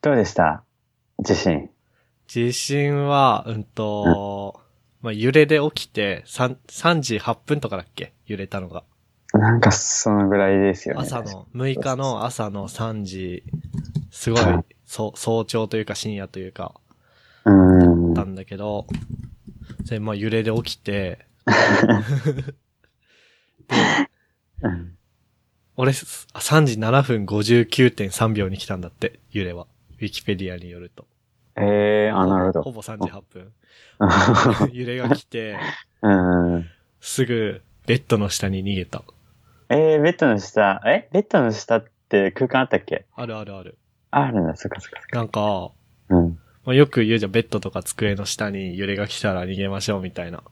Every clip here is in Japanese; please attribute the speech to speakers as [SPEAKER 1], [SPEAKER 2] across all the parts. [SPEAKER 1] どうでした地震。
[SPEAKER 2] 地震は、うんと、まあ、揺れで起きて、3、3時8分とかだっけ揺れたのが。
[SPEAKER 1] なんかそのぐらいですよね。
[SPEAKER 2] 朝の、6日の朝の3時、すごい
[SPEAKER 1] うん、
[SPEAKER 2] そ早朝というか深夜というか、
[SPEAKER 1] うーん
[SPEAKER 2] だっ。たんだけど、それまあ揺れで起きて、
[SPEAKER 1] うん
[SPEAKER 2] 俺、すあ3時7分59.3秒に来たんだって、揺れは。ウィキペディアによると。
[SPEAKER 1] ええー、あ、なるほ
[SPEAKER 2] ほ
[SPEAKER 1] ど。
[SPEAKER 2] ぼ3時8分。
[SPEAKER 1] う
[SPEAKER 2] 揺れが来て、
[SPEAKER 1] ーん。
[SPEAKER 2] すぐ、ベッドの下に逃げた。
[SPEAKER 1] えー、ベッドの下、えベッドの下って空間あったっけ
[SPEAKER 2] あるあるある。
[SPEAKER 1] ああるんだ、そっかそっかそっか。
[SPEAKER 2] なんか、
[SPEAKER 1] うん。
[SPEAKER 2] まあ、よく言うじゃん、ベッドとか机の下に揺れが来たら逃げましょうみたいな。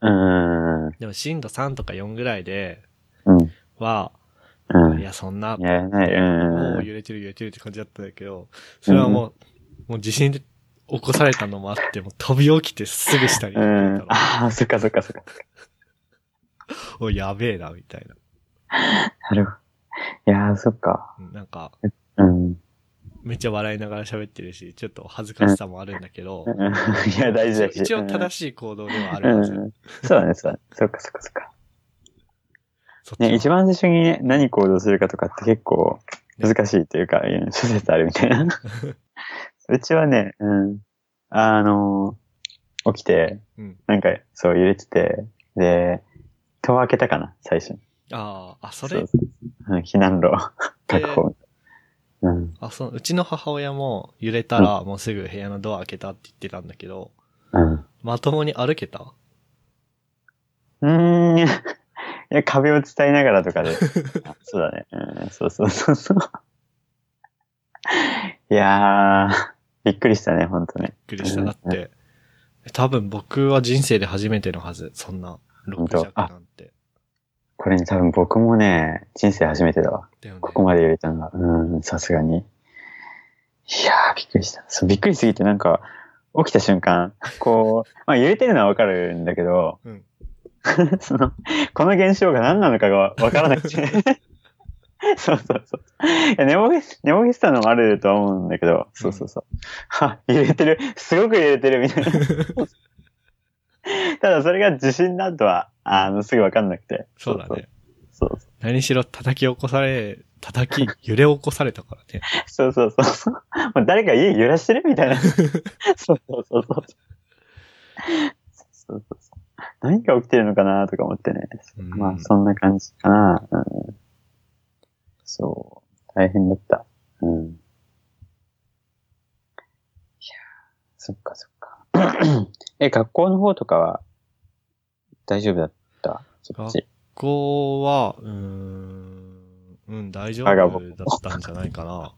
[SPEAKER 1] うーん。
[SPEAKER 2] でも震度3とか4ぐらいで
[SPEAKER 1] うん。
[SPEAKER 2] は、
[SPEAKER 1] うん
[SPEAKER 2] い。や、そんな、
[SPEAKER 1] やらない。う
[SPEAKER 2] もう
[SPEAKER 1] ーん。
[SPEAKER 2] 揺れてる揺れてるって感じだったんだけど、それはもう、もう地震で起こされたのもあって、もう飛び起きてすぐ下に
[SPEAKER 1] う
[SPEAKER 2] 逃げ
[SPEAKER 1] ん
[SPEAKER 2] た。の。
[SPEAKER 1] ああ、そっかそっかそっか。
[SPEAKER 2] おい、やべえな、みたいな
[SPEAKER 1] なるほど。いやー、そっか。
[SPEAKER 2] うん。なんか、
[SPEAKER 1] うん。
[SPEAKER 2] めっちゃ笑いながら喋ってるし、ちょっと恥ずかしさもあるんだけど
[SPEAKER 1] う、んいや、大事だし。
[SPEAKER 2] 一応
[SPEAKER 1] し
[SPEAKER 2] 正しい行動ではあ
[SPEAKER 1] う
[SPEAKER 2] るはず。
[SPEAKER 1] ん。そうだね、そうだね。そっかそっかそっか。
[SPEAKER 2] そっちは
[SPEAKER 1] ね、一番最初にね、何行動するかとかって結構難しいというか、いや諸説あるみたい な。うちはね、うん。あの、起きて、
[SPEAKER 2] うん
[SPEAKER 1] なんか、そう、揺れてて、で、戸を開けたかな、最初に。
[SPEAKER 2] ああ、あ、そ
[SPEAKER 1] そ
[SPEAKER 2] れ
[SPEAKER 1] う、そううん、避難 路を確保。うん、
[SPEAKER 2] あ、そう、うちの母親も揺れたらもうすぐ部屋のドア開けたって言ってたんだけど、
[SPEAKER 1] うん。
[SPEAKER 2] まともに歩けた
[SPEAKER 1] うーん。いや、壁を伝いながらとか で。あそうだね。うん、そうそうそうそう。いやー、びっくりしたね、ほんとね。
[SPEAKER 2] びっくりした。だって、多分僕は人生で初めてのはず、そんな6
[SPEAKER 1] 本当
[SPEAKER 2] 弱なんて。
[SPEAKER 1] これね、多分僕もね、人生初めてだわ。
[SPEAKER 2] だよね。
[SPEAKER 1] ここまで揺れたのが。うん、さすがに。いやー、びっくりした。そう、びっくりすぎて、なんか、起きた瞬間、こう、まあ揺れてるのはわかるんだけど、
[SPEAKER 2] うん。
[SPEAKER 1] その、この現象が何なのかがわからなくて。 そうそうそう。いや寝ぼけ、寝ぼけてたのもあるとは思うんだけど、そうそうそう。は、揺れてる。すごく揺れてる、みた いな。ただそれが地震だとは、あの、すぐわかんなくて。
[SPEAKER 2] そうだね。
[SPEAKER 1] そうそう。
[SPEAKER 2] 何しろ叩き起こされ、叩き、揺れ起こされたからね。
[SPEAKER 1] そうそうそうそう。 もう誰か家揺らしてるみたい な。そうそうそうそう。そうそうそう。何が起きてるのかなとか思ってね。
[SPEAKER 2] うん
[SPEAKER 1] まあ、そんな感じかな。うん、そう。大変だった。うん。いやーそっかそっか。 え、学校の方とかは大丈夫だったそっち。
[SPEAKER 2] 学校は、うーん、うん、大丈夫
[SPEAKER 1] 我
[SPEAKER 2] だ
[SPEAKER 1] が僕
[SPEAKER 2] ったんじゃないかな。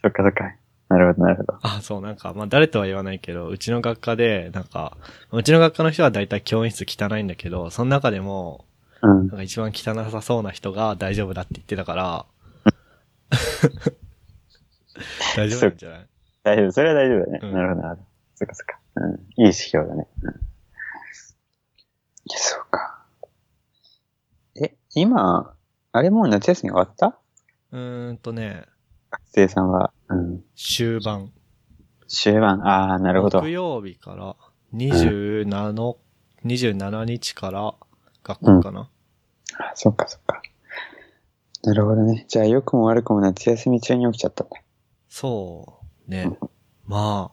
[SPEAKER 1] そっかそっか。なるほど、なるほど。
[SPEAKER 2] あ、そう、なんか、まあ、誰とは言わないけど、うちの学科で、なんか、うちの学科の人は大体教員室汚いんだけど、その中でも、
[SPEAKER 1] うん。
[SPEAKER 2] なんか一番汚さそうな人が大丈夫だって言って たから、大丈夫なんじゃない
[SPEAKER 1] 大丈夫、それは大丈夫だね。
[SPEAKER 2] うん
[SPEAKER 1] なるほど、なるほど。そっかそっか。うん。いい指標だね。うん。いやそうか。え、今、あれもう夏休み終わった
[SPEAKER 2] うーんとね、
[SPEAKER 1] 学生さんは。うん。
[SPEAKER 2] 終盤。
[SPEAKER 1] 終盤。ああ、なるほど。う
[SPEAKER 2] 木
[SPEAKER 1] ん。
[SPEAKER 2] 曜日から、27、27日から学校かな、
[SPEAKER 1] あそっかそっか。なるほどね。じゃあ、良くも悪くも夏休み中に起きちゃったんだ。
[SPEAKER 2] そう、ね。まあ、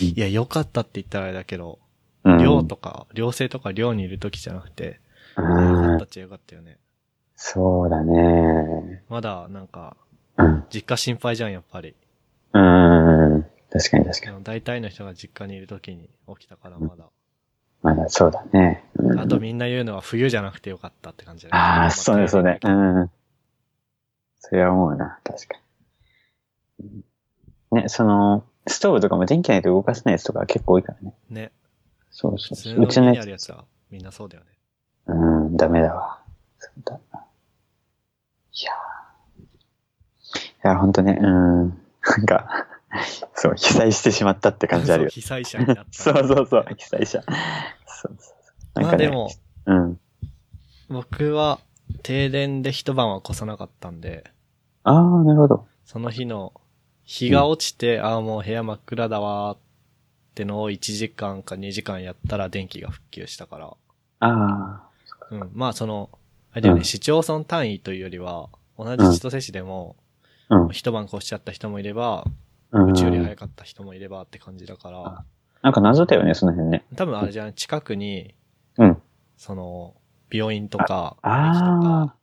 [SPEAKER 2] いや、良かったって言ったらあれだけど、
[SPEAKER 1] うん。
[SPEAKER 2] 寮とか、寮生とか寮にいる時じゃなくて、
[SPEAKER 1] う
[SPEAKER 2] 良かっ
[SPEAKER 1] ん
[SPEAKER 2] た。っちゃ良かったよね。
[SPEAKER 1] そうだね。
[SPEAKER 2] まだ、なんか、
[SPEAKER 1] うん。
[SPEAKER 2] 実家心配じゃん、やっぱり。
[SPEAKER 1] うん。確かに確かに。
[SPEAKER 2] あの大体の人が実家にいる時に起きたからまだ。
[SPEAKER 1] まだそうだね。うん
[SPEAKER 2] あとみんな言うのは冬じゃなくてよかったって感じだね
[SPEAKER 1] ああ、そうね、そうね。う
[SPEAKER 2] まあ
[SPEAKER 1] ん。それは思うな、確かに。ね、その、ストーブとかも電気ないと動かせないやつとか結構多いからね。
[SPEAKER 2] ね。
[SPEAKER 1] そう
[SPEAKER 2] 普
[SPEAKER 1] そう
[SPEAKER 2] 通
[SPEAKER 1] そう。
[SPEAKER 2] の
[SPEAKER 1] うち
[SPEAKER 2] 家
[SPEAKER 1] の
[SPEAKER 2] にあ
[SPEAKER 1] や
[SPEAKER 2] るや
[SPEAKER 1] つ。
[SPEAKER 2] つはみんなそうだよね。
[SPEAKER 1] うん、ダメだわ。そうだ。いやーいや、ほんとね、うん。なんか、そう、被災してしまったって感じあるよ。
[SPEAKER 2] そう被災者になった。
[SPEAKER 1] そうそうそう、被災者。そうそうそう。
[SPEAKER 2] まあでも、、
[SPEAKER 1] うん。
[SPEAKER 2] 僕は停電で一晩は越さなかったんで、
[SPEAKER 1] ああ、なるほど。
[SPEAKER 2] その日の日が落ちて、ああ、もう部屋真っ暗だわーってのを1時間か2時間やったら電気が復旧したから。
[SPEAKER 1] あ
[SPEAKER 2] うん。まあ、その、あれだよね、
[SPEAKER 1] うん
[SPEAKER 2] 市町村単位というよりは、同じ千歳市でも、
[SPEAKER 1] あ。うん。
[SPEAKER 2] 一晩越しちゃった人もいれば、
[SPEAKER 1] うん
[SPEAKER 2] うちより早かった人もいればって感じだから、
[SPEAKER 1] なんか謎だよね、その辺ね。
[SPEAKER 2] 多分あれじゃん、近くに、
[SPEAKER 1] うん。
[SPEAKER 2] その、病院とか、
[SPEAKER 1] あ
[SPEAKER 2] 駅とか、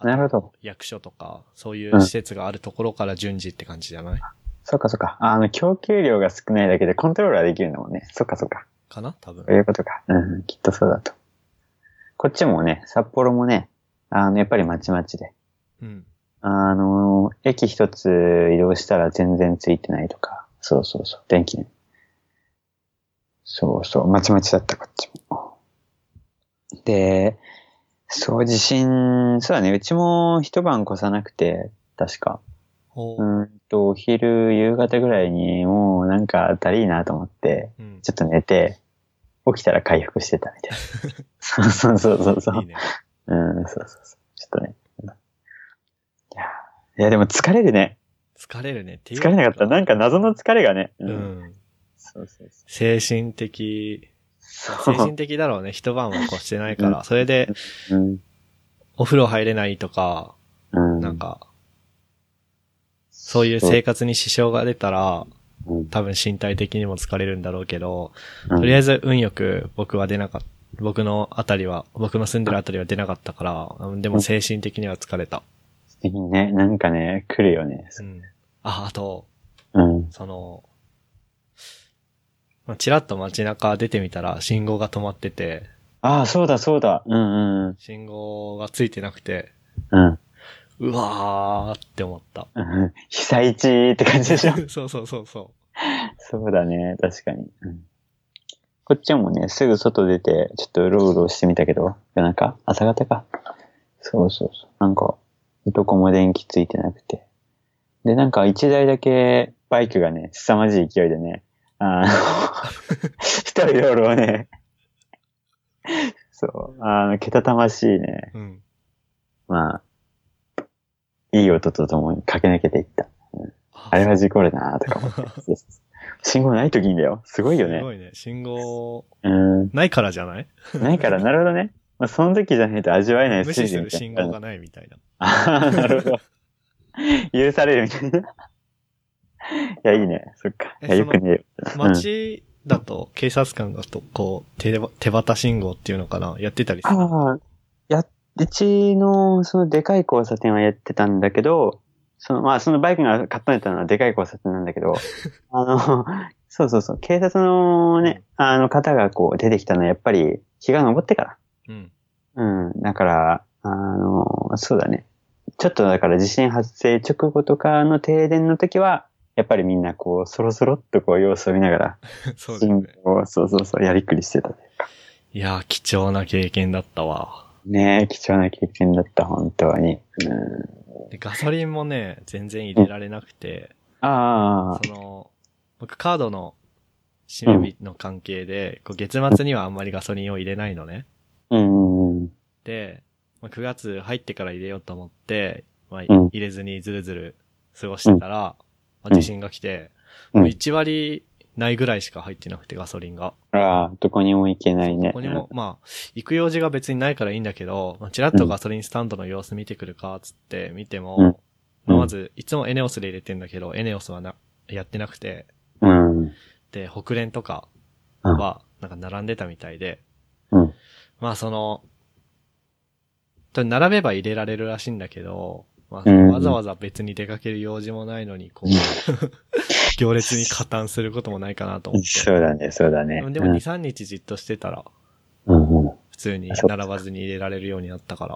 [SPEAKER 1] あ、なるほど。
[SPEAKER 2] 役所とか、そういう施設があるところから順次って感じじゃない
[SPEAKER 1] そっかそっか。ああの、供給量が少ないだけでコントロールはできるんだもんね。そっかそっか。
[SPEAKER 2] かな多分
[SPEAKER 1] そう。いうことか。うん、きっとそうだと。こっちもね、札幌もね、あの、やっぱりまちまちで。
[SPEAKER 2] うん。
[SPEAKER 1] あの、駅一つ移動したら全然ついてないとか。そうそうそう。電気ね。そうそう。まちまちだった、こっちも。で、そう、地震、そうだね。うちも一晩越さなくて、確か。
[SPEAKER 2] お
[SPEAKER 1] う
[SPEAKER 2] う。
[SPEAKER 1] ーんと、お昼、夕方ぐらいに、もうなんか、だりいなと思って、
[SPEAKER 2] うん。
[SPEAKER 1] ちょっと寝て、起きたら回復してたみ たいな。そうそうそうそうそう。
[SPEAKER 2] いいね。
[SPEAKER 1] うん、そうそうそう。ちょっとね。うんいやー、いやでも疲れるね。
[SPEAKER 2] 疲れるねっていう。
[SPEAKER 1] 疲れなかった。なんか謎の疲れがね。
[SPEAKER 2] う。
[SPEAKER 1] うんそうそう
[SPEAKER 2] 精神的、
[SPEAKER 1] そ
[SPEAKER 2] 精
[SPEAKER 1] う。そう
[SPEAKER 2] 神的だろうね。一晩は越してないから。それで、
[SPEAKER 1] うん。
[SPEAKER 2] お風呂入れないとか、
[SPEAKER 1] うん。
[SPEAKER 2] なんか、そういう生活に支障が出たら、
[SPEAKER 1] うん、
[SPEAKER 2] 多分身体的にも疲れるんだろうけど、
[SPEAKER 1] うん
[SPEAKER 2] とりあえず運よく僕は出なかった。僕のあたりは、僕の住んでるあたりは出なかったから、うんでも精神的には疲れた。
[SPEAKER 1] 的にね、なんかね、来るよね。
[SPEAKER 2] うん。あ、あと、
[SPEAKER 1] うん。
[SPEAKER 2] その、まあ、ちらっと街中出てみたら信号が止まってて、
[SPEAKER 1] ああ、そうだそうだ。うんうん。
[SPEAKER 2] 信号がついてなくて、
[SPEAKER 1] うん。
[SPEAKER 2] うわーって思った。
[SPEAKER 1] うん 被災地って感じでしょ
[SPEAKER 2] そうそうそうそ
[SPEAKER 1] そうだね、確かに。うん、こっちもね、すぐ外出て、ちょっとうろうろしてみたけど、夜中朝方か。そうそうそう。なんか、どこも電気ついてなくて。で、なんか一台だけバイクがね、凄まじい勢いでね、あの、 一人道路をね、そう、あの、けたたましいね、
[SPEAKER 2] う。うん。
[SPEAKER 1] まあ、いい音とともに駆け抜けていった。
[SPEAKER 2] あ
[SPEAKER 1] あれは事故るなーとか思って。 そうそうそう信号ない時にだよ。すごいよ
[SPEAKER 2] す
[SPEAKER 1] ね。
[SPEAKER 2] ごいね。信号、
[SPEAKER 1] うん。
[SPEAKER 2] ないからじゃない
[SPEAKER 1] ないから、なるほどね。まあ、その時じゃないと味わえない
[SPEAKER 2] 無視する信号
[SPEAKER 1] が。
[SPEAKER 2] がないみたいな。
[SPEAKER 1] ああ、なるほど。許されるみたいな。いや、いいね。そっか。いや、
[SPEAKER 2] え
[SPEAKER 1] よくねえよ。
[SPEAKER 2] 街だと、警察官がと、こう、手ば、手旗信号っていうのかなやってたりする。
[SPEAKER 1] ああ、や、うちの、そのでかい交差点はやってたんだけど、その、まあ、そのバイクが買ったのたのはでかい交差点なんだ けど、あの、そうそうそう、警察のね、あの方がこう出てきたのはやっぱり日が昇ってから。
[SPEAKER 2] うん。
[SPEAKER 1] うん、だから、あの、そうだね。ちょっとだから地震発生直後とかの停電の時は、やっぱりみんなこう、そろそろっとこう様子を見ながら、
[SPEAKER 2] そうだよね。
[SPEAKER 1] を、そうそうそう、やりくりしてたね。
[SPEAKER 2] いやー、貴重な経験だったわ。
[SPEAKER 1] ねえ、貴重な経験だった、本当に。うん、
[SPEAKER 2] でガソリンもね、全然入れられなくて、
[SPEAKER 1] ああ、
[SPEAKER 2] その、僕カードの締め日の関係で、こう月末にはあんまりガソリンを入れないのね。
[SPEAKER 1] うん、うん、
[SPEAKER 2] で、まあ、9月入ってから入れようと思って、まあ、
[SPEAKER 1] うん
[SPEAKER 2] 入れずにずるずる過ごしてたら、まあ、地震が来て、
[SPEAKER 1] うん
[SPEAKER 2] もう1割ないぐらいしか入ってなくてガソリンが。
[SPEAKER 1] ああ、どこにも行けないね。
[SPEAKER 2] ここにも、まあ、行く用事が別にないからいいんだけど、まあ、ちらっとガソリンスタンドの様子見てくるか、つって見て
[SPEAKER 1] うん
[SPEAKER 2] も、まあまず、いつもエネオスで入れてんだけど、エネオスはな、やってなくて、
[SPEAKER 1] うん、
[SPEAKER 2] で、北連とか
[SPEAKER 1] うん
[SPEAKER 2] は、なんか並んでたみたいで、
[SPEAKER 1] うん、
[SPEAKER 2] まあその、と並べば入れられるらしいんだけど、まあ、
[SPEAKER 1] うん
[SPEAKER 2] わざわざ別に出かける用事もないのに、こう、 行列に加担することもないかなと思って。
[SPEAKER 1] そうだね、そうだね。
[SPEAKER 2] でも2、3日じっとしてたら、
[SPEAKER 1] うん、うん。
[SPEAKER 2] 普通に並ばずに入れられるようになったか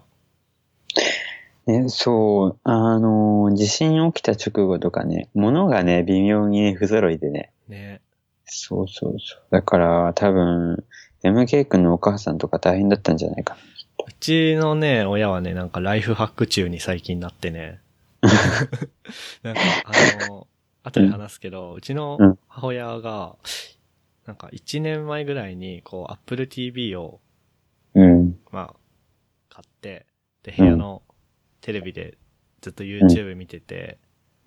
[SPEAKER 2] ら。
[SPEAKER 1] ね、そう、あのー地震起きた直後とかね、物がね、微妙に不揃いでね。
[SPEAKER 2] ね。
[SPEAKER 1] そうそうそう。だから、多分、MK 君のお母さんとか大変だったんじゃないか
[SPEAKER 2] うちのね、親はね、なんかライフハック中に最近なっ てね。なんか、あの、後で話すけど、うちの母親が、なんか1年前ぐらいに、こう、Apple TV を、
[SPEAKER 1] な。うん。
[SPEAKER 2] まあ、買って、で、部屋のテレビでずっと YouTube 見てて、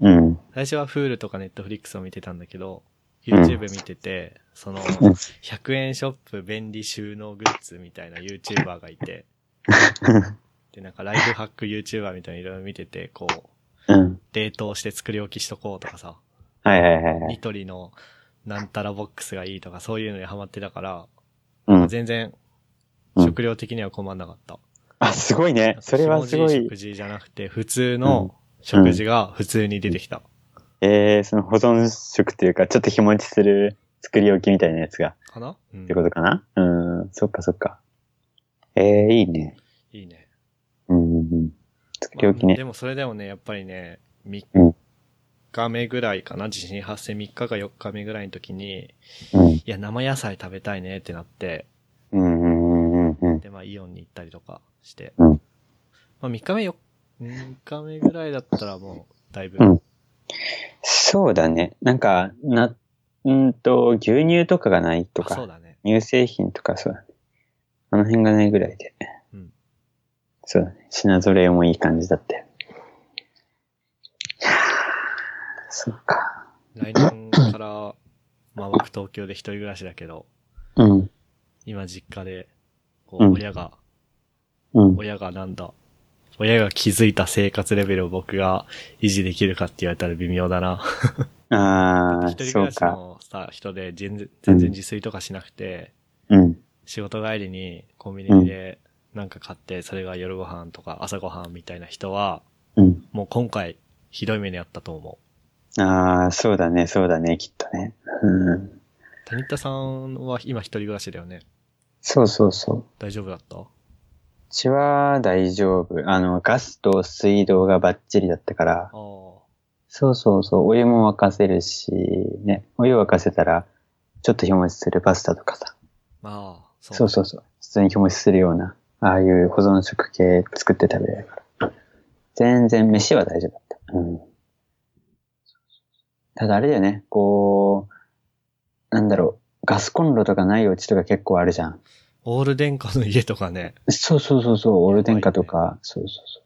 [SPEAKER 1] うん。
[SPEAKER 2] 最初は Hulu とか Netflix を見てたんだけど、
[SPEAKER 1] うん
[SPEAKER 2] YouTube 見てて、その、
[SPEAKER 1] うん
[SPEAKER 2] 100円ショップ便利収納グッズみたいな YouTuber がい て、で、なんかライフハック YouTuber みたいないろいろ見てて、こう、
[SPEAKER 1] うん。
[SPEAKER 2] 冷凍して作り置きしとこうとかさ、
[SPEAKER 1] はいはいはいはい。
[SPEAKER 2] ニトリのなんたらボックスがいいとかそういうのにハマってたから、
[SPEAKER 1] うん。
[SPEAKER 2] 全然
[SPEAKER 1] うん
[SPEAKER 2] 食料的には困んなかった。
[SPEAKER 1] あ、すごいね。それはすご
[SPEAKER 2] 気持ち
[SPEAKER 1] い
[SPEAKER 2] 食。事じゃなくて、普通の食事が普通に出てきた。
[SPEAKER 1] えー、その保存食というか、ちょっと日持ちする作り置きみたいなやつが、
[SPEAKER 2] かな、うん
[SPEAKER 1] ってことかなうん、そっかそっか。えー、いいね。
[SPEAKER 2] いいね。
[SPEAKER 1] うんうんうん。作り置き
[SPEAKER 2] まあ
[SPEAKER 1] ね。
[SPEAKER 2] でもそれでもね、やっぱりね、
[SPEAKER 1] う
[SPEAKER 2] 3
[SPEAKER 1] ん
[SPEAKER 2] 日目ぐらいかな、地震発生3日か4日目ぐらいの時に、
[SPEAKER 1] うん。
[SPEAKER 2] いや、生野菜食べたいねってなって、
[SPEAKER 1] うんうんうんうんうん。
[SPEAKER 2] で、まあ、イオンに行ったりとかして。
[SPEAKER 1] うん
[SPEAKER 2] まあ、3日目よ、3日目ぐらいだったらもう、だいぶ。
[SPEAKER 1] うんそうだね。なんか、な、うんと、牛乳とかがないと
[SPEAKER 2] あそう
[SPEAKER 1] か、
[SPEAKER 2] だね。
[SPEAKER 1] 乳製品とかそうだね。あの辺がないぐらいで。
[SPEAKER 2] うん
[SPEAKER 1] そうだね。品揃えもいい感じだったよ。いやーそうか。
[SPEAKER 2] 来年から、まあ、僕東京で一人暮らしだけど、
[SPEAKER 1] うん。
[SPEAKER 2] 今実家で、こ
[SPEAKER 1] うん
[SPEAKER 2] う、親が、
[SPEAKER 1] うん。
[SPEAKER 2] 親がなんだ、親が気づいた生活レベルを僕が維持できるかって言われたら微妙だな。
[SPEAKER 1] ああ、
[SPEAKER 2] 一人
[SPEAKER 1] そ
[SPEAKER 2] 暮
[SPEAKER 1] う
[SPEAKER 2] らし
[SPEAKER 1] か。
[SPEAKER 2] のさ、人で全然全然自炊とかしなくて、
[SPEAKER 1] うん。
[SPEAKER 2] 仕事帰りにコンビニでなんか買って、それが夜ご飯とか朝ご飯みたいな人は、
[SPEAKER 1] うん。
[SPEAKER 2] もう今回、ひどい目にあったと思う。
[SPEAKER 1] ああ、そうだね、そうだね、きっとね。うん。
[SPEAKER 2] 谷田さんは今一人暮らしだよね。
[SPEAKER 1] そうそうそう。う
[SPEAKER 2] 大丈夫だった
[SPEAKER 1] ちは大丈夫。あの、ガスと水道がバッチリだったから、
[SPEAKER 2] ああ。
[SPEAKER 1] そうそうそう、お湯も沸かせるし、ね、お湯沸かせたら、ちょっと日持ちするパスタとかさ、
[SPEAKER 2] まあ、そ
[SPEAKER 1] そうそうそう、普通に日持ちするような、ああいう保存食系作って食べれるから。全然飯は大丈夫だった。うん。ただあれだよね、こう、なんだろう、ガスコンロとかないお家とか結構あるじゃん。
[SPEAKER 2] オール電化の家とかね。
[SPEAKER 1] そうそうそうそう、オール電化とか、そうそうそう。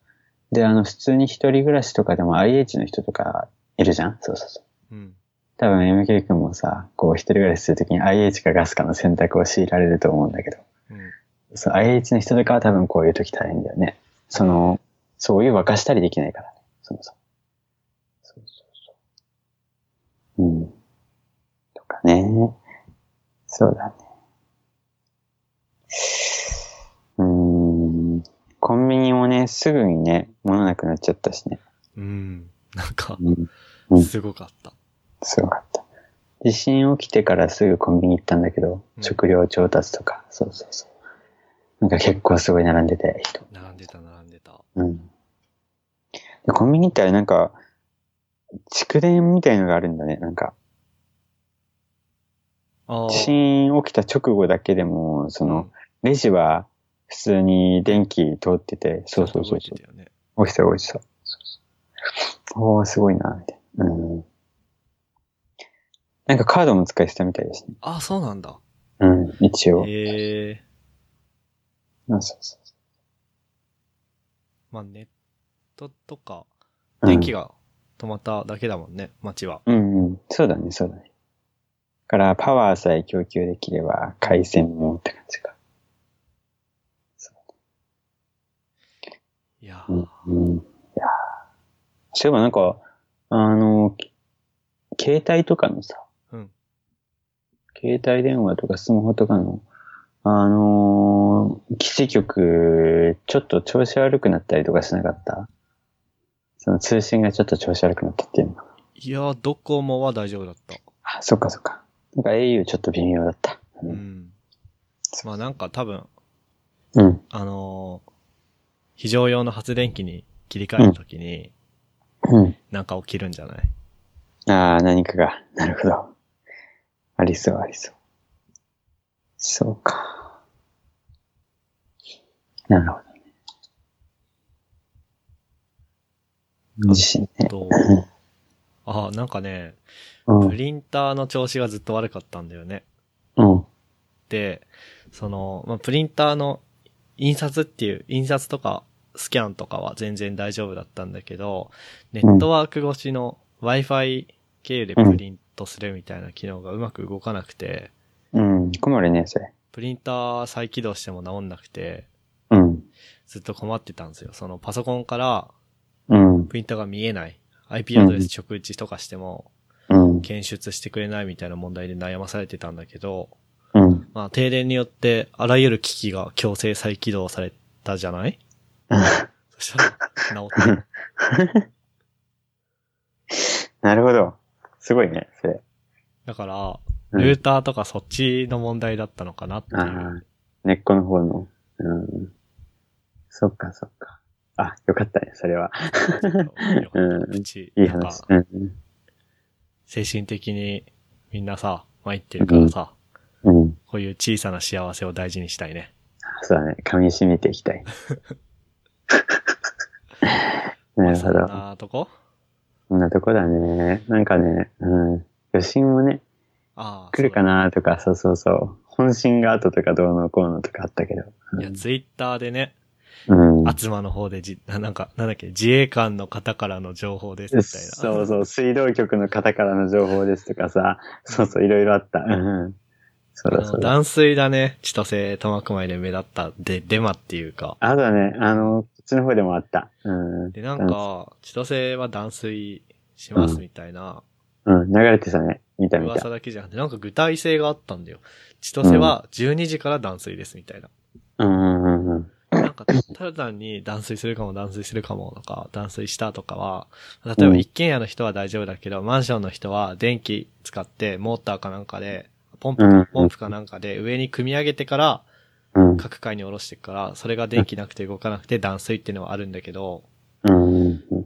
[SPEAKER 1] で、あの、普通に一人暮らしとかでも IH の人とかいるじゃんそうそうそう。
[SPEAKER 2] うん。
[SPEAKER 1] 多分 MK 君もさ、こう一人暮らしするときに IH かガスかの選択を強いられると思うんだけど、
[SPEAKER 2] うん。
[SPEAKER 1] そう IH の人とかは多分こういうとき大変だよね。その、そういう沸かしたりできないからね、そもそも。そうそうそう。うん。とかね。そうだね。うーん。コンビニもね、すぐにね、物なくなっちゃったしね。
[SPEAKER 2] うん。なんか、
[SPEAKER 1] うんうん
[SPEAKER 2] すごかった。
[SPEAKER 1] すごかった。地震起きてからすぐコンビニ行ったんだけど、
[SPEAKER 2] うん
[SPEAKER 1] 食料調達とか、そうそうそう。なんか結構すごい並んでて、人。
[SPEAKER 2] 並んでた、並んでた。
[SPEAKER 1] うん。でコンビニ行ったらなんか、蓄電みたいのがあるんだね。なんか、
[SPEAKER 2] ああ。
[SPEAKER 1] 地震起きた直後だけでも、その、レジは普通に電気通ってて、そうそうそう
[SPEAKER 2] ち
[SPEAKER 1] そ
[SPEAKER 2] ゃ
[SPEAKER 1] うん
[SPEAKER 2] と動いて。たよね。
[SPEAKER 1] 起きた、起きた。そうそうおー、すごいな、みたいな。うん。なんかカードも使い捨てたみたいですね。
[SPEAKER 2] ああ、そうなんだ。
[SPEAKER 1] うん、一応。
[SPEAKER 2] ええ
[SPEAKER 1] そうそうそ
[SPEAKER 2] まあ、ネットとか、
[SPEAKER 1] う
[SPEAKER 2] 電気
[SPEAKER 1] が。
[SPEAKER 2] が止まっただけだもんね、街は。
[SPEAKER 1] うんうん。そうだね、そうだね。だから、パワーさえ供給できれば、回線もって感じか。
[SPEAKER 2] いやー、
[SPEAKER 1] うん、うん。いやーそういえばなんか、あの、き携帯とかのさ、
[SPEAKER 2] うん
[SPEAKER 1] 携帯電話とかスマホとかの、あのー、基地局、ちょっと調子悪くなったりとかしなかったその通信がちょっと調子悪くなったっていうのか
[SPEAKER 2] いやー、ドコモは大丈夫だった。
[SPEAKER 1] あ、そっかそっか。なんか au ちょっと微妙だった。
[SPEAKER 2] う
[SPEAKER 1] うん。
[SPEAKER 2] ん。まあなんか多分、
[SPEAKER 1] うん。
[SPEAKER 2] あのー非常用の発電機に切り替えるときに、
[SPEAKER 1] うん
[SPEAKER 2] なんか起きるんじゃない、
[SPEAKER 1] ああ、何かが。なるほど。ありそう、ありそう。そうか。なるほどね。地震ね。
[SPEAKER 2] と、ああ、なんかね、
[SPEAKER 1] うん。う
[SPEAKER 2] プリンターの調子がずっと悪かったんだよね。
[SPEAKER 1] ん。
[SPEAKER 2] で、その、まあ、プリンターの印刷っていう、印刷とかスキャンとかは全然大丈夫だったんだけど、ネットワーク越しの Wi-Fi 経由でプリントするみたいな機能がうまく動かなくて、
[SPEAKER 1] うん。困るね、それ。
[SPEAKER 2] プリンター再起動しても直んなくて、
[SPEAKER 1] うん。
[SPEAKER 2] ずっと困ってたんですよ。そのパソコンから
[SPEAKER 1] うん。
[SPEAKER 2] プリンターが見えない。IP アドレス直打ちとかしても、
[SPEAKER 1] うん。
[SPEAKER 2] 検出してくれないみたいな問題で悩まされてたんだけど、
[SPEAKER 1] うん。
[SPEAKER 2] まあ停電によってあらゆる機器が強制再起動されたじゃないそしたら治った。
[SPEAKER 1] なるほど。すごいね、それ。
[SPEAKER 2] だから、
[SPEAKER 1] うん
[SPEAKER 2] ルーターとかそっちの問題だったのかなってい
[SPEAKER 1] あ
[SPEAKER 2] う。
[SPEAKER 1] あ、根っこの方の。うん。そっかそっか。あ、よかったね、それは。
[SPEAKER 2] ちょっと
[SPEAKER 1] う
[SPEAKER 2] よかった
[SPEAKER 1] ん
[SPEAKER 2] プチ
[SPEAKER 1] いい
[SPEAKER 2] なんか
[SPEAKER 1] 話。うん。
[SPEAKER 2] 精神的にみんなさ、参ってるからさ、
[SPEAKER 1] うん。
[SPEAKER 2] こういう小さな幸せを大事にしたいね。
[SPEAKER 1] そうだね、噛み締めていきた い。なるほ
[SPEAKER 2] まあ
[SPEAKER 1] ど
[SPEAKER 2] そ。んなとこ
[SPEAKER 1] そんなとこだね。なんかね、うん。余震もね、
[SPEAKER 2] ああ。
[SPEAKER 1] 来るか
[SPEAKER 2] な
[SPEAKER 1] なとか、そうそうそう。本心が後とかどうのこうのとかあったけど。
[SPEAKER 2] いや、ツイッターでね、
[SPEAKER 1] うん。
[SPEAKER 2] あつまの方でじ、 ななんか、なんだっけ、自衛官の方からの情報ですみたいな。
[SPEAKER 1] そうそう、水道局の方からの情報ですとかさ、そうそう、いろいろあった。うんうん。そう
[SPEAKER 2] あ
[SPEAKER 1] だ
[SPEAKER 2] の
[SPEAKER 1] そうだ。
[SPEAKER 2] 断水だね。千歳玉熊井で目立った、で、デマっていうか。
[SPEAKER 1] あとはね、あの、こっちの方でもあった。うん。
[SPEAKER 2] で、なんか、千歳は断水しますみたいな、
[SPEAKER 1] うん、流れてたね。見た見た
[SPEAKER 2] 噂。だけじゃなくて、なんか具体性があったんだよ。千歳は12時から断水ですみたいな。
[SPEAKER 1] うんうんうんうん。
[SPEAKER 2] なんか、ただ単に断水するかも断水するかもとか、断水したとかは、例えば一軒家の人は大丈夫だけど、マンションの人は電気使って、モーターかなんかで、ポンプ
[SPEAKER 1] うん
[SPEAKER 2] か、ポンプかなんかで上に組み上げてから、
[SPEAKER 1] うん。
[SPEAKER 2] 各階に下ろしてから、それが電気なくて動かなくて断水っていうのはあるんだけど、
[SPEAKER 1] うんうんうん。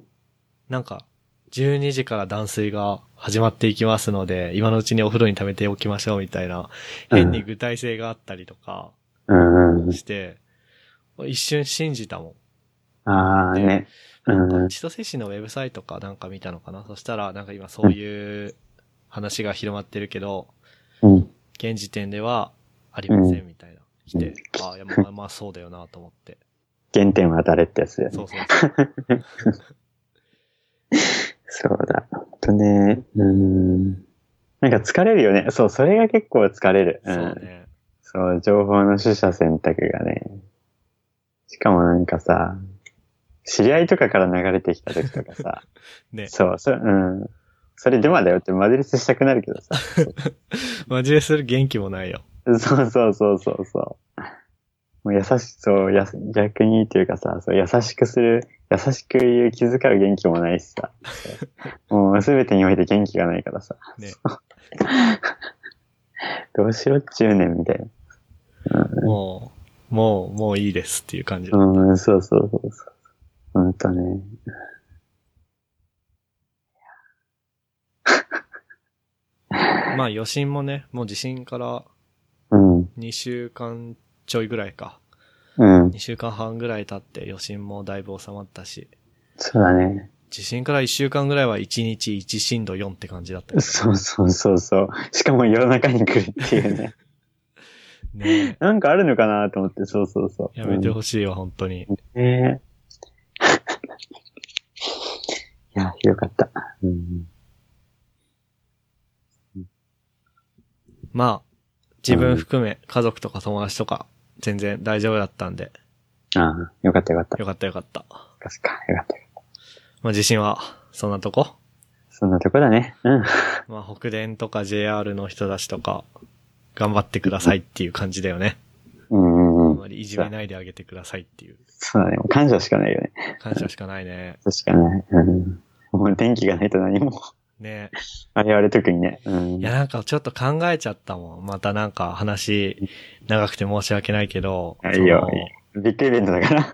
[SPEAKER 2] なんか、12時から断水が始まっていきますので、今のうちにお風呂に溜めておきましょうみたい
[SPEAKER 1] う
[SPEAKER 2] な、
[SPEAKER 1] ん
[SPEAKER 2] 変に具体性があったりとか
[SPEAKER 1] うんうん
[SPEAKER 2] して、一瞬信じたも
[SPEAKER 1] うん。ああね。うんうん
[SPEAKER 2] ん。千歳市のウェブサイトかなんか見たのかなそしたら、なんか今そういう話が広まってるけど、
[SPEAKER 1] うん。
[SPEAKER 2] 現時点ではありませんみたいな。来て、
[SPEAKER 1] うん
[SPEAKER 2] ああ、いやまあまあそうだよなと思って。
[SPEAKER 1] 原点は誰ってやつだよね
[SPEAKER 2] そう。そうそう。
[SPEAKER 1] そうだ。ほんとね。うん。なんか疲れるよね。そう、それが結構疲れる。
[SPEAKER 2] そ
[SPEAKER 1] ん
[SPEAKER 2] うね。
[SPEAKER 1] そう、情報の取捨選択がね。しかもなんかさ、知り合いとかから流れてきた時とかさ、
[SPEAKER 2] ね。
[SPEAKER 1] そう、そうん。それデマだよってマジレスしたくなるけどさ。
[SPEAKER 2] マジでする元気もないよ。
[SPEAKER 1] そうそうそうそうそう。もう優しそう、やす逆にというかさ、そう優しくする、優しく言う気遣う元気もないし さ。そうもうすべてにおいて元気がないからさ。
[SPEAKER 2] ね。
[SPEAKER 1] どうしろっちゅうねんみたいな。
[SPEAKER 2] もう、もう、もういいですっていう感じ。
[SPEAKER 1] うん、そうそうそうそう。ほんとね。
[SPEAKER 2] まあ余震もね、もう地震から
[SPEAKER 1] うん、
[SPEAKER 2] 2週間ちょいぐらいか。
[SPEAKER 1] うん
[SPEAKER 2] 2。週間半ぐらい経って余震もだいぶ収まったし、
[SPEAKER 1] そうだね。
[SPEAKER 2] 地震から1週間ぐらいは1日1震度4って感じだったけ
[SPEAKER 1] そうそうそうそう。しかも夜中に来るっていう ね。
[SPEAKER 2] どね。
[SPEAKER 1] なんかあるのかなと思って、そうそうそう。
[SPEAKER 2] やめてほしいわ、本当に。
[SPEAKER 1] うんねえ。いや、よかった。うん。
[SPEAKER 2] まあ、自分含め家族とか友達とか全然大丈夫だったんで、
[SPEAKER 1] ああ、よかったよかった。
[SPEAKER 2] よかったよかった。
[SPEAKER 1] 確か、よかった。
[SPEAKER 2] まあ地震はそんなとこ
[SPEAKER 1] そんなとこだね。うん。
[SPEAKER 2] まあ北電とか JR の人たちとか頑張ってくださいっていう感じだよね。
[SPEAKER 1] うん
[SPEAKER 2] あ
[SPEAKER 1] うんんう
[SPEAKER 2] ま
[SPEAKER 1] ん。
[SPEAKER 2] りいじめないであげてくださいっていう
[SPEAKER 1] そうだね。もう感謝しかないよね。
[SPEAKER 2] 感謝しかないね。
[SPEAKER 1] そうしかない。うん。もう電気がないと何も。
[SPEAKER 2] ね
[SPEAKER 1] 我々特にね。うん。
[SPEAKER 2] いやなんかちょっと考えちゃったもん。またなんか話長くて申し訳ないけど。
[SPEAKER 1] いいよ
[SPEAKER 2] その
[SPEAKER 1] いいよビッグイベントだ から。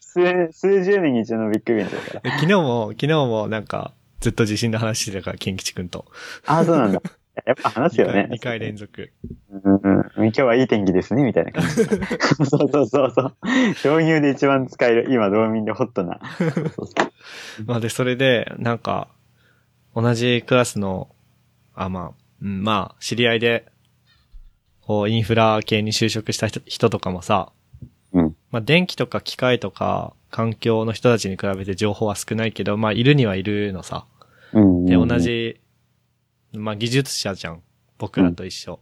[SPEAKER 1] 数、数十年に一度のビッグイベントだから。
[SPEAKER 2] え昨日も、昨日もなんかずっと地震の話してたから、金吉くんと。
[SPEAKER 1] ああ、そうなんだ。やっぱ話すよね。
[SPEAKER 2] 2回連続。
[SPEAKER 1] うんうん、今日はいい天気ですね、みたいな感 じ。そうそうそうそう。導入で一番使える、今、道民でホットな。そうそうそう
[SPEAKER 2] まあで、それで、なんか、同じクラスの、あ、まあ、うん、まあ、知り合いで、こう、インフラ系に就職した人人とかもさ、
[SPEAKER 1] うん
[SPEAKER 2] まあ、電気とか機械とか環境の人たちに比べて情報は少ないけど、まあ、いるにはいるのさ。
[SPEAKER 1] うん。
[SPEAKER 2] で、同。じ、まあ、技術者じゃん。僕らと一緒。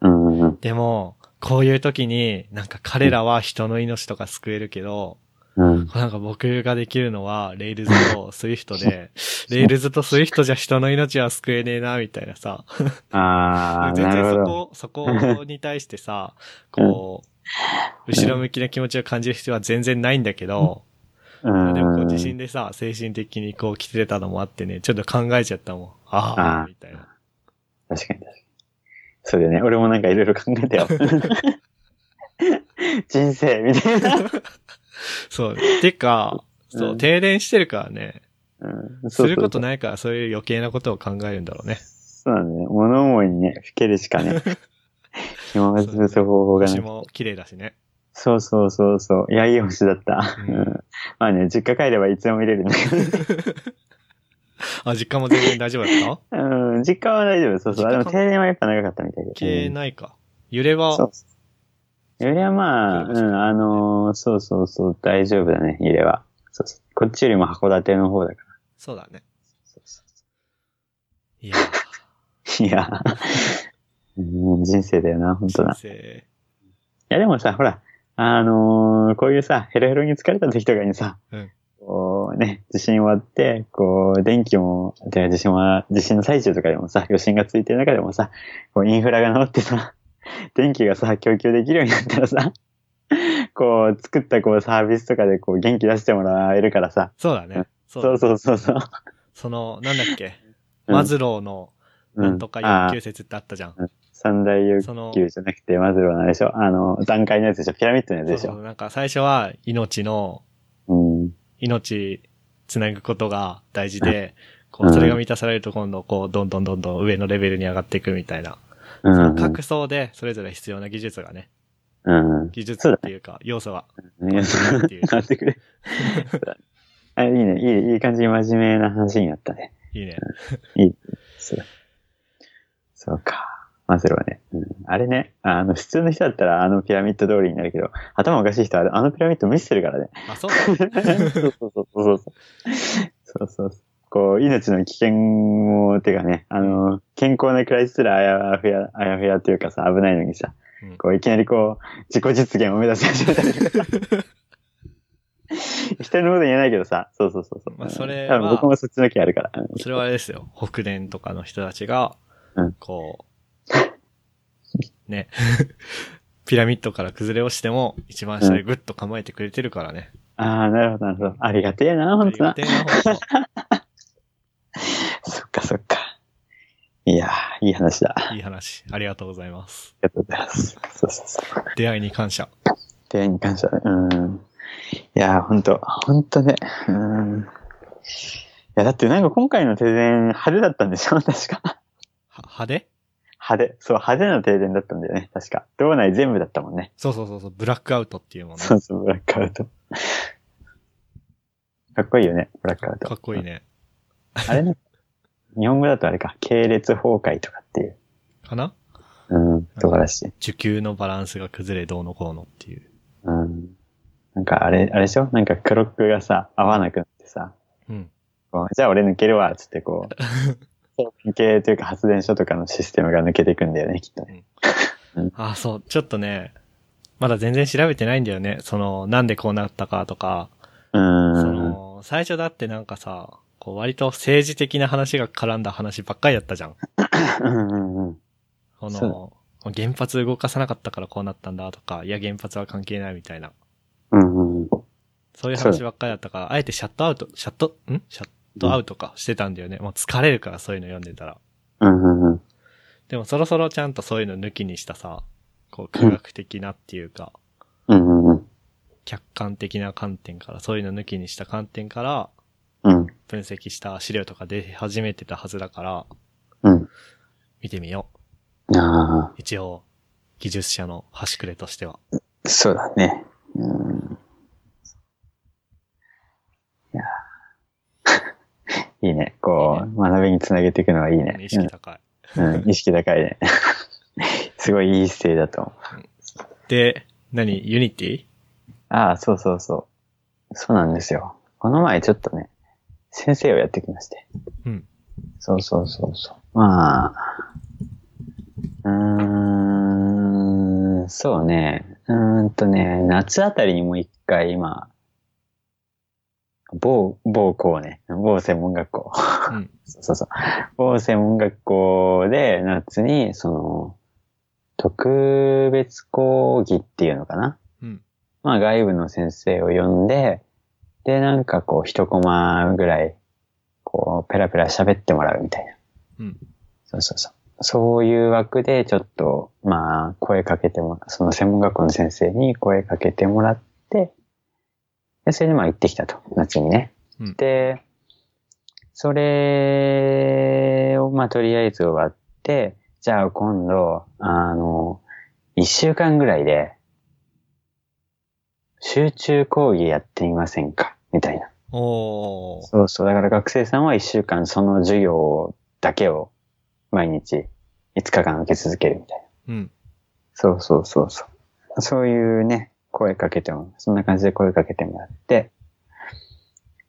[SPEAKER 1] うんうんうん。
[SPEAKER 2] でも、こういう時に、なんか彼らは人の命とか救えるけど、
[SPEAKER 1] うん。
[SPEAKER 2] なんか僕ができるのは、レイルズとスイフト で、レイルズとスイフトじゃ人の命は救えねえな、みたいなさ。
[SPEAKER 1] ああ、
[SPEAKER 2] 全
[SPEAKER 1] な
[SPEAKER 2] 然
[SPEAKER 1] るほ
[SPEAKER 2] そ
[SPEAKER 1] ど。
[SPEAKER 2] こ、そこに対してさ、こう、後ろ向きな気持ちを感じる必要は全然ないんだけど、
[SPEAKER 1] うん。
[SPEAKER 2] でもこう自信でさ、精神的にこう来てたのもあってね、ちょっと考えちゃったもん。あ
[SPEAKER 1] あ
[SPEAKER 2] あ、
[SPEAKER 1] ー
[SPEAKER 2] みたいな。
[SPEAKER 1] 確かに確かに。そうだよね。俺もなんかいろいろ考えた よ。人生みたいな。
[SPEAKER 2] そう。てか、そうう、
[SPEAKER 1] ん
[SPEAKER 2] 停電してるからね、
[SPEAKER 1] うん
[SPEAKER 2] すること
[SPEAKER 1] い。
[SPEAKER 2] ないからそういう余計なことを考えるんだろうね。
[SPEAKER 1] そうなんだね。物思いにね、ふけるしか ね。暇が潰す方法がな
[SPEAKER 2] 星
[SPEAKER 1] い。
[SPEAKER 2] も綺麗だしね。
[SPEAKER 1] そうそうそうそう。いや、いい星だった。
[SPEAKER 2] うん
[SPEAKER 1] うんまあね、実家帰ればいつでも見れるんだけどね。
[SPEAKER 2] あ、実家も全然大丈夫だった
[SPEAKER 1] うん、実家は大丈夫。そうそう。あで
[SPEAKER 2] 実家
[SPEAKER 1] も
[SPEAKER 2] か
[SPEAKER 1] 停電はやっぱ長かったみたいで。
[SPEAKER 2] 消え
[SPEAKER 1] うん
[SPEAKER 2] ないか。揺れは、
[SPEAKER 1] そう。揺れはまあ、
[SPEAKER 2] 揺
[SPEAKER 1] う
[SPEAKER 2] れは
[SPEAKER 1] ん、あのーそうそうそう、大丈夫だね、揺れは。そうそう。こっちよりも函館の方だから。
[SPEAKER 2] そうだね。
[SPEAKER 1] そうそう
[SPEAKER 2] いや、
[SPEAKER 1] いや、 うん人生だよな、本当
[SPEAKER 2] 人
[SPEAKER 1] な。い
[SPEAKER 2] 生。
[SPEAKER 1] や、でもさ、ほら、あのーこういうさ、ヘロヘロに疲れた時とかにさ、
[SPEAKER 2] うん
[SPEAKER 1] こうね、地震終わって、こう、電気も、てか地震は、地震の最中とかでもさ、余震がついてる中でもさ、こうインフラが治ってさ、電気がさ、供給できるようになったらさ、こう、作ったこうサービスとかでこう元気出してもらえるからさ、
[SPEAKER 2] そうだね。そうだ
[SPEAKER 1] そうそうそうそう。
[SPEAKER 2] その、なんだっけ、
[SPEAKER 1] うん
[SPEAKER 2] マズローの、なんとか欲
[SPEAKER 1] あー
[SPEAKER 2] 求説ってあったじゃん。
[SPEAKER 1] 三大欲
[SPEAKER 2] その、
[SPEAKER 1] 求じゃなくて、マズローのあれでしょあの、段階のやつでしょピラミッドのやつ
[SPEAKER 2] そ
[SPEAKER 1] で
[SPEAKER 2] う
[SPEAKER 1] し
[SPEAKER 2] そ
[SPEAKER 1] ょ
[SPEAKER 2] う、なんか最初は命の、
[SPEAKER 1] うん。
[SPEAKER 2] 命つなぐことが大事で、こ
[SPEAKER 1] う
[SPEAKER 2] う、
[SPEAKER 1] ん
[SPEAKER 2] それが満たされると今度、こう、どんどんどんどん上のレベルに上がっていくみたいな。
[SPEAKER 1] う
[SPEAKER 2] その
[SPEAKER 1] ん。
[SPEAKER 2] 各層で、それぞれ必要な技術がね、
[SPEAKER 1] うん。
[SPEAKER 2] 技術っていうか、要素が。
[SPEAKER 1] ね、そう
[SPEAKER 2] っていう
[SPEAKER 1] 待ってくれ。 あいいね、いい、いい感じに真面目な話になったね。
[SPEAKER 2] い いね。
[SPEAKER 1] そうそうか。マズローね、うん。あれね、あの、普通の人だったらあのピラミッド通りになるけど、頭おかしい人はあのピラミッド無視するからね。
[SPEAKER 2] あ、そうだね。
[SPEAKER 1] そうそうそうそうそう。そうそうそう。こう、命の危険を、てかね、あの、健康な暮らしすらあやふや、あやふやというかさ、危ないのにさ
[SPEAKER 2] うん、
[SPEAKER 1] こう、いきなりこう、自己実現を目指し始めたりとか。人のこと言えないけどさ、そうそうそうそう。
[SPEAKER 2] まあそれ
[SPEAKER 1] うん多
[SPEAKER 2] は
[SPEAKER 1] 分僕もそっちの気あるから。うん
[SPEAKER 2] それはあれですよ。北電とかの人たちが
[SPEAKER 1] うん、
[SPEAKER 2] こう、ね、 ピラミッドから崩れ落ちても、一番下でグッと構えてくれてるからね。
[SPEAKER 1] ああ、なるほど、なるほど。ありがてえな、本当
[SPEAKER 2] あ
[SPEAKER 1] な
[SPEAKER 2] り。がてえなほんと
[SPEAKER 1] そっかそっか。いやー、いい話だ。あ
[SPEAKER 2] いい話。 ありがとうございます。
[SPEAKER 1] りがとうございます。そうそうそう。
[SPEAKER 2] 出会いに感謝。
[SPEAKER 1] 出会いに感謝ね。うん。いやー、ほんと、ほんとね。うん。いや、だってなんか今回の停電派手だったんでしょ 確か。
[SPEAKER 2] は、派手
[SPEAKER 1] 派手。そう、派手な停電だったんだよね。確か。道内全部だったもんね。
[SPEAKER 2] そうそうそうそう、ブラックアウトっていうもの。
[SPEAKER 1] そ
[SPEAKER 2] か
[SPEAKER 1] うそう、ブラックアウト。かっこいいよね、ブラックアウト。
[SPEAKER 2] っこいい。ね。
[SPEAKER 1] あれね。日本語だとあれか、系列崩壊とかっていう。
[SPEAKER 2] かな
[SPEAKER 1] うん、とこらしい。
[SPEAKER 2] 受給のバランスが崩れどうのこうのっていう。
[SPEAKER 1] うん。なんかあれ、あれでしょなんかクロックがさ、合わなくなってさ、
[SPEAKER 2] うん。
[SPEAKER 1] こうじゃあ俺抜けるわ、つってこう、送電系というか発電所とかのシステムが抜けていくんだよね、きっとね。
[SPEAKER 2] あ、そう、ちょっとね、まだ全然調べてないんだよね。その、なんでこうなったかとか、
[SPEAKER 1] う
[SPEAKER 2] そ
[SPEAKER 1] ーん。
[SPEAKER 2] の、最初だってなんかさ、こう割と政治的な話が絡んだ話ばっかりだったじゃん。
[SPEAKER 1] うんうんうん
[SPEAKER 2] こ
[SPEAKER 1] そ
[SPEAKER 2] の、原発動かさなかったからこうなったんだとか、いや原発は関係ないみたいな。
[SPEAKER 1] うんうん。
[SPEAKER 2] そういう
[SPEAKER 1] そう
[SPEAKER 2] 話
[SPEAKER 1] だ
[SPEAKER 2] ばっかりだったから、あえてシャットアウト、シャット、んシャットアウトかしてたんだよね。もう疲れるからそういうの読んでたら。
[SPEAKER 1] うんうんうん。
[SPEAKER 2] でもそろそろちゃんとそういうの抜きにしたさ、こう科学的なっていうか、
[SPEAKER 1] うんうんうん。
[SPEAKER 2] 客観的な観点から、そういうの抜きにした観点から
[SPEAKER 1] うん
[SPEAKER 2] 分析した資料とか出始めてたはずだから、
[SPEAKER 1] うん。
[SPEAKER 2] 見てみよう。
[SPEAKER 1] あ
[SPEAKER 2] 一応、技術者の端くれとしては。
[SPEAKER 1] あ、そうだね。うん。いやーいいね。こう、学びにつなげていくのはいいね。
[SPEAKER 2] 意識高い。
[SPEAKER 1] うん、意識高いね。すごいいい姿勢だと思
[SPEAKER 2] で、何ユニティ
[SPEAKER 1] ああ、そうそうそう。そうなんですよ。この前ちょっとね、先生をやってきまして。
[SPEAKER 2] うん。
[SPEAKER 1] そうそうそうそう。まあ、うーん、そうね。うーんとね、夏あたりにも一回今、某、某校ね、某専門学校。
[SPEAKER 2] うん。
[SPEAKER 1] そうそうそう。某専門学校で夏に、その、特別講義っていうのかな
[SPEAKER 2] うん。
[SPEAKER 1] まあ外部の先生を呼んで、で、なんかこう一コマぐらい、こうペラペラ喋ってもらうみたいな。
[SPEAKER 2] うん。
[SPEAKER 1] そうそうそう。そういう枠でちょっと、まあ声かけてもその専門学校の先生に声かけてもらって、で、それでまあ行ってきたと、夏にね。
[SPEAKER 2] うん
[SPEAKER 1] で、それをまあとりあえず終わって、じゃあ今度、あの、一週間ぐらいで、集中講義やってみませんかみたいな。
[SPEAKER 2] おー。
[SPEAKER 1] そうそう。だから学生さんは一週間その授業だけを毎日5日間受け続けるみたいな。
[SPEAKER 2] うん。
[SPEAKER 1] そうそうそうそう。そういうね、声かけても、そんな感じで声かけてもらって、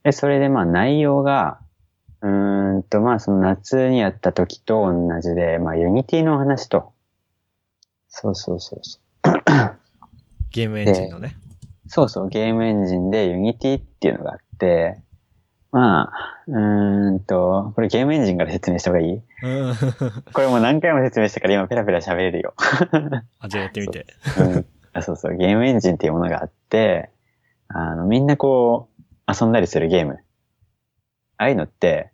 [SPEAKER 1] で、それでまあ内容が、うーんとまあその夏にやった時と同じで、まあユニティの話と、そうそうそうそう。
[SPEAKER 2] ゲームエンジンのね。
[SPEAKER 1] そうそう、ゲームエンジンで Unity っていうのがあって、まあ、うーんと、これゲームエンジンから説明した方がいい
[SPEAKER 2] うん。
[SPEAKER 1] これもう何回も説明したから今ペラペラ喋れるよ。
[SPEAKER 2] あ、じゃあやってみて。
[SPEAKER 1] うんあそうそう、ゲームエンジンっていうものがあって、あの、みんなこう、遊んだりするゲーム。ああいうのって、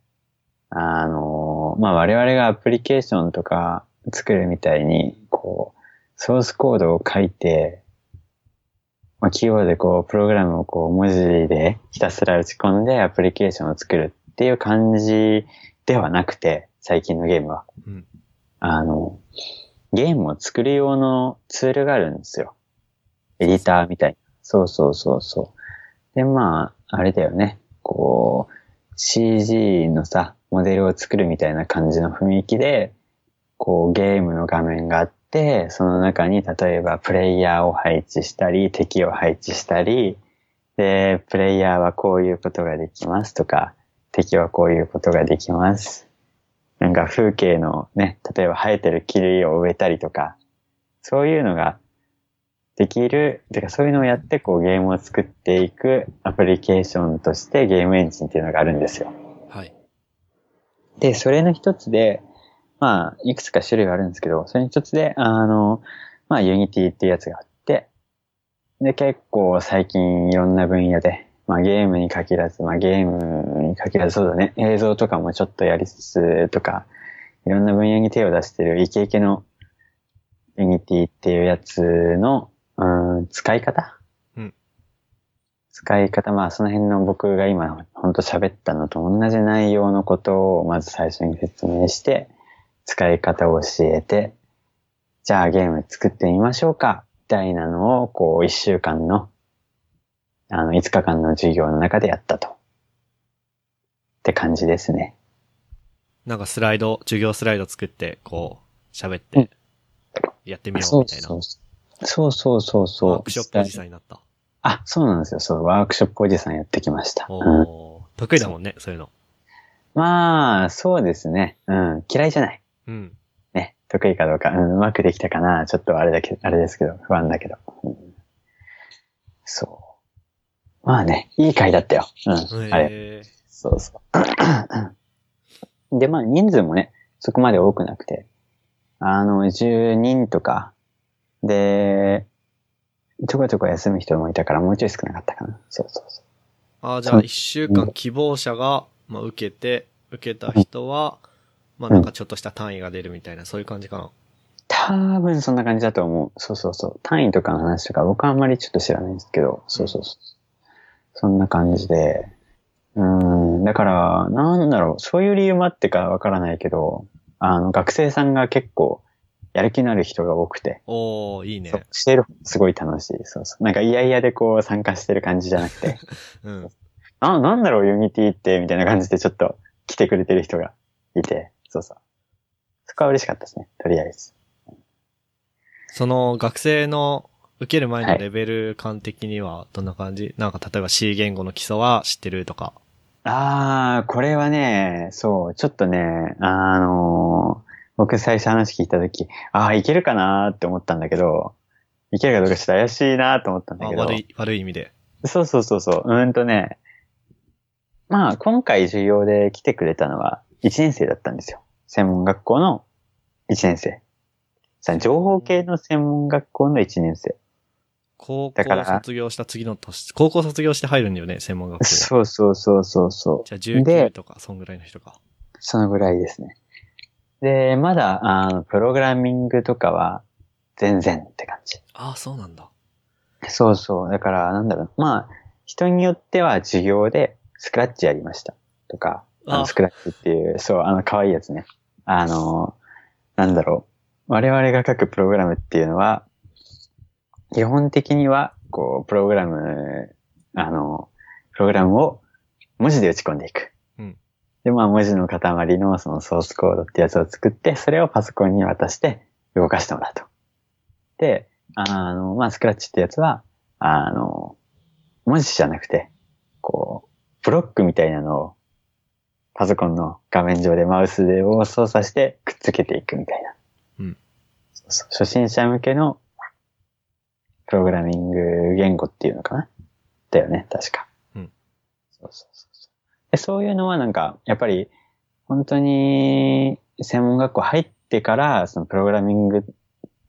[SPEAKER 1] あの、まあ、我々がアプリケーションとか作るみたいに、こう、ソースコードを書いて、まあ、キーボードでこう、プログラムをこう、文字でひたすら打ち込んでアプリケーションを作るっていう感じではなくて、最近のゲームは。
[SPEAKER 2] うん
[SPEAKER 1] あの、ゲームを作る用のツールがあるんですよ。エディターみたいな。そうそうそうそう。で、まあ、あれだよね。こう、CG のさ、モデルを作るみたいな感じの雰囲気で、こう、ゲームの画面があって、その中に例えばプレイヤーを配置したり、敵を配置したり、で、プレイヤーはこういうことができますとか、敵はこういうことができます。なんか風景のね、例えば生えてる木々を植えたりとか、そういうのができる、てかそういうのをやってこうゲームを作っていくアプリケーションとしてゲームエンジンっていうのがあるんですよ。
[SPEAKER 2] はい。
[SPEAKER 1] で、それの一つで、まあ、いくつか種類があるんですけど、それの一つで、あの、まあ、Unity っていうやつがあって、で、結構最近いろんな分野で、まあ、ゲームに限らず、まあ、ゲームに限らず、そうだね、映像とかもちょっとやりつつとか、いろんな分野に手を出してるイケイケの Unity っていうやつの、うん、使い方
[SPEAKER 2] うん
[SPEAKER 1] 使い方、まあその辺の僕が今ほんと喋ったのと同じ内容のことをまず最初に説明して、使い方を教えて、じゃあゲーム作ってみましょうか、みたいなのをこう一週間の、あの5日間の授業の中でやったと。って感じですね。
[SPEAKER 2] なんかスライド、授業スライド作って、こう、喋
[SPEAKER 1] う
[SPEAKER 2] って
[SPEAKER 1] ん、
[SPEAKER 2] やってみよう
[SPEAKER 1] そう
[SPEAKER 2] みたいな。
[SPEAKER 1] そうそうそうそうそう。
[SPEAKER 2] ワークショップおじさんになった。
[SPEAKER 1] あ、そうなんですよ。そう、ワークショップおじさんやってきました。うん、
[SPEAKER 2] おー。得意だもんね、そういうの。
[SPEAKER 1] まあ、そうですね。うん、嫌いじゃない。
[SPEAKER 2] うん。
[SPEAKER 1] ね、得意かどうか、うん、うまくできたかな。ちょっとあれだけ、あれですけど、不安だけど。うん、そう。まあね、いい回だったよ。うん、あれ。
[SPEAKER 2] へー
[SPEAKER 1] そうそう。で、まあ人数もね、そこまで多くなくて、あの、10人とか、で、ちょこちょこ休む人もいたからもうちょい少なかったかな。そうそうそう。
[SPEAKER 2] ああ、じ
[SPEAKER 1] そ
[SPEAKER 2] ゃあ
[SPEAKER 1] う
[SPEAKER 2] 一週間希望者が、まあ、受けて、受けた人は、まあ、なんかちょっとした単位が出るみたいな、そういう感じかな。
[SPEAKER 1] 多分そんな感じだと思う。そうそうそう。単位とかの話とか僕はあんまりちょっと知らないんですけど、そうそうそう。そんな感じで。うん、だから、なんだろう、そういう理由もあってかわからないけど、あの、学生さんが結構やる気のある人が多くて、
[SPEAKER 2] おー、いいね
[SPEAKER 1] そ。うしてる方すごい楽しい。そうそう。なんか嫌々でこう参加してる感じじゃなくて、
[SPEAKER 2] うん。
[SPEAKER 1] あ、なんだろう、ユニティって、みたいな感じでちょっと来てくれてる人がいて、そうそう。そこは嬉しかったですね、とりあえず。
[SPEAKER 2] その学生の受ける前のレベル感的にはどんな感じ、なんか例えば C 言語の基礎は知ってるとか。
[SPEAKER 1] ああ、これはね、そう、ちょっとね、あのー僕最初話聞いたとき、ああ、いけるかなーって思ったんだけど、いけるかどうかちょっと怪しいなーって思ったんだ
[SPEAKER 2] あ
[SPEAKER 1] けど、
[SPEAKER 2] 悪い、悪い意味で。
[SPEAKER 1] そうそうそうそう、うーんとね、まあ、今回授業で来てくれたのは1年生だったんですよ。専門学校の1年生。さ情報系の専門学校の1年生。
[SPEAKER 2] 高
[SPEAKER 1] だか
[SPEAKER 2] 校
[SPEAKER 1] ら
[SPEAKER 2] 卒業した次の年、高校卒業して入るんだよね、専門学校。じ
[SPEAKER 1] そうそうそうそうそう。
[SPEAKER 2] ゃあ19とか、そんぐらいの人か。
[SPEAKER 1] そのぐらいですね。で、まだ、あの、プログラミングとかは、全然って感じ。
[SPEAKER 2] ああ、そうなんだ。
[SPEAKER 1] そうそう。だから、なんだろう。まあ、人によっては授業で、スクラッチやりました。とか、あの
[SPEAKER 2] あ
[SPEAKER 1] スクラッチっていう、そう、あの、可愛いやつね。あの、なんだろう。我々が書くプログラムっていうのは、基本的には、こう、プログラム、あの、プログラムを文字で打ち込んでいく。
[SPEAKER 2] うん
[SPEAKER 1] で、まあ、文字の塊のそのソースコードってやつを作って、それをパソコンに渡して動かしてもらうと。で、あの、まあ、スクラッチってやつは、あの、文字じゃなくて、こう、ブロックみたいなのを、パソコンの画面上でマウスでを操作してくっつけていくみたいな。
[SPEAKER 2] うん
[SPEAKER 1] そうそう。初心者向けの、プログラミング言語っていうのかなだよね、確か。
[SPEAKER 2] うん
[SPEAKER 1] そうそうそうそうで。そういうのはなんか、やっぱり、本当に、専門学校入ってから、そのプログラミングっ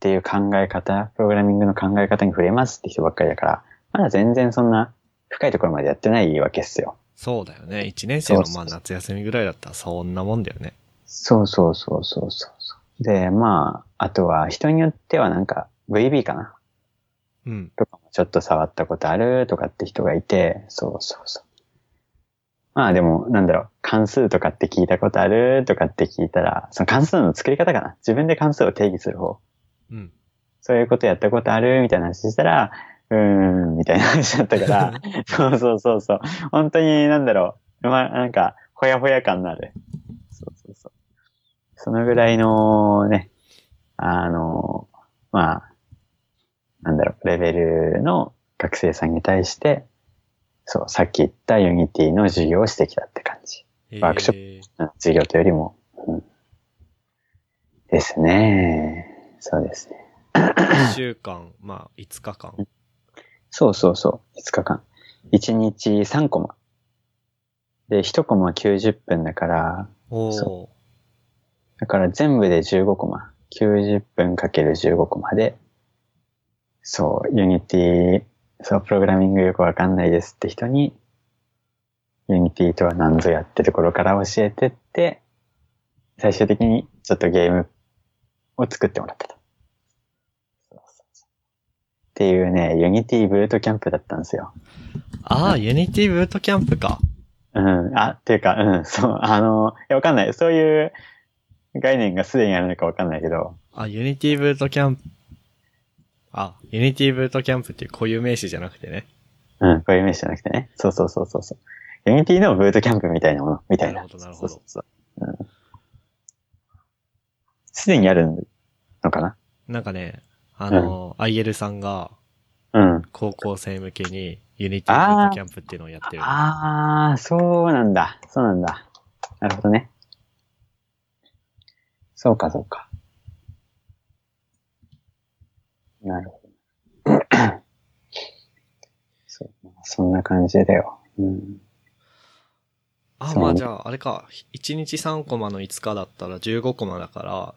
[SPEAKER 1] ていう考え方、プログラミングの考え方に触れますって人ばっかりだから、まだ全然そんな深いところまでやってないわけっすよ。
[SPEAKER 2] そうだよね。1年生の
[SPEAKER 1] そう
[SPEAKER 2] ま
[SPEAKER 1] そ
[SPEAKER 2] あ
[SPEAKER 1] うそう
[SPEAKER 2] 夏休みぐらいだったらそんなもんだよね。
[SPEAKER 1] そうそうそうそうそうそう。で、まあ、あとは人によってはなんか VB かな
[SPEAKER 2] うん。
[SPEAKER 1] とかもちょっと触ったことあるとかって人がいて、そうそうそう。まあでも、なんだろう、関数とかって聞いたことあるとかって聞いたら、その関数の作り方かな自分で関数を定義する方。
[SPEAKER 2] うん。
[SPEAKER 1] そういうことやったことあるみたいな話したら、うーん、みたいな話だったから、そうそうそうそう。本当に、なんだろう。ま、なんか、ほやほや感のある。そうそうそう。そのぐらいの、ね、あの、まあ、なんだろう、レベルの学生さんに対して、そう、さっき言ったユニティの授業をしてきたって感じ。ワークショ
[SPEAKER 2] ップ。
[SPEAKER 1] うん授業というよりも。うん、ですね。そうですね。
[SPEAKER 2] 1週間、 まあ5日間。
[SPEAKER 1] そうそうそう。5日間。1日3コマ。で、1コマ90分だから、
[SPEAKER 2] おお
[SPEAKER 1] そ。だから全部で15コマ。90分かける15コマで、そう、ユニティ、そう、プログラミングよくわかんないですって人に、ユニティとは何ぞやってところから教えてって、最終的にちょっとゲームを作ってもらったと。そうそうそうっていうね、ユニティブートキャンプだったんですよ。
[SPEAKER 2] ああ、ユニティブートキャンプか。
[SPEAKER 1] うん。あ、っていうか、うん、 そう、あの、いや、わかんない。そういう概念がすでにあるのかわかんないけど、
[SPEAKER 2] あ、ユニティブートキャンプ。あ、ユニティブートキャンプっていう固有名詞じゃなくてね。
[SPEAKER 1] うん、こういう名詞じゃなくてね。そうそうそうそうそう。ユニティのブートキャンプみたいなもの、みたいな。
[SPEAKER 2] なるほどなるほど
[SPEAKER 1] そうそうそううんすでにあるのかな
[SPEAKER 2] なんかね、あの、アイエルさんが
[SPEAKER 1] うん。
[SPEAKER 2] 高校生向けにユニティブートキャンプっていうのをやってる。
[SPEAKER 1] ああ、そうなんだ。そうなんだ。なるほどね。そうか、そうか。なるほど。 そうそんな感じだよ。うん、
[SPEAKER 2] あ
[SPEAKER 1] そう
[SPEAKER 2] まあじゃあ、あれか。1日3コマの5日だったら15コマだか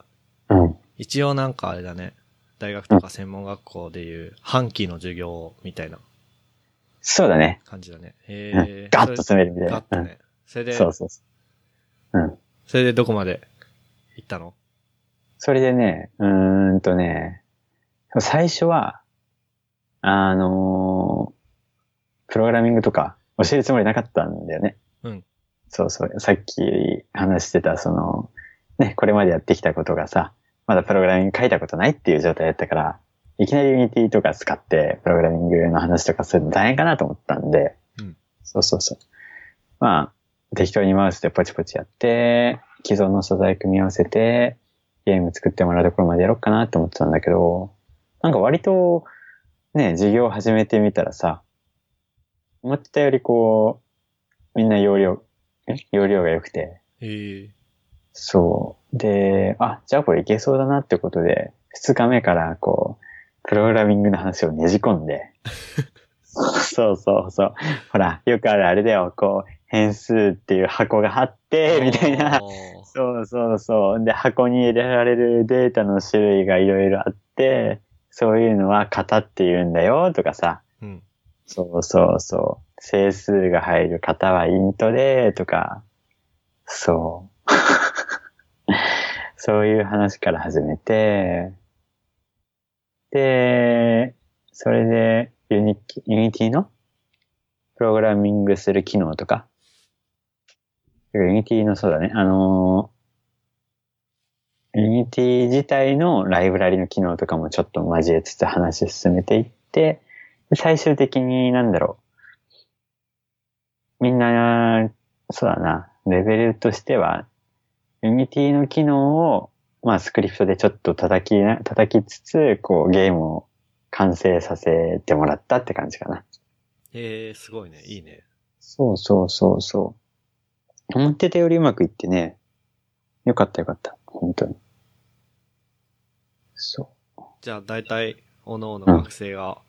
[SPEAKER 2] ら、
[SPEAKER 1] うん、
[SPEAKER 2] 一応なんかあれだね。大学とか専門学校でいう、半期の授業みたいな
[SPEAKER 1] そうだね。
[SPEAKER 2] 感じだね。
[SPEAKER 1] うん
[SPEAKER 2] へえ。
[SPEAKER 1] ガッと詰めるみたい
[SPEAKER 2] ガ
[SPEAKER 1] な
[SPEAKER 2] ッ。とね。それ
[SPEAKER 1] うん
[SPEAKER 2] で、
[SPEAKER 1] そうそうそう。
[SPEAKER 2] それでどこまで行ったの
[SPEAKER 1] それでね、うーんとね、最初は、あのープログラミングとか教えるつもりなかったんだよね。
[SPEAKER 2] うん。
[SPEAKER 1] そうそう。さっき話してた、その、ね、これまでやってきたことがさ、まだプログラミング書いたことないっていう状態だったから、いきなりユニティとか使って、プログラミングの話とかするの大変かなと思ったんで、
[SPEAKER 2] うん
[SPEAKER 1] そうそうそう。まあ、適当にマウスでポチポチやって、既存の素材組み合わせて、ゲーム作ってもらうところまでやろうかなと思ってたんだけど、なんか割と、ね、授業を始めてみたらさ、思ってたよりこう、みんな容量、え容量が良くて、
[SPEAKER 2] ええ
[SPEAKER 1] そう。で、あ、じゃあこれいけそうだなってことで、2日目からこう、プログラミングの話をねじ込んで、そうそうそう。ほら、よくあるあれだよ、こう、変数っていう箱があって、みたいな。そうそうそう。で、箱に入れられるデータの種類がいろいろあって、そういうのは型って言うんだよとかさ。
[SPEAKER 2] うん。
[SPEAKER 1] そうそうそう。整数が入る型はイントでとか。そう。 そういう話から始めて、で、それでユニキユニティのプログラミングする機能とか、ユニティのそうだね、あのーユニティ自体のライブラリの機能とかもちょっと交えつつ話進めていって、最終的になんだろう。みんな、そうだな、レベルとしては、ユニティの機能を、まあスクリプトでちょっと叩きな、叩きつつ、こうゲームを完成させてもらったって感じかな。
[SPEAKER 2] ええすごいね。いいね。
[SPEAKER 1] そうそうそうそう。思ってたよりうまくいってね。よかったよかった。本当に。そ
[SPEAKER 2] じゃあ、大体、おのおの学生が、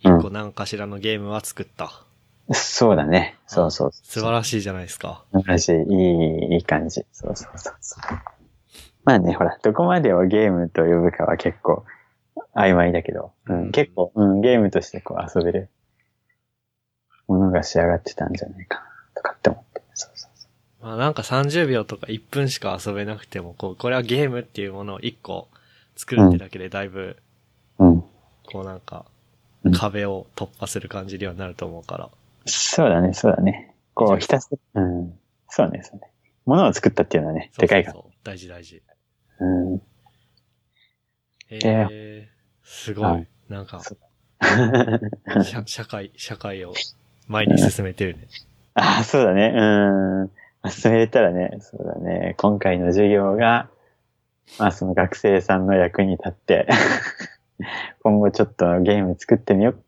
[SPEAKER 2] 一個何かしらのゲームは作った。
[SPEAKER 1] う。そうだね。そうそうそう。
[SPEAKER 2] 素晴らしいじゃないですか。
[SPEAKER 1] 素晴らしい。いい、いい感じ。そうそうそうそう。まあね、ほら、どこまでをゲームと呼ぶかは結構曖昧だけど、う
[SPEAKER 2] うん
[SPEAKER 1] ん、結構、うん、ゲームとしてこう遊べるものが仕上がってたんじゃないかな、とかって思って。そうそうそ
[SPEAKER 2] まあなんか30秒とか1分しか遊べなくても、こう、これはゲームっていうものを1個作るってだけでだいぶ、
[SPEAKER 1] う。うん。
[SPEAKER 2] こうなんか
[SPEAKER 1] うん、
[SPEAKER 2] 壁を突破する感じにはなると思うから。
[SPEAKER 1] そうだね、そうだね。こう、ひたすら、うん。そうね、そうね。ものを作ったっていうのはね、
[SPEAKER 2] そう
[SPEAKER 1] で
[SPEAKER 2] そ
[SPEAKER 1] か
[SPEAKER 2] う
[SPEAKER 1] いから。
[SPEAKER 2] そう大事大事。
[SPEAKER 1] うん。
[SPEAKER 2] え
[SPEAKER 1] え
[SPEAKER 2] えすご。
[SPEAKER 1] はい
[SPEAKER 2] なんか、
[SPEAKER 1] そ
[SPEAKER 2] 社社会、社会を前に進めてるね。
[SPEAKER 1] ああ、そうだね。うん。まあ、進めれたらね、そうだね。今回の授業が、まあ、その学生さんの役に立って、 今後ちょっとゲーム作ってみよう、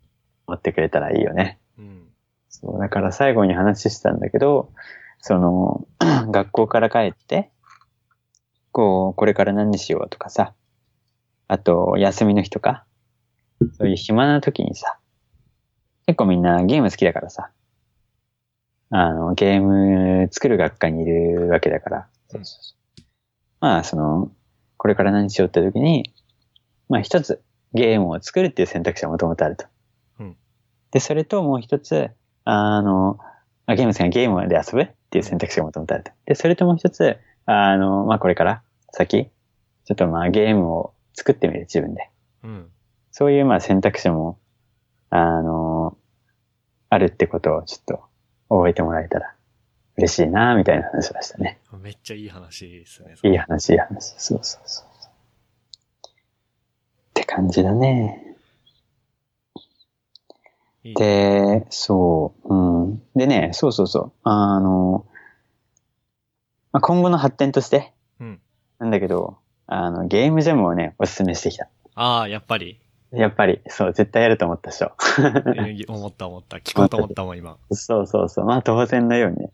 [SPEAKER 1] 思ってくれたらいいよね。
[SPEAKER 2] うん。
[SPEAKER 1] そう、だから最後に話してたんだけど、その、 学校から帰って、こう、これから何しようとかさ、あと、休みの日とか、そういう暇な時にさ、結構みんなゲーム好きだからさ、あの、ゲーム作る学科にいるわけだから、
[SPEAKER 2] うん
[SPEAKER 1] まあ、その、これから何しようって時に、まあ一つ、ゲームを作るっていう選択肢はもともとあると。
[SPEAKER 2] うん
[SPEAKER 1] で、それともう一つ、あの、まあ、ゲームさんがゲームで遊ぶっていう選択肢がもともとあると。で、それともう一つ、あの、まあ、これから先、ちょっとまあ、ゲームを作ってみる自分で。
[SPEAKER 2] うん。
[SPEAKER 1] そういうまあ、選択肢も、あの、あるってことをちょっと覚えてもらえたら嬉しいな、みたいな話をしたね。
[SPEAKER 2] めっちゃいい話ですね。
[SPEAKER 1] いい話、いい話。そうそうそう。って感じだね。
[SPEAKER 2] いいね
[SPEAKER 1] で、そう、うん。でね、そうそうそう。あの、まあ、今後の発展として、
[SPEAKER 2] うん。
[SPEAKER 1] なんだけど、あの、ゲームジャムをね、おすすめしてきた。
[SPEAKER 2] ああ、やっぱり、
[SPEAKER 1] やっぱり、そう、絶対やると思ったっ しょ。
[SPEAKER 2] えー思った思った。聞こうと思ったもん、今。
[SPEAKER 1] そうそうそう。まあ、当然のよう にね。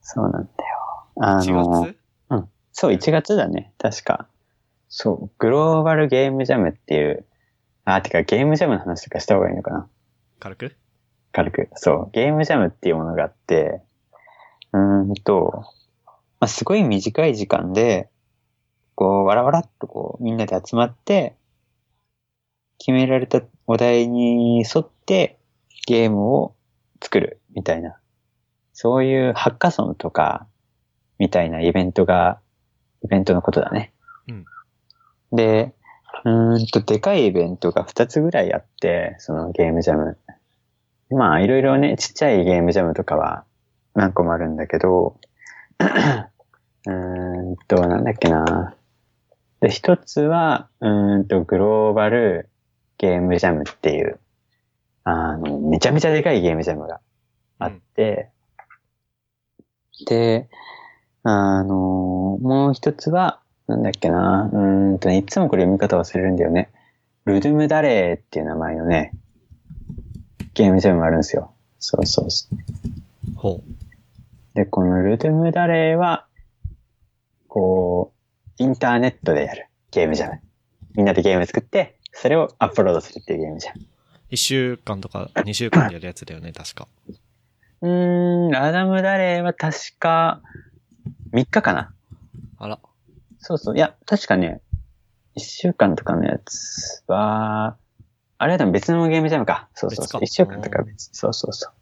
[SPEAKER 1] そうなんだよ。あ
[SPEAKER 2] 1
[SPEAKER 1] の、
[SPEAKER 2] 月
[SPEAKER 1] そう、1月だね。確か。そう、グローバルゲームジャムっていう、あ、てかゲームジャムの話とかした方がいいのかな。
[SPEAKER 2] 軽く
[SPEAKER 1] 軽く。そう。ゲームジャムっていうものがあって、うーんと、まあ、すごい短い時間で、こう、わらわらっとこう、みんなで集まって、決められたお題に沿ってゲームを作るみたいな。そういうハッカソンとか、みたいなイベントが、イベントのことだね。
[SPEAKER 2] うん
[SPEAKER 1] で、うーんと、でかいイベントが2つぐらいあって、そのゲームジャム。まあ、いろいろね、ちっちゃいゲームジャムとかは何個もあるんだけど、うーんと、なんだっけな。で、一つは、うーんと、グローバルゲームジャムっていう、あの、めちゃめちゃでかいゲームジャムがあって、で、あの、もう一つは、なんだっけな、うーんとね、いつもこれ読み方忘れるんだよね。ルドゥムダレーっていう名前のね、ゲームジャムがあるんですよ。そうそうそう。
[SPEAKER 2] ほ
[SPEAKER 1] で、このルドゥムダレーは、こう、インターネットでやるゲームジャム。みんなでゲーム作って、それをアップロードするっていうゲームジャム。
[SPEAKER 2] う。一週間とか二週間でやるやつだよね、確か。
[SPEAKER 1] うーん、ラダムダレーは確か、3日かな
[SPEAKER 2] あら。
[SPEAKER 1] そうそう。いや、確かね、1週間とかのやつは、あれはでも別のゲームジャムか。そうそうそう。1
[SPEAKER 2] 別
[SPEAKER 1] 週
[SPEAKER 2] か
[SPEAKER 1] 間とか別。そうそうそう。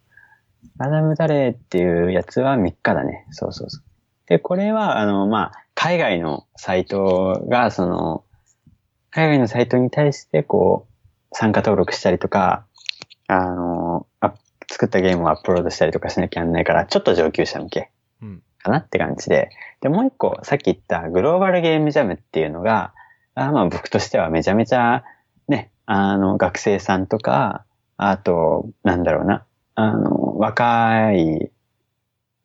[SPEAKER 1] ラダムダレーっていうやつは3日だね。そうそうそう。で、これは、あの、まあ、海外のサイトが、その、海外のサイトに対して、こう、参加登録したりとか、あの、あ作ったゲームをアップロードしたりとかしなきゃなんないから、ちょっと上級者向け。
[SPEAKER 2] うん。
[SPEAKER 1] かなって感じで。で、もう一個、さっき言ったグローバルゲームジャムっていうのが、あまあ僕としてはめちゃめちゃ、ね、あの、学生さんとか、あと、なんだろうな、あの、若い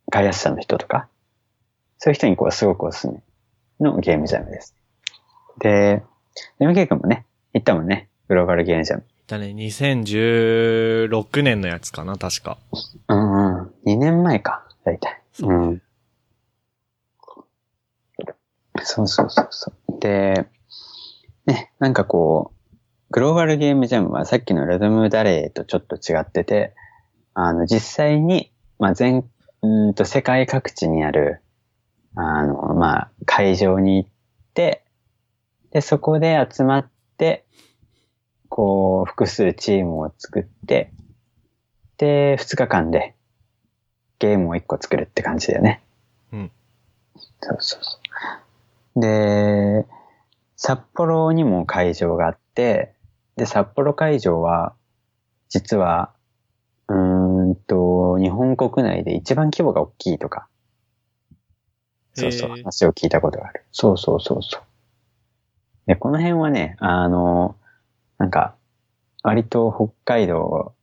[SPEAKER 1] 開発者の人とか、そういう人にこう、すごくおすすめのゲームジャムです。で、MK 君もね、行ったもんね、グローバルゲームジャム。
[SPEAKER 2] だね、2016年のやつかな、確か。
[SPEAKER 1] うんうん。2年前か、大体。
[SPEAKER 2] そうね
[SPEAKER 1] ん。そうそうそうそう。で、ね、なんかこう、グローバルゲームジャムはさっきのラドムダレーとちょっと違ってて、あの、実際に、まあ、全、うーんと、世界各地にある、あの、まあ、会場に行って、で、そこで集まって、こう、複数チームを作って、で、2日間でゲームを1個作るって感じだよね。
[SPEAKER 2] うん。
[SPEAKER 1] そうそうそう。で、札幌にも会場があって、で、札幌会場は、実は、うーんと、日本国内で一番規模が大きいとか、そうそう、
[SPEAKER 2] へー
[SPEAKER 1] 話を聞いたことがある。そうそうそうそう。で、この辺はね、あの、なんか、割と北海道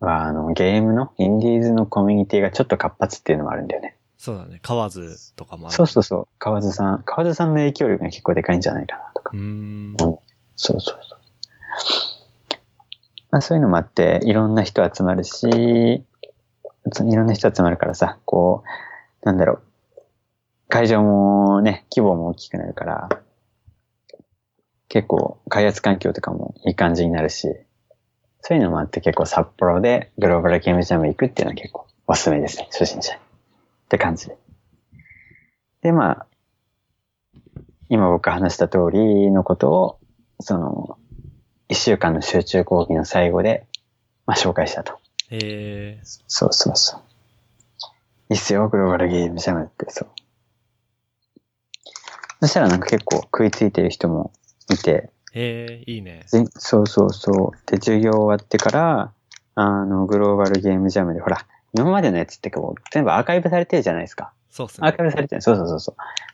[SPEAKER 1] は、あの、ゲームの、インディーズのコミュニティがちょっと活発っていうのもあるんだよね。
[SPEAKER 2] そうだね、河津とかもある。
[SPEAKER 1] そうそうそう。河津さん、河津さんの影響力が結構でかいんじゃないかなとか。
[SPEAKER 2] うーん。
[SPEAKER 1] そうそうそう。まあそういうのもあって、いろんな人集まるし、そいろんな人集まるからさ、こう、なんだろう。会場もね、規模も大きくなるから、結構開発環境とかもいい感じになるし、そういうのもあって結構札幌でグローバルゲームジャム行くっていうのは結構おすすめですね、初心者に。って感じで。で、まあ、今僕が話した通りのことを、その、一週間の集中講義の最後で、まあ、紹介したと。
[SPEAKER 2] えー、
[SPEAKER 1] そうそうそう。いいっすよ、グローバルゲームジャムって、そう。そしたらなんか結構食いついてる人もいて、
[SPEAKER 2] えー、いいね。
[SPEAKER 1] ぜそうそうそう。で、授業終わってから、あの、グローバルゲームジャムで、ほら、今までのやつってこう、全部アーカイブされてるじゃないですか。
[SPEAKER 2] そうっす
[SPEAKER 1] アー
[SPEAKER 2] ね
[SPEAKER 1] カ。イブされてる。そうそうそうそ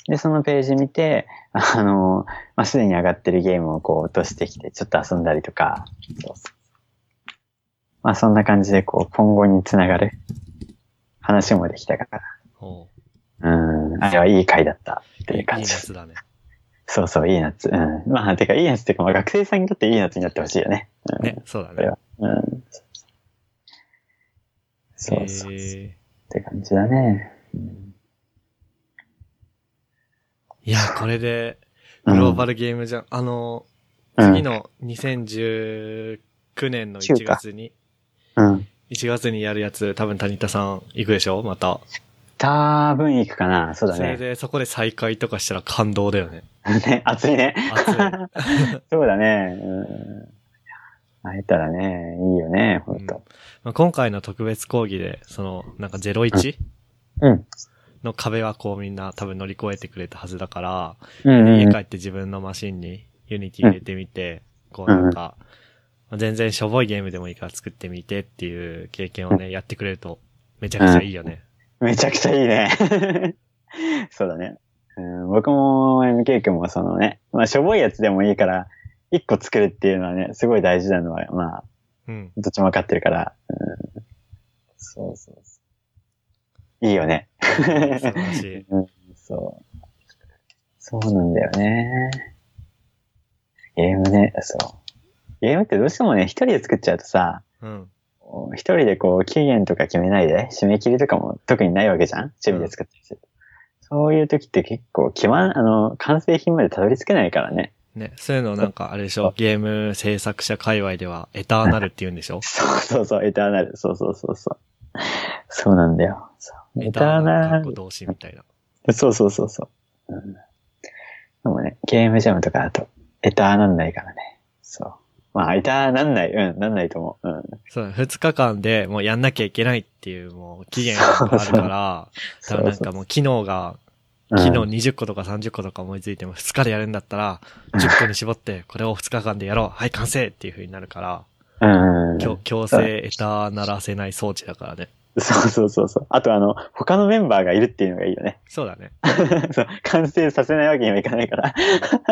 [SPEAKER 1] う。で、そのページ見て、あの、まあ、すでに上がってるゲームをこう落としてきて、ちょっと遊んだりとか、そうそうまあ、そんな感じで、こう、今後につながる話もできたか
[SPEAKER 2] おう
[SPEAKER 1] ら。うん。あれはいい回だったって
[SPEAKER 2] い
[SPEAKER 1] いう
[SPEAKER 2] いい
[SPEAKER 1] 感
[SPEAKER 2] い
[SPEAKER 1] じ。
[SPEAKER 2] 夏だね。
[SPEAKER 1] そうそう、いい夏。うん。まあ、てか、いい夏っていうか、まあ、学生さんにとっていい夏になってほしいよね。うん。
[SPEAKER 2] ね、そうだ
[SPEAKER 1] これ
[SPEAKER 2] ね
[SPEAKER 1] は。うん。そうそうそう。
[SPEAKER 2] え
[SPEAKER 1] って感じだね。
[SPEAKER 2] ー、いや、これで、
[SPEAKER 1] うん
[SPEAKER 2] グローバルゲームじゃん。あの、
[SPEAKER 1] うん
[SPEAKER 2] 次の2019年の1月に、
[SPEAKER 1] うん。
[SPEAKER 2] 1月にやるやつ、多分谷田さん行くでしょまた。
[SPEAKER 1] 多分行くかな。そうだ
[SPEAKER 2] それ
[SPEAKER 1] ね。
[SPEAKER 2] で、そこで再会とかしたら感動だよね。
[SPEAKER 1] ね、 暑いね。
[SPEAKER 2] 熱い。
[SPEAKER 1] そうだね。うん会えたらね、いいよね、ほんと。
[SPEAKER 2] まあ、今回の特別講義で、その、なんか01
[SPEAKER 1] うん。
[SPEAKER 2] の壁はこうみんな多分乗り越えてくれたはずだから、
[SPEAKER 1] うんうん
[SPEAKER 2] 家
[SPEAKER 1] うん
[SPEAKER 2] 帰って自分のマシンにユニティ入れてみて、こうなんか、まあ全然しょぼいゲームでもいいから作ってみてっていう経験をね、やってくれると、めちゃくちゃいいよね。
[SPEAKER 1] めちゃくちゃいいね。 そうだね。うん、僕も MK 君もそのね、まあ、しょぼいやつでもいいから、一個作るっていうのはね、すごい大事なのは、まあ、
[SPEAKER 2] うん。
[SPEAKER 1] どっちも分かってるから。うん、そうそうそう。いいよね。
[SPEAKER 2] 素晴らしい。
[SPEAKER 1] そう。そうなんだよね。ゲームね、そう。ゲームってどうしてもね、一人で作っちゃうとさ、
[SPEAKER 2] うん。
[SPEAKER 1] 一人でこう、期限とか決めないで、締め切りとかも特にないわけじゃん趣味で作ったりすると。そういう時って結構、決まん、あの、完成品までたどり着けないからね。
[SPEAKER 2] ね、そういうのなんか、あれでしょ、ゲーム制作者界隈では、エターナルって言うんでし ょ
[SPEAKER 1] そうそうそう、エターナル。そうそうそうそう。そうなんだよ。そうエターナ
[SPEAKER 2] 過去
[SPEAKER 1] ル。
[SPEAKER 2] 動詞みたい な。
[SPEAKER 1] そうそうそうそう、うん。でもね、ゲームジャムとかだと、エターなんないからね。そう。まあ、エターなんない。うん、なんないと思う。うん。
[SPEAKER 2] そう、二日間でもうやんなきゃいけないっていう、もう期限があるから、多分なんかもう機能
[SPEAKER 1] う
[SPEAKER 2] が、
[SPEAKER 1] ん
[SPEAKER 2] 機能20個とか30個とか思いついても2日でやるんだったら、10個に絞って、これを2日間でやろう。はい、完成っていう風になるから、
[SPEAKER 1] うんうん。
[SPEAKER 2] 強強制エターならせない装置だからね。
[SPEAKER 1] そうそうそうそう。あとあの、他のメンバーがいるっていうのがいいよね。
[SPEAKER 2] そうだね。
[SPEAKER 1] そう、完成させないわけにはいかないから。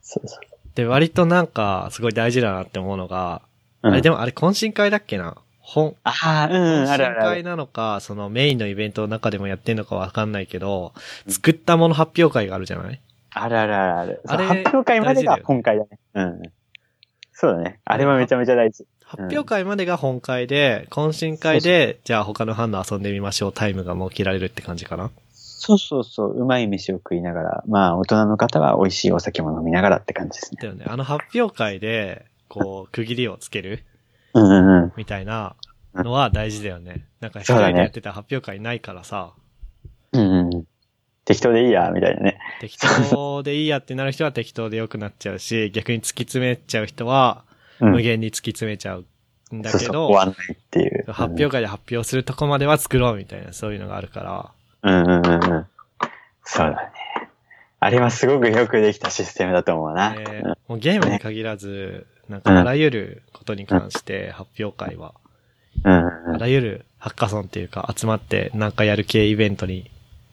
[SPEAKER 1] そうそう。
[SPEAKER 2] で、割となんか、すごい大事だなって思うのが、
[SPEAKER 1] うん、
[SPEAKER 2] あれでもあれ懇親会だっけな本、
[SPEAKER 1] ああ、うんうん、あるあ
[SPEAKER 2] 懇親
[SPEAKER 1] るあ
[SPEAKER 2] 会
[SPEAKER 1] る。
[SPEAKER 2] なのか、そのメインのイベントの中でもやってんのかわかんないけど、作ったもの発表会があるじゃない
[SPEAKER 1] あるあるあるある。
[SPEAKER 2] あ
[SPEAKER 1] そ
[SPEAKER 2] れ
[SPEAKER 1] う発表会まで
[SPEAKER 2] 大事だ
[SPEAKER 1] が
[SPEAKER 2] よ
[SPEAKER 1] 本会だね。うん。そうだね。あれはめちゃめちゃ大事。
[SPEAKER 2] 発表会までが本会で、懇親会で、じゃあ他の班の遊んでみましょうタイムが設けられるって感じかな。
[SPEAKER 1] そうそうそう。うまい飯を食いながら、まあ、大人の方は美味しいお酒も飲みながらって感じですね。
[SPEAKER 2] だよね。あの発表会で、こう、区切りをつける
[SPEAKER 1] うんうんうん。
[SPEAKER 2] みたいなのは大事だよね。なんか一
[SPEAKER 1] そうだね
[SPEAKER 2] 人でやってたら発表会ないからさ、
[SPEAKER 1] うんうん。適当でいいや、みたいなね。
[SPEAKER 2] 適当でいいやってなる人は適当で良くなっちゃうし、逆に突き詰めちゃう人は、
[SPEAKER 1] うん。
[SPEAKER 2] 無限に突き詰めちゃうんだ
[SPEAKER 1] そう
[SPEAKER 2] け
[SPEAKER 1] そう、
[SPEAKER 2] ど
[SPEAKER 1] 終、わんないっていう。
[SPEAKER 2] 発表会で発表するとこまでは作ろうみたいな、そういうのがあるから。
[SPEAKER 1] うんうんうんうん。そうだね。あれはすごくよくできたシステムだと思うな。
[SPEAKER 2] えーもうゲームに限らず、なんかあらゆることに関して発表会は、
[SPEAKER 1] うんうんう
[SPEAKER 2] あ
[SPEAKER 1] ん。
[SPEAKER 2] らゆるハッカソンっていうか集まってなんかやる系イベントに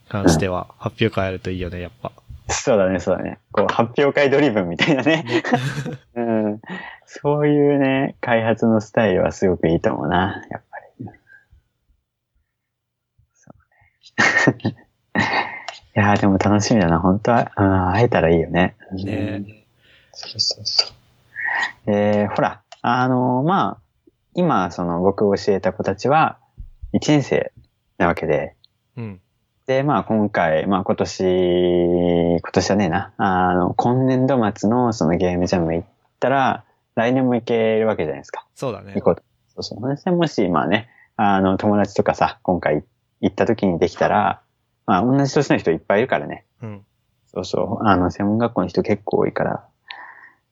[SPEAKER 2] 関しては発表会やるといいよね、やっぱ。
[SPEAKER 1] そうだね、そうだね。こう、発表会ドリブンみたいなね。 うん。そういうね、開発のスタイルはすごくいいと思うな、やっぱり。そうね。 いやーでも楽しみだな、本当は、うん、会えたらいいよね。うん
[SPEAKER 2] ね
[SPEAKER 1] そうそうそう。えー、ほら、あのまあ、今、その、僕教えた子たちは、1年生なわけで、
[SPEAKER 2] うん。
[SPEAKER 1] で、まあ、今回、まあ、今年、今年じゃねえな、あの、今年度末のそのゲームジャム行ったら、来年も行けるわけじゃないですか。
[SPEAKER 2] そうだね
[SPEAKER 1] 行。こうと。そうそう。そしてもし、まあね、あの、友達とかさ、今回行った時にできたら、まあ、同じ年の人いっぱいいるからね。
[SPEAKER 2] うん。
[SPEAKER 1] そうそう。あの、専門学校の人結構多いから。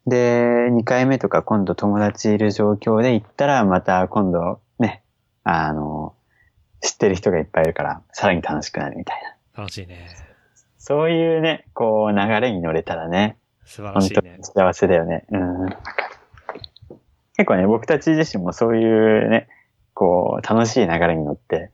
[SPEAKER 1] で、2回目とか今度友達いる状況で行ったら、また今度ね、あの、知ってる人がいっぱいいるから、さらに楽しくなるみたいな。
[SPEAKER 2] 楽しいね。
[SPEAKER 1] そういうね、こう、流れに乗れたらね、
[SPEAKER 2] 素晴ら
[SPEAKER 1] 本
[SPEAKER 2] しい
[SPEAKER 1] 当
[SPEAKER 2] ね
[SPEAKER 1] に。幸せだよね。うん。わかる結構ね、僕たち自身もそういうね、こう、楽しい流れに乗って、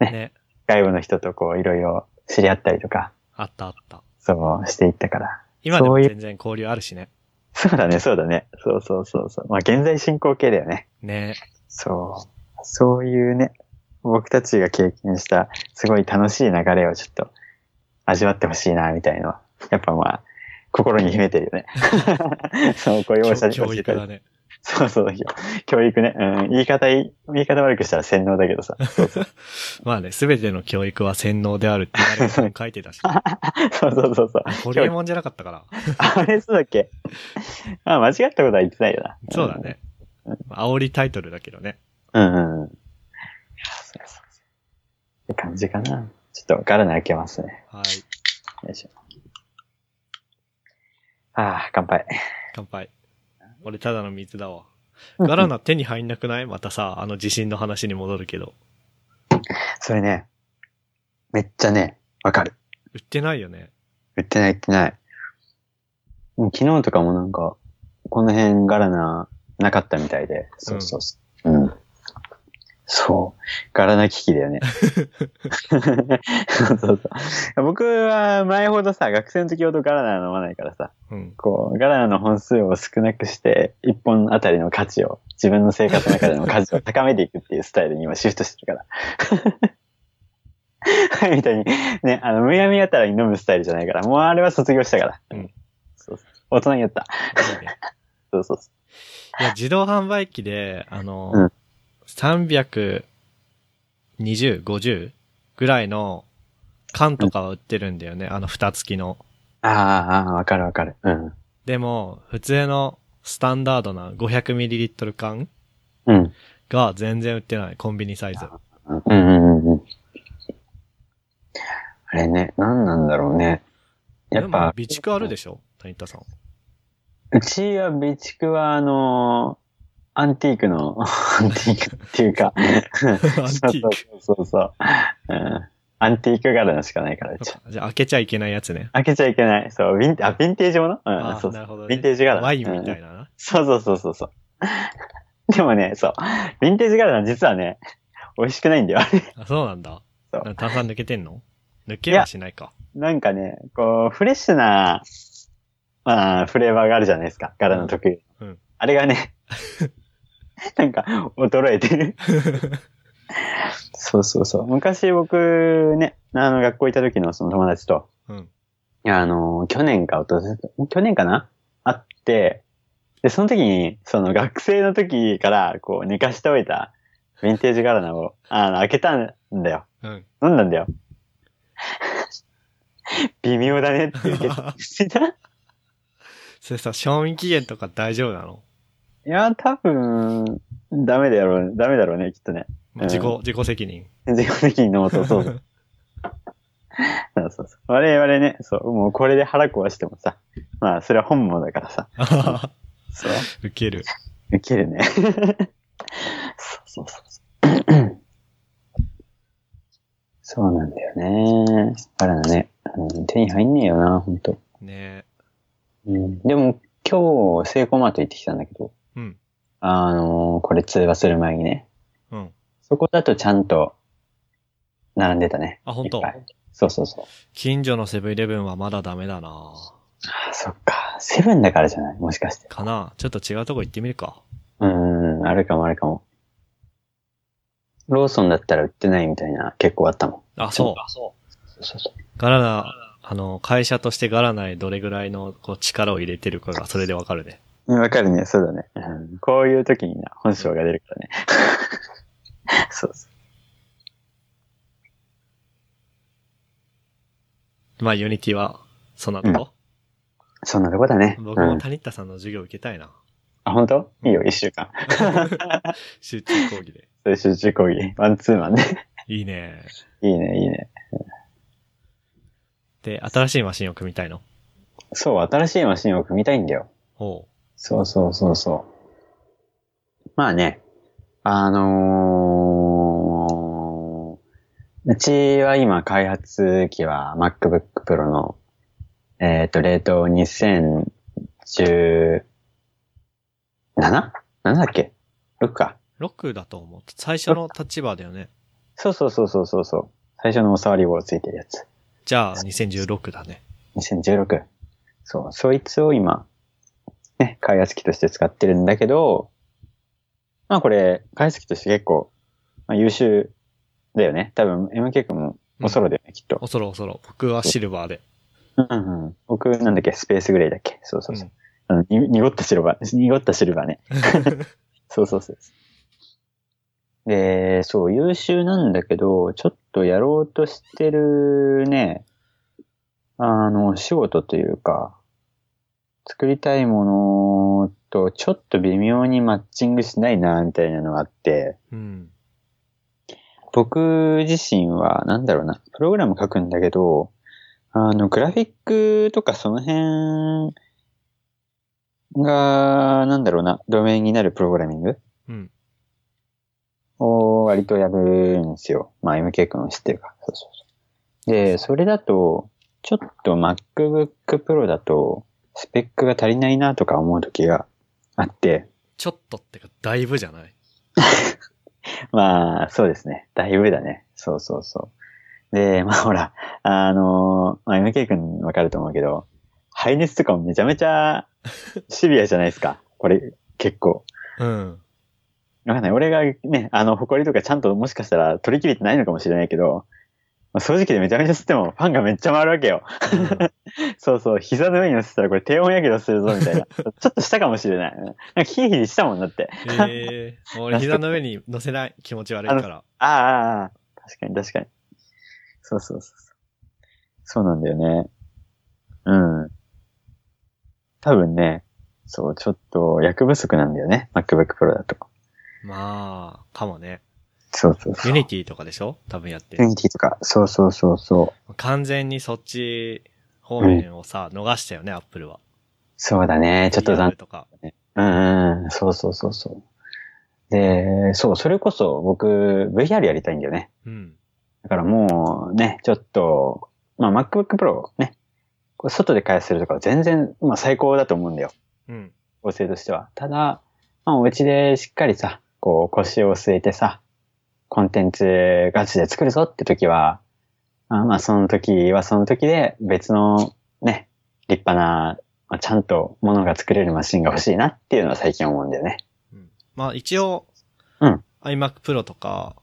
[SPEAKER 2] ね。
[SPEAKER 1] 外部の人とこう、いろいろ知り合ったりとか、
[SPEAKER 2] あったあった。
[SPEAKER 1] そう、していったから、
[SPEAKER 2] 今でも
[SPEAKER 1] そういう
[SPEAKER 2] 全然交流あるしね。
[SPEAKER 1] そうだね、そうだね。そうそうそうそう。まあ、現在進行形だよね。
[SPEAKER 2] ね。
[SPEAKER 1] そう。そういうね、僕たちが経験した、すごい楽しい流れをちょっと、味わってほしいな、みたいなのは。やっぱまあ、心に秘めてるよ ね。そう、こういうおしゃれ
[SPEAKER 2] 教育だね。
[SPEAKER 1] そうそう、教育ね。うん、言い方いい、言い方悪くしたら洗脳だけど さ。そうそう
[SPEAKER 2] まあね、すべての教育は洗脳であるって誰かが書いて たし。
[SPEAKER 1] そうそうそうそう。
[SPEAKER 2] ホリエモンじゃなかったから。
[SPEAKER 1] あれ、そうだっけあ、間違ったことは言ってないよな。
[SPEAKER 2] そうだね。煽りタイトルだけどね。
[SPEAKER 1] うんうんうん。そうそうそう。って感じかな。ちょっとガラナ開けますね。
[SPEAKER 2] はい。
[SPEAKER 1] よいしょ。ああ、乾杯。
[SPEAKER 2] 乾杯。俺ただの水だわ。ガラナ手に入んなくないまたさ、あの地震の話に戻るけど。
[SPEAKER 1] それね、めっちゃね、わかる。
[SPEAKER 2] 売ってないよね。
[SPEAKER 1] 売ってない売ってない。うん昨日とかもなんか、この辺ガラナなかったみたいで。そうそうそう。うん。そう。ガラナ危機だよね。 そうそうそう。僕は前ほどさ、学生の時ほどガラナ飲まないからさ。
[SPEAKER 2] うん。
[SPEAKER 1] こう、ガラナの本数を少なくして、一本あたりの価値を、自分の生活の中での価値を高めていくっていうスタイルに今シフトしてるから。 みたいに、ね、あの、むやみやたらに飲むスタイルじゃないから、もうあれは卒業したから。
[SPEAKER 2] うん
[SPEAKER 1] そうそう大人になった。
[SPEAKER 2] いいね
[SPEAKER 1] そうそうそう。
[SPEAKER 2] いや、自動販売機で、あの、
[SPEAKER 1] うん
[SPEAKER 2] 320、50ぐらいの缶とかは売ってるんだよね。あの、蓋付きの。
[SPEAKER 1] ああ、ああ、わかるわかる。うん。
[SPEAKER 2] でも、普通のスタンダードな 500ml 缶
[SPEAKER 1] うん。
[SPEAKER 2] が全然売ってない。コンビニサイズ。
[SPEAKER 1] うんうんうんうん。あれね、何なんだろうね。やっ
[SPEAKER 2] でも
[SPEAKER 1] ぱ、
[SPEAKER 2] 備蓄あるでしょ谷田さん。
[SPEAKER 1] うちは備蓄は、あのーアンティークの、 アンティークっていうか、アン
[SPEAKER 2] アンティーク。
[SPEAKER 1] そうそうそう。うんアンティーク柄のしかないから、うち
[SPEAKER 2] そ。っかじゃあ開けちゃいけないやつね。
[SPEAKER 1] 開けちゃいけない。そう、ヴィンテあヴィンテージものう
[SPEAKER 2] あ
[SPEAKER 1] ん、そ
[SPEAKER 2] ー
[SPEAKER 1] うそ
[SPEAKER 2] な
[SPEAKER 1] う。
[SPEAKER 2] るほど、
[SPEAKER 1] ヴィンテージ柄
[SPEAKER 2] ワインみたいなな。
[SPEAKER 1] そうそうそうそうそう。でもね、そう。ヴィンテージ柄の実はね、美味しくないんだよ。
[SPEAKER 2] あ、そうなんだ。
[SPEAKER 1] そう
[SPEAKER 2] なんか炭酸抜けて んの抜けはしないか。
[SPEAKER 1] なんかね、こう、フレッシュな、まあ、フレーバーがあるじゃないですか。柄の特有。
[SPEAKER 2] うん
[SPEAKER 1] あれが ね、なんか、衰えてる。そうそうそう。昔僕ね、あの、学校行った時のその友達と、
[SPEAKER 2] うん。
[SPEAKER 1] あの、去年か、おと去年かな会って、で、その時に、その学生の時から、こう、寝かしておいた、ヴィンテージガラナを、あの、開けたんだよ。
[SPEAKER 2] うん。
[SPEAKER 1] 飲んだん だよ。微妙だねっていう結論してた。い
[SPEAKER 2] それさ、賞味期限とか大丈夫なの
[SPEAKER 1] や、多分、ダメだろう、ダメだろうね、きっとね。
[SPEAKER 2] まあ自己、
[SPEAKER 1] うん
[SPEAKER 2] 自己責任。
[SPEAKER 1] 自己的に飲もうと、そうそう。そうそうそう。我々ね、そう、もうこれで腹壊してもさ、まあ、それは本望だからさ、そう。
[SPEAKER 2] 受ける。
[SPEAKER 1] ウケるね。そうそうそうそう。そうなんだよね。バナナね、うん。手に入んねえよな、ほんと。
[SPEAKER 2] ね
[SPEAKER 1] うん、でも、今日、セイコーマート行ってきたんだけど、
[SPEAKER 2] え。うん。
[SPEAKER 1] あのーこれ通話する前にね。
[SPEAKER 2] うん。
[SPEAKER 1] そこだとちゃんと、並んでたね。
[SPEAKER 2] あほんと
[SPEAKER 1] いっぱいそうそうそう。
[SPEAKER 2] 近所のセブンイレブンはまだダメだな
[SPEAKER 1] あ、そっか。セブンだからじゃないもしかして。
[SPEAKER 2] かなちょっと違うとこ行ってみるか。
[SPEAKER 1] うん、あるかもあるかも。ローソンだったら売ってないみたいな、結構あったもん。
[SPEAKER 2] あ、そ
[SPEAKER 1] そうそうそう。
[SPEAKER 2] う。ガラナ、あの、会社としてガラナへどれぐらいのこう力を入れてるかがそれでわかるね。
[SPEAKER 1] うんわかるね、そうだね。うん、こういう時にな、本性が出るからね。 そうそ
[SPEAKER 2] まあ、ユニティは、そんなとこ、
[SPEAKER 1] う。そんなとこだね。
[SPEAKER 2] 僕
[SPEAKER 1] う
[SPEAKER 2] も
[SPEAKER 1] ん、
[SPEAKER 2] 谷田さんの授業受けたいな。
[SPEAKER 1] あ、本当？いいよ、一週間。
[SPEAKER 2] 集中講義で。
[SPEAKER 1] そういう集中講義。ワンツーマンで。
[SPEAKER 2] いいね。
[SPEAKER 1] いいね、いいね。
[SPEAKER 2] で、新しいマシンを組みたいの
[SPEAKER 1] そう、新しいマシンを組みたいんだよ。
[SPEAKER 2] おう。
[SPEAKER 1] そうそうそうそう。まあね、あのー、うちは今開発機は MacBook Pro の、えっ、と、冷凍 2017?7? なんだっけ ?6 か。
[SPEAKER 2] 6だと思う。最初の立場だよね。
[SPEAKER 1] そうそうそうそうそうそう。最初のお触り棒ついてるやつ。
[SPEAKER 2] じゃあ、2016だね。
[SPEAKER 1] 2016。そう、そいつを今、ね、開発機として使ってるんだけど、まあこれ、開発機として結構、まあ、優秀だよね。多分 MK 君もおそろだよね、きっと。
[SPEAKER 2] おそろおそろ。僕はシルバーで。
[SPEAKER 1] うんうん、僕なんだっけ、スペースグレーだっけ。そうそうそう。
[SPEAKER 2] うん
[SPEAKER 1] あのに濁ったシルバー、濁ったシルバー ね。そうそうそう。で、そう、優秀なんだけど、ちょっとやろうとしてるね、あの、仕事というか、作りたいものとちょっと微妙にマッチングしないな、みたいなのがあって、
[SPEAKER 2] うん。
[SPEAKER 1] 僕自身は、なんだろうな、プログラム書くんだけど、あの、グラフィックとかその辺が、なんだろうな、ドメインになるプログラミング
[SPEAKER 2] うん。
[SPEAKER 1] を割とやるんですよ。まあ、MK 君は知ってるから。そうそうそう。で、それだと、ちょっと MacBook Pro だと、スペックが足りないなとか思う時があって、
[SPEAKER 2] ちょっとってか、だいぶじゃない
[SPEAKER 1] まあ、そうですね。だいぶだね。そうそうそう。で、 まあほら、あのまあ、MK 君わかると思うけど、排熱とかもめちゃめちゃシビアじゃないですか。これ、結構。
[SPEAKER 2] うん。
[SPEAKER 1] わかんない。俺がね、あの、埃とかちゃんともしかしたら取り切れてないのかもしれないけど、まあ掃除機でめちゃめちゃ吸ってもファンがめっちゃ回るわけよ。そうそう、膝の上に乗せたらこれ低温やけどするぞみたいな。ち ょっとしたかもしれない。なんかヒリヒリしたもんだって。
[SPEAKER 2] うん、ええ俺膝の上に乗せない気持ち悪いから。
[SPEAKER 1] ああああ、ああ確かに確かに。そうそうそうそう。そうなんだよね。うん。多分ね、そう、ちょっと役不足なんだよね。MacBook Pro だと。
[SPEAKER 2] まあ、かもね。
[SPEAKER 1] そうそうそう。
[SPEAKER 2] ユニティとかでしょ多分やって
[SPEAKER 1] ユ
[SPEAKER 2] る
[SPEAKER 1] ニティとか。そうそうそうそう。
[SPEAKER 2] 完全にそっち方面をさ、逃したよね、アップルは。
[SPEAKER 1] そうだね。ちょっと残
[SPEAKER 2] VR とか。
[SPEAKER 1] うんうん、そうそうそうそう。で、そう、それこそ僕、VR やりたいんだよね。
[SPEAKER 2] うん。
[SPEAKER 1] だからもうね、ちょっと、まあ MacBook Pro ね、これ外で開発するとかは全然、まあ最高だと思うんだよ。
[SPEAKER 2] うん。
[SPEAKER 1] 構成としては。ただ、まあお家でしっかりさ、こう腰を据えてさ、コンテンツガチで作るぞって時は、あまあその時はその時で別のね、立派な、まあ、ちゃんと物が作れるマシンが欲しいなっていうのは最近思うんだよね。
[SPEAKER 2] うんまあ一応、
[SPEAKER 1] うん。
[SPEAKER 2] iMac Pro とか、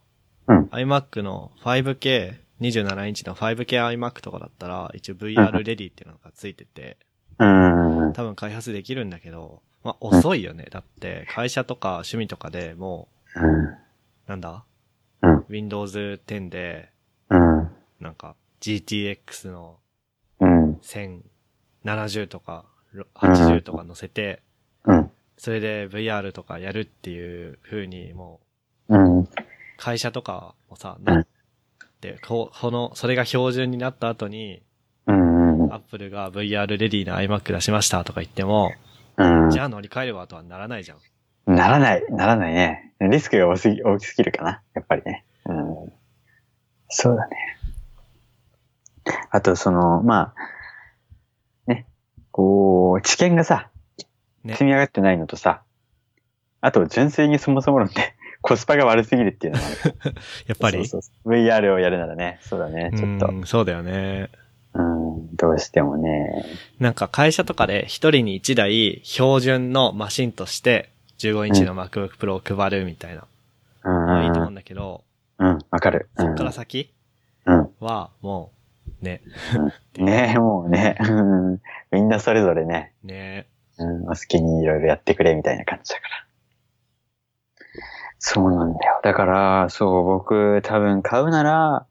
[SPEAKER 1] うん
[SPEAKER 2] iMac の 5K、27インチの 5K iMac とかだったら、一応 VR レディっていうのがついてて、
[SPEAKER 1] うーん。
[SPEAKER 2] 多分開発できるんだけど、まあ遅いよね。だって、会社とか趣味とかでも
[SPEAKER 1] うん。
[SPEAKER 2] う、なんだ
[SPEAKER 1] うん。
[SPEAKER 2] Windows 10で、
[SPEAKER 1] うん。
[SPEAKER 2] なんか GTX の
[SPEAKER 1] うん。
[SPEAKER 2] 1070とか80とか乗せて、
[SPEAKER 1] うん。
[SPEAKER 2] それで VR とかやるっていう風にもう
[SPEAKER 1] うん。
[SPEAKER 2] 会社とかもさ、
[SPEAKER 1] うん
[SPEAKER 2] なって、こう、この、それが標準になった後に、
[SPEAKER 1] うん。うん
[SPEAKER 2] アップルが VR レディな iMac 出しましたとか言っても、
[SPEAKER 1] うん
[SPEAKER 2] じゃあ乗り換えればとはならないじゃん。
[SPEAKER 1] ならない、ならないね。リスクが多すぎ大きすぎるかな、やっぱりね。うん。そうだね。あと、その、まあ、ね、こう、知見がさ、
[SPEAKER 2] ね
[SPEAKER 1] 積み上がってないのとさ、あと、純粋にそもそものね、コスパが悪すぎるっていうのは、やっ
[SPEAKER 2] やっぱり。
[SPEAKER 1] そうそうそう VR をやるならね、そうだね、ちょっと
[SPEAKER 2] う。んそうだよね。
[SPEAKER 1] うん、どうしてもね。
[SPEAKER 2] なんか会社とかで一人に一台標準のマシンとして15インチの MacBook Pro を配るみたいな。
[SPEAKER 1] うん、う
[SPEAKER 2] いいと
[SPEAKER 1] ん
[SPEAKER 2] 思うんだけど、
[SPEAKER 1] うん、わかる。
[SPEAKER 2] そっから先
[SPEAKER 1] うん。
[SPEAKER 2] はもう、ね、
[SPEAKER 1] うん。ねもうね、うんみんなそれぞれね、
[SPEAKER 2] ね、
[SPEAKER 1] うん、お好きにいろいろやってくれみたいな感じだから。そうなんだよ。だから、そう、僕多分買うなら、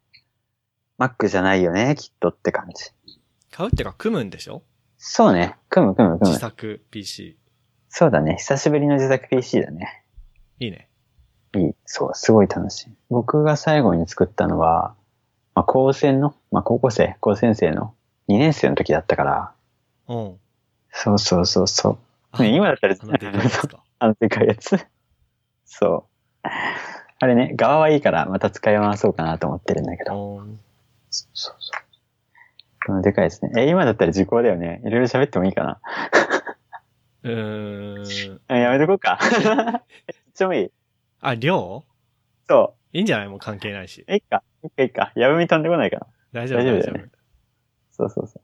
[SPEAKER 1] Mac じゃないよね、きっとって感じ。
[SPEAKER 2] 買うってか組むんでしょ
[SPEAKER 1] そうね。組む組む組
[SPEAKER 2] 自
[SPEAKER 1] む。
[SPEAKER 2] 作 PC。
[SPEAKER 1] そうだね。久しぶりの自作 PC だね。
[SPEAKER 2] いいね。
[SPEAKER 1] いい。そう、すごい楽しい。僕が最後に作ったのは、まあ、高専の、まあ、高校生、高専生の2年生の時だったから、
[SPEAKER 2] うん。
[SPEAKER 1] そうそうそうそう。
[SPEAKER 2] あ
[SPEAKER 1] ね今だったら
[SPEAKER 2] あのでかいやつ か。
[SPEAKER 1] あのでかいやつ。そう。あれね、側はいいからまた使い回そうかなと思ってるんだけど。
[SPEAKER 2] うん
[SPEAKER 1] そうそうそう。このでかいですね。え、今だったら時効だよね。いろいろ喋ってもいいかな。
[SPEAKER 2] うーん。
[SPEAKER 1] あやめとこうか。いつでもいい。
[SPEAKER 2] あ、量
[SPEAKER 1] そ
[SPEAKER 2] いいんじゃないもう関係ないし。
[SPEAKER 1] う。いいか。いいかいいか。やぶみ飛んでこないかな。
[SPEAKER 2] 大丈夫、
[SPEAKER 1] 大丈夫
[SPEAKER 2] 大
[SPEAKER 1] だ
[SPEAKER 2] 丈
[SPEAKER 1] よ
[SPEAKER 2] 夫
[SPEAKER 1] ね。そうそうそう。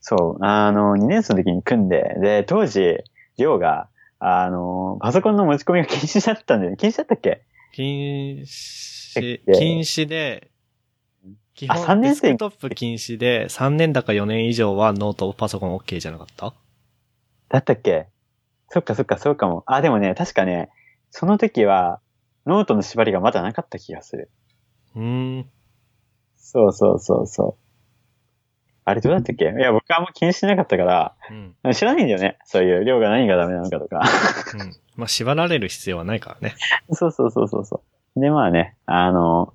[SPEAKER 1] そう。あの、2年生の時に組んで、で、当時、りょうが、あの、パソコンの持ち込みが禁止だったんだよね。禁止だったっけ
[SPEAKER 2] 禁止
[SPEAKER 1] えっ、と
[SPEAKER 2] 禁止で、基
[SPEAKER 1] あ三
[SPEAKER 2] 本デ
[SPEAKER 1] 年
[SPEAKER 2] ス
[SPEAKER 1] 生
[SPEAKER 2] クトップ禁止で、3年だか4年以上はノートパソコン OK じゃなかった
[SPEAKER 1] だったっけそっかそっかそうかも。あ、でもね、確かね、その時は、ノートの縛りがまだなかった気がする。
[SPEAKER 2] うーん。
[SPEAKER 1] そうそうそうそう。あれどうだったっけいや、僕はあんま気にしてなかったか
[SPEAKER 2] うん。
[SPEAKER 1] ら、知らないんだよね。そういう、量が何がダメなのかとか。
[SPEAKER 2] うん。まあ、縛られる必要はないからね。
[SPEAKER 1] そうそうそうそうそう。で、まあね、あの、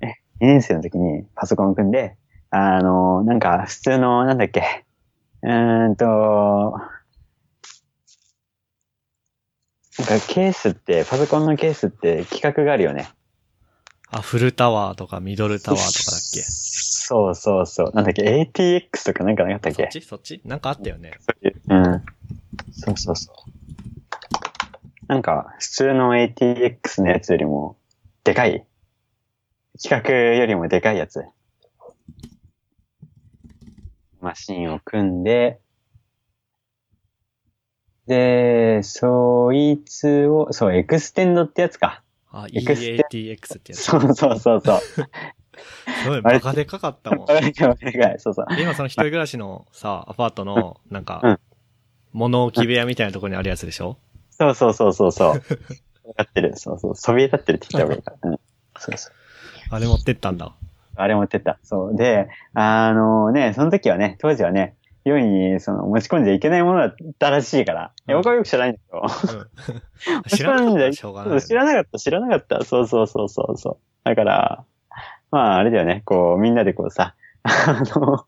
[SPEAKER 1] え、2年生の時にパソコン組んで、あの、なんか普通の、なんだっけ、うーんと、なんかケースって、パソコンのケースって規格があるよね。
[SPEAKER 2] あ、フルタワーとかミドルタワーとかだっけ
[SPEAKER 1] そうそうそう。なんだっけ、ATX とかなんかなかったっ
[SPEAKER 2] そっ
[SPEAKER 1] け
[SPEAKER 2] ちそっちなんかあったよね。
[SPEAKER 1] そういううん。そうそうそう。なんか、普通の ATX のやつよりも、でかい。企画よりもでかいやつ。マシンを組んで、で、そいつを、そう、エクステンドってやつか。
[SPEAKER 2] あ、
[SPEAKER 1] Extend-
[SPEAKER 2] EATX ってやつ。す
[SPEAKER 1] そうそうそうそう。
[SPEAKER 2] ごい、バカでかかった もん
[SPEAKER 1] お。願いお願い。そうそう。
[SPEAKER 2] 今その一人暮らしの さ、アパートの、な
[SPEAKER 1] う
[SPEAKER 2] ん
[SPEAKER 1] ん
[SPEAKER 2] か、物置部屋みたいなところにあるやつでしょ
[SPEAKER 1] そうそうそうそうそう。立ってる。そうそう。そびえ立ってるって言った方がいいから。うん。そうそう。
[SPEAKER 2] あれ持ってったんだ。
[SPEAKER 1] あれ持ってった。そう。で、あのね、その時はね、当時はね、世にその持ち込んじゃいけないものだったらしいから。いや
[SPEAKER 2] うん
[SPEAKER 1] 僕はよく知らないんだけど。
[SPEAKER 2] うん知らなかったらしょうがないよね。
[SPEAKER 1] 知らなかった、知らなかった。そうそうそうそうそう。だから、まああれだよね、こう、みんなでこうさ、あの、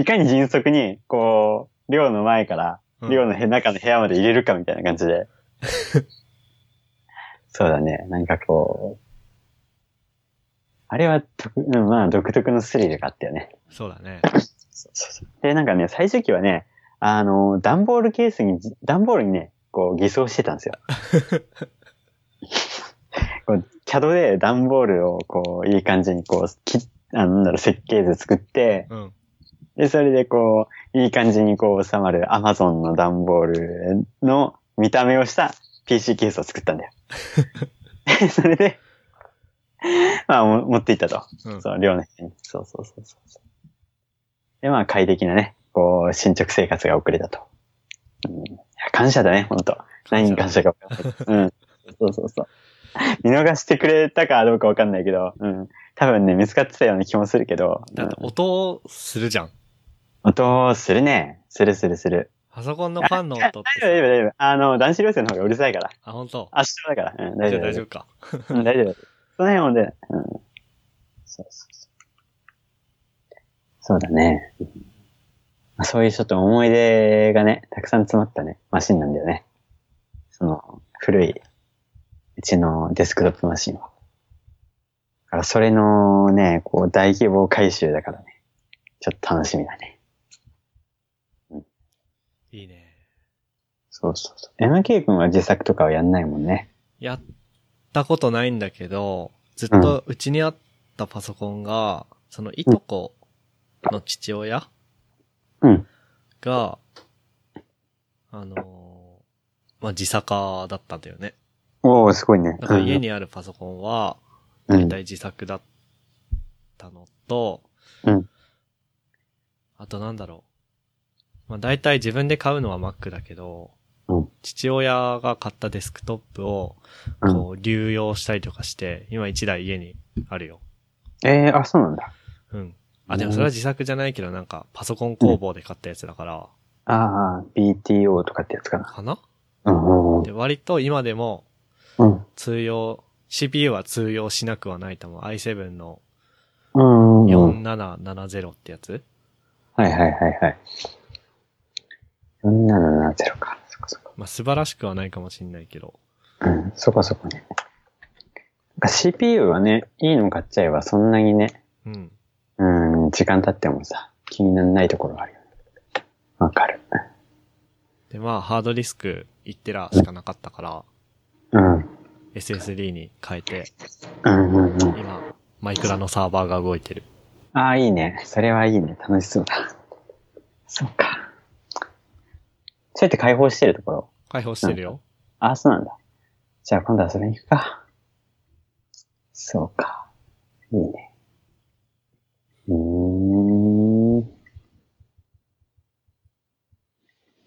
[SPEAKER 1] いかに迅速に、こう、寮の前から、
[SPEAKER 2] うん
[SPEAKER 1] 寮の部中の部屋まで入れるかみたいな感じ で。そうだね、なんかこう、あれは独、うんまあ独特のスリルがあったよね。
[SPEAKER 2] そうだね。
[SPEAKER 1] そうそうそうで、なんかね、最終期はね、あの、段ボールケースにじ、段ボールにね、こう偽装してたんですよ。こう、CAD で段ボールをこう、いい感じにこう、きあのなんだろう、設計図作って、
[SPEAKER 2] うん。
[SPEAKER 1] で、それでこう、いい感じにこう収まる Amazon の段ボールの見た目をした PC ケースを作ったん だよ。でそれで、まあ、も持っていったと。
[SPEAKER 2] うん。
[SPEAKER 1] そう、寮の部屋に。そうそうそうそうそう。で、まあ、快適なね、こう、進捗生活が送れたと。うん、いや感謝だね、本当何に感謝か分かんない。うん。そうそうそう。見逃してくれたかどうかわかんないけど、うん。多分ね、見つかってたような気もするけど、う
[SPEAKER 2] だって
[SPEAKER 1] ん、
[SPEAKER 2] 音するじゃん。
[SPEAKER 1] 音するね。するするする。
[SPEAKER 2] パソコンのファンの音
[SPEAKER 1] 大
[SPEAKER 2] っ
[SPEAKER 1] 丈夫、大
[SPEAKER 2] て
[SPEAKER 1] 丈夫、大丈夫。あの、男子寮生の方がうるさいから。
[SPEAKER 2] さ。あ、本当。
[SPEAKER 1] 圧勝だから。うん、大
[SPEAKER 2] じ
[SPEAKER 1] 丈
[SPEAKER 2] ゃあ
[SPEAKER 1] 夫。
[SPEAKER 2] 大丈夫か。
[SPEAKER 1] うん、大丈夫。その辺もね、うん。そうそうそう。そうだね。うんまあそういうちょっと思い出がね、たくさん詰まったね、マシンなんだよね。その、古い、うちのデスクトップマシンは。だからそれのね、こう、大規模回収だからね。ちょっと楽しみだね。
[SPEAKER 2] いいね。
[SPEAKER 1] そうそうそう。MK 君は自作とかはやんないもんね。
[SPEAKER 2] やったことないんだけど、ずっとうちにあったパソコンが、そのいとこの父親
[SPEAKER 1] うん。
[SPEAKER 2] が、あのーまあ、自作だったんだよね。
[SPEAKER 1] おー、すごいね。
[SPEAKER 2] だから家にあるパソコンは、
[SPEAKER 1] うん、
[SPEAKER 2] 大体自作だったのと、
[SPEAKER 1] うん
[SPEAKER 2] あとなんだろう。まあ大体自分で買うのは Mac だけど、
[SPEAKER 1] うん
[SPEAKER 2] 父親が買ったデスクトップを、こう、流用したりとかして、今1台家にあるよ。
[SPEAKER 1] うんえー、あ、そうなんだ。
[SPEAKER 2] うん。あ、でもそれは自作じゃないけど、なんか、パソコン工房で買ったやつだから、
[SPEAKER 1] ああ、BTO とかってやつかな。
[SPEAKER 2] かな
[SPEAKER 1] うんうん
[SPEAKER 2] で、割と今でも
[SPEAKER 1] うん。
[SPEAKER 2] 通用、CPU は通用しなくはないと思う。i7 の
[SPEAKER 1] うんうんうん。
[SPEAKER 2] 4770ってやつ
[SPEAKER 1] はいはいはいはい。4770か。そこそこ。
[SPEAKER 2] まあ、素晴らしくはないかもしんないけど。
[SPEAKER 1] うん、そこそこね。なんか CPU はね、いいの買っちゃえばそんなにね、
[SPEAKER 2] うん。
[SPEAKER 1] うん、時間経ってもさ、気にならないところがあるよね。わかる。
[SPEAKER 2] で、まあ、ハードディスク1テラしかなかったから、
[SPEAKER 1] うん。うん
[SPEAKER 2] SSD に変えて、
[SPEAKER 1] うんうん。
[SPEAKER 2] 今、マイクラのサーバーが動いてる。
[SPEAKER 1] ああ、いいね。それはいいね。楽しそうだ。そっか。そうやって解放してるところ。
[SPEAKER 2] 開放してるよ。
[SPEAKER 1] ああ、そうなんだ。じゃあ今度遊びに行くか。そうか。いいね。うーん。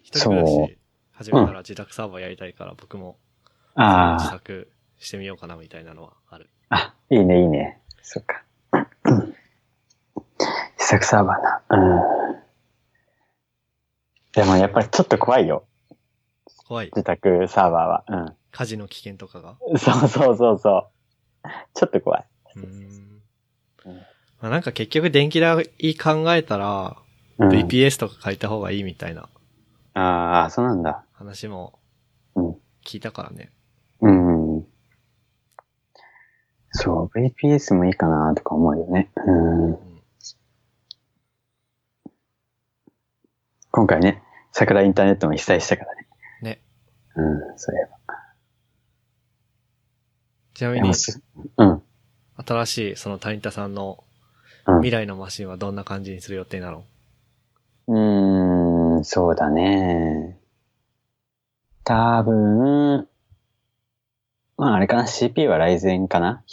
[SPEAKER 2] 一人暮ら
[SPEAKER 1] そう
[SPEAKER 2] し始めたら自宅サーバーやりたいから、僕も自
[SPEAKER 1] あ
[SPEAKER 2] 作してみようかなみたいなのはある。
[SPEAKER 1] あ、あ、いいね、いいね。そっか。 自作サーバーな。うん。でもやっぱりちょっと怖いよ。
[SPEAKER 2] 怖い。
[SPEAKER 1] 自宅サーバーは。
[SPEAKER 2] 火事の危険とかが。
[SPEAKER 1] うん。 そうそうそうそう。ちょっと怖い。
[SPEAKER 2] うーん
[SPEAKER 1] うん。
[SPEAKER 2] まあ、なんか結局電気代考えたら、
[SPEAKER 1] うん、
[SPEAKER 2] VPS とか変えた方がいいみたいな
[SPEAKER 1] ああ、そうなんだ。
[SPEAKER 2] 話も
[SPEAKER 1] うん
[SPEAKER 2] 聞いたからね。
[SPEAKER 1] うん。そう、VPS もいいかなとか思うよね。うん。
[SPEAKER 2] うん
[SPEAKER 1] 今回ね、桜インターネットも被災したからね。
[SPEAKER 2] ね。
[SPEAKER 1] うん、そういえば。
[SPEAKER 2] ちなみ
[SPEAKER 1] で
[SPEAKER 2] に
[SPEAKER 1] も、すうん。
[SPEAKER 2] 新しい、その谷田さんの
[SPEAKER 1] うん
[SPEAKER 2] 未来のマシンはどんな感じにする予定なの、
[SPEAKER 1] うーん、そうだね。多分、まああれかな、CPU はライゼンかな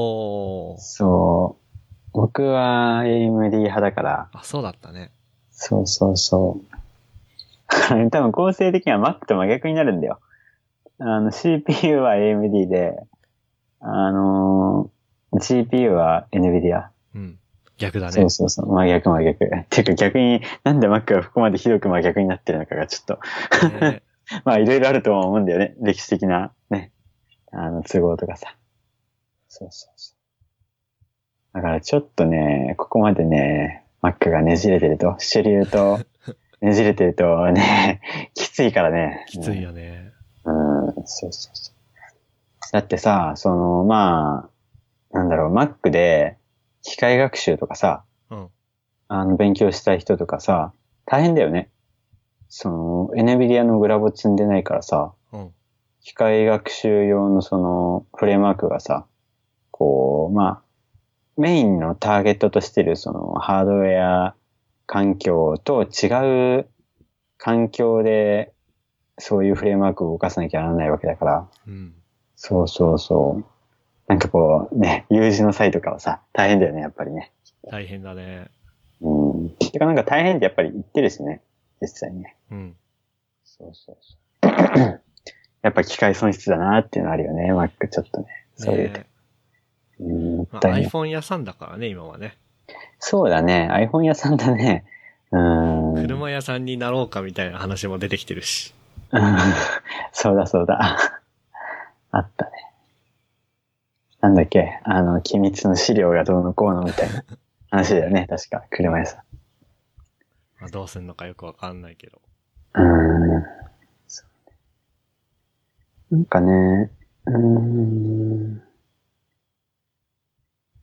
[SPEAKER 2] おー。
[SPEAKER 1] そう。僕は AMD 派だから、
[SPEAKER 2] あ、そうだったね。
[SPEAKER 1] そうそうそう。だから ね多分構成的には Mac と真逆になるんだよ。あの、CPU は AMD で、あのー GPU は NVIDIA。
[SPEAKER 2] うん。逆だ
[SPEAKER 1] そ
[SPEAKER 2] ね
[SPEAKER 1] う。そうそう。真逆真逆。 てか逆に、なんで Mac がここまでひどく真逆になってるのかがちょっと、
[SPEAKER 2] ね
[SPEAKER 1] まあいろいろあるとは思うんだよね。歴史的なね、あの都合とかさ。そうそうそう。だからちょっとね、ここまでね、Mac がねじれてると、主流 とねじれてるとね、きついからね。
[SPEAKER 2] きついよね。
[SPEAKER 1] うん、そうそうそう。だってさ、その、まあ、なんだろう、Mac で機械学習とかさ、
[SPEAKER 2] うん。
[SPEAKER 1] あの、勉強したい人とかさ、大変だよね。その、NVIDIA のグラボ積んでないからさ、
[SPEAKER 2] うん。
[SPEAKER 1] 機械学習用のその、フレームワークがさ、こう、まあ、メインのターゲットとしてるその、ハードウェア環境と違う環境で、そういうフレームワークを動かさなきゃならないわけだから、
[SPEAKER 2] うん。
[SPEAKER 1] そうそうそう。なんかこう、ね、有事の際とかはさ、大変だよね、やっぱりね。
[SPEAKER 2] 大変だね。
[SPEAKER 1] うん。てかなんか大変ってやっぱり言ってるしね。実際ね。
[SPEAKER 2] うん。
[SPEAKER 1] そうそうそう。 やっぱ機械損失だなっていうのあるよね、Mac ちょっとね。そういうと。
[SPEAKER 2] ね
[SPEAKER 1] うん、もっ
[SPEAKER 2] まあ、
[SPEAKER 1] たいない
[SPEAKER 2] iPhone 屋さんだからね、今はね。
[SPEAKER 1] そうだね。iPhone 屋さんだね。うーん。
[SPEAKER 2] 車屋さんになろうかみたいな話も出てきてるし。
[SPEAKER 1] うん そうだそうだ。 あったね。なんだっけあの、機密の資料がどうのこうのみたいな話だよね。確か、車屋さん。
[SPEAKER 2] まあ、どうすんのかよくわかんないけど。
[SPEAKER 1] うーんそうねなんかね、うーん。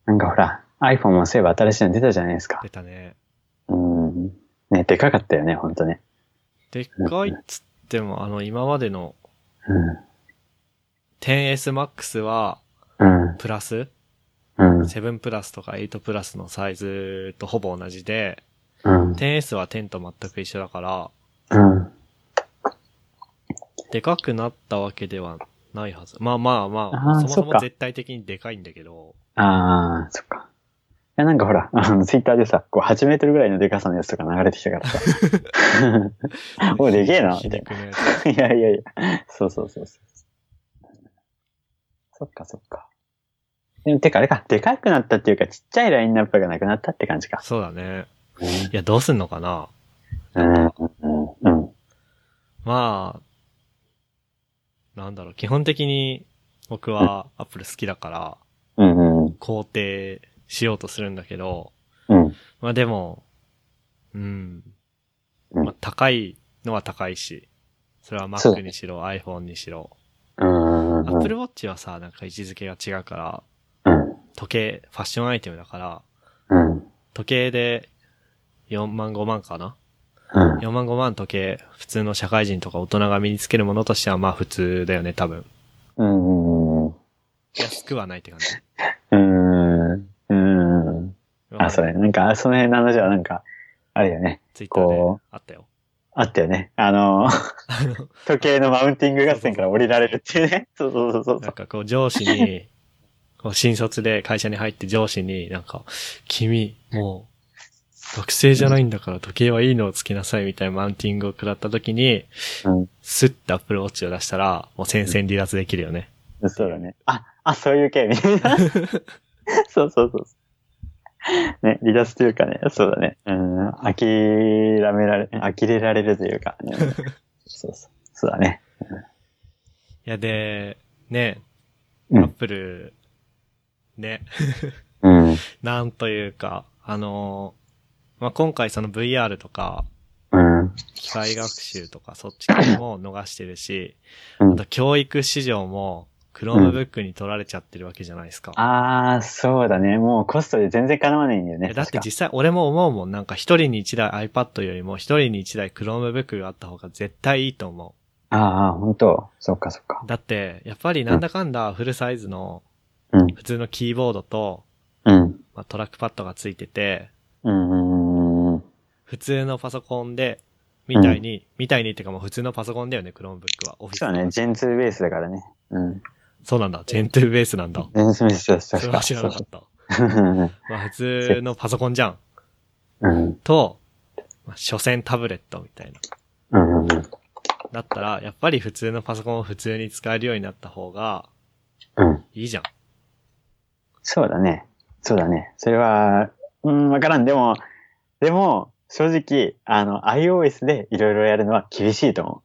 [SPEAKER 1] なんかほら、iPhone もそういえば新しいの出たじゃないですか
[SPEAKER 2] 出。たね。
[SPEAKER 1] うーん。ね、でかかったよね、ほんとね。
[SPEAKER 2] でっかいっつっても、あの、今までの
[SPEAKER 1] う
[SPEAKER 2] 10S Max は、
[SPEAKER 1] ん。
[SPEAKER 2] プラス
[SPEAKER 1] うん。うん。
[SPEAKER 2] 7プラスとか8プラスのサイズとほぼ同じで、
[SPEAKER 1] うん。
[SPEAKER 2] 10S は10と全く一緒だから、
[SPEAKER 1] うん。
[SPEAKER 2] でかくなったわけではないはず。まあまあま
[SPEAKER 1] あ
[SPEAKER 2] あ、
[SPEAKER 1] ー
[SPEAKER 2] そもそ
[SPEAKER 1] そっか
[SPEAKER 2] も絶対的にでかいんだけど、
[SPEAKER 1] あー、そっか。いや、なんかほら、あの、ツイッターでさ、こう、8メートルぐらいのでかさのやつとか流れてきたからさ。おい、でけえな、
[SPEAKER 2] 皮
[SPEAKER 1] みたいな
[SPEAKER 2] 肉。なや
[SPEAKER 1] いやいやいや、そうそうそうそう。そっかそっか。でも、てかあれか、でかくなったっていうか、ちっちゃいラインナップがなくなったって感じか
[SPEAKER 2] つ。そうだね。いや、どうすんのかな
[SPEAKER 1] うん、うん、うん、
[SPEAKER 2] まあ、なんだろう、基本的に僕は Apple 好きだから、
[SPEAKER 1] うん、うん、
[SPEAKER 2] 肯定しようとするんだけど、
[SPEAKER 1] うん、
[SPEAKER 2] まあでも、うん。
[SPEAKER 1] うん
[SPEAKER 2] まあ高いのは高いし、それは
[SPEAKER 1] そう
[SPEAKER 2] Mac
[SPEAKER 1] だね
[SPEAKER 2] にしろ、iPhone にしろ。
[SPEAKER 1] うん、うん、
[SPEAKER 2] Apple Watch はさ、なんか位置づけが違うから、
[SPEAKER 1] うん、
[SPEAKER 2] 時計、ファッションアイテムだから、
[SPEAKER 1] うん、
[SPEAKER 2] 時計で4万5万かな
[SPEAKER 1] うん、
[SPEAKER 2] ?4 万5万時計、普通の社会人とか大人が身につけるものとしてはまあ普通だよね、多分。
[SPEAKER 1] うん、
[SPEAKER 2] 安くはないって感じ。
[SPEAKER 1] うん、うん、あ、それ、なんか、その辺の話はなんか、あれよね。
[SPEAKER 2] ツイッターで
[SPEAKER 1] こ
[SPEAKER 2] あったよ。
[SPEAKER 1] あったよね。あの、
[SPEAKER 2] あの
[SPEAKER 1] 時計のマウンティング合戦から降りられるっていうね。そうそうそうそう
[SPEAKER 2] なん。かこう上司 に、こう新卒で会社に入って上司になんか、君、もう、学生じゃないんだから時計はいいのをつけなさいみたいなマウンティングを食らった時に、
[SPEAKER 1] うん
[SPEAKER 2] スッてアップルウォッチを出したら、もう戦線離脱できるよね。
[SPEAKER 1] そうだね。あ、あ、そういう 系、みたいな。そうそうそうそう。ね、離脱というかね、そうだね。うん、諦められ、呆れられるという か、ねそうそう。そうだね。
[SPEAKER 2] いやで、ね、
[SPEAKER 1] う
[SPEAKER 2] ア
[SPEAKER 1] ん
[SPEAKER 2] ップル、ね、
[SPEAKER 1] うん、
[SPEAKER 2] なんというか、あのーまあ、今回その VR とか、
[SPEAKER 1] うん、
[SPEAKER 2] 機械学習とかそっち系も逃してるし、
[SPEAKER 1] うん
[SPEAKER 2] あと教育市場も Chromebook に取られちゃってるわけじゃないですか。
[SPEAKER 1] あー、そうだね。もうコストで全然かなわないんだよ
[SPEAKER 2] え
[SPEAKER 1] ね。
[SPEAKER 2] だって
[SPEAKER 1] 確か
[SPEAKER 2] 実際俺も思うもん、なんか一人に一台 iPad よりも一人に一台 Chromebook があった方が絶対いいと思
[SPEAKER 1] あー、本当そっかそっか
[SPEAKER 2] う。。だって、やっぱりなんだかんだフルサイズの
[SPEAKER 1] うん、
[SPEAKER 2] 普通のキーボードと、
[SPEAKER 1] うん、
[SPEAKER 2] まあ、トラックパッドがついてて、
[SPEAKER 1] うん、うん、うん
[SPEAKER 2] 普通のパソコンで、みたいに、みたいにっていうかもう普通のパソコンだよね、Chromebook は。オフィス
[SPEAKER 1] そうだね。ジェンツーベースだからね。うん。
[SPEAKER 2] そうなんだ。ジェントゥーベースなんだ。
[SPEAKER 1] 電子メッセージ
[SPEAKER 2] それは知らなかった。
[SPEAKER 1] た。
[SPEAKER 2] まあ普通のパソコンじゃん。
[SPEAKER 1] うん。
[SPEAKER 2] と、まあ、所詮タブレットみたいな。
[SPEAKER 1] うん。うん。
[SPEAKER 2] だったら、やっぱり普通のパソコンを普通に使えるようになった方が
[SPEAKER 1] うん。
[SPEAKER 2] いいじゃん。
[SPEAKER 1] そうだね。そうだね。それは、うん、わからん。でも、でも、正直、あの、iOS でいろいろやるのは厳しいと思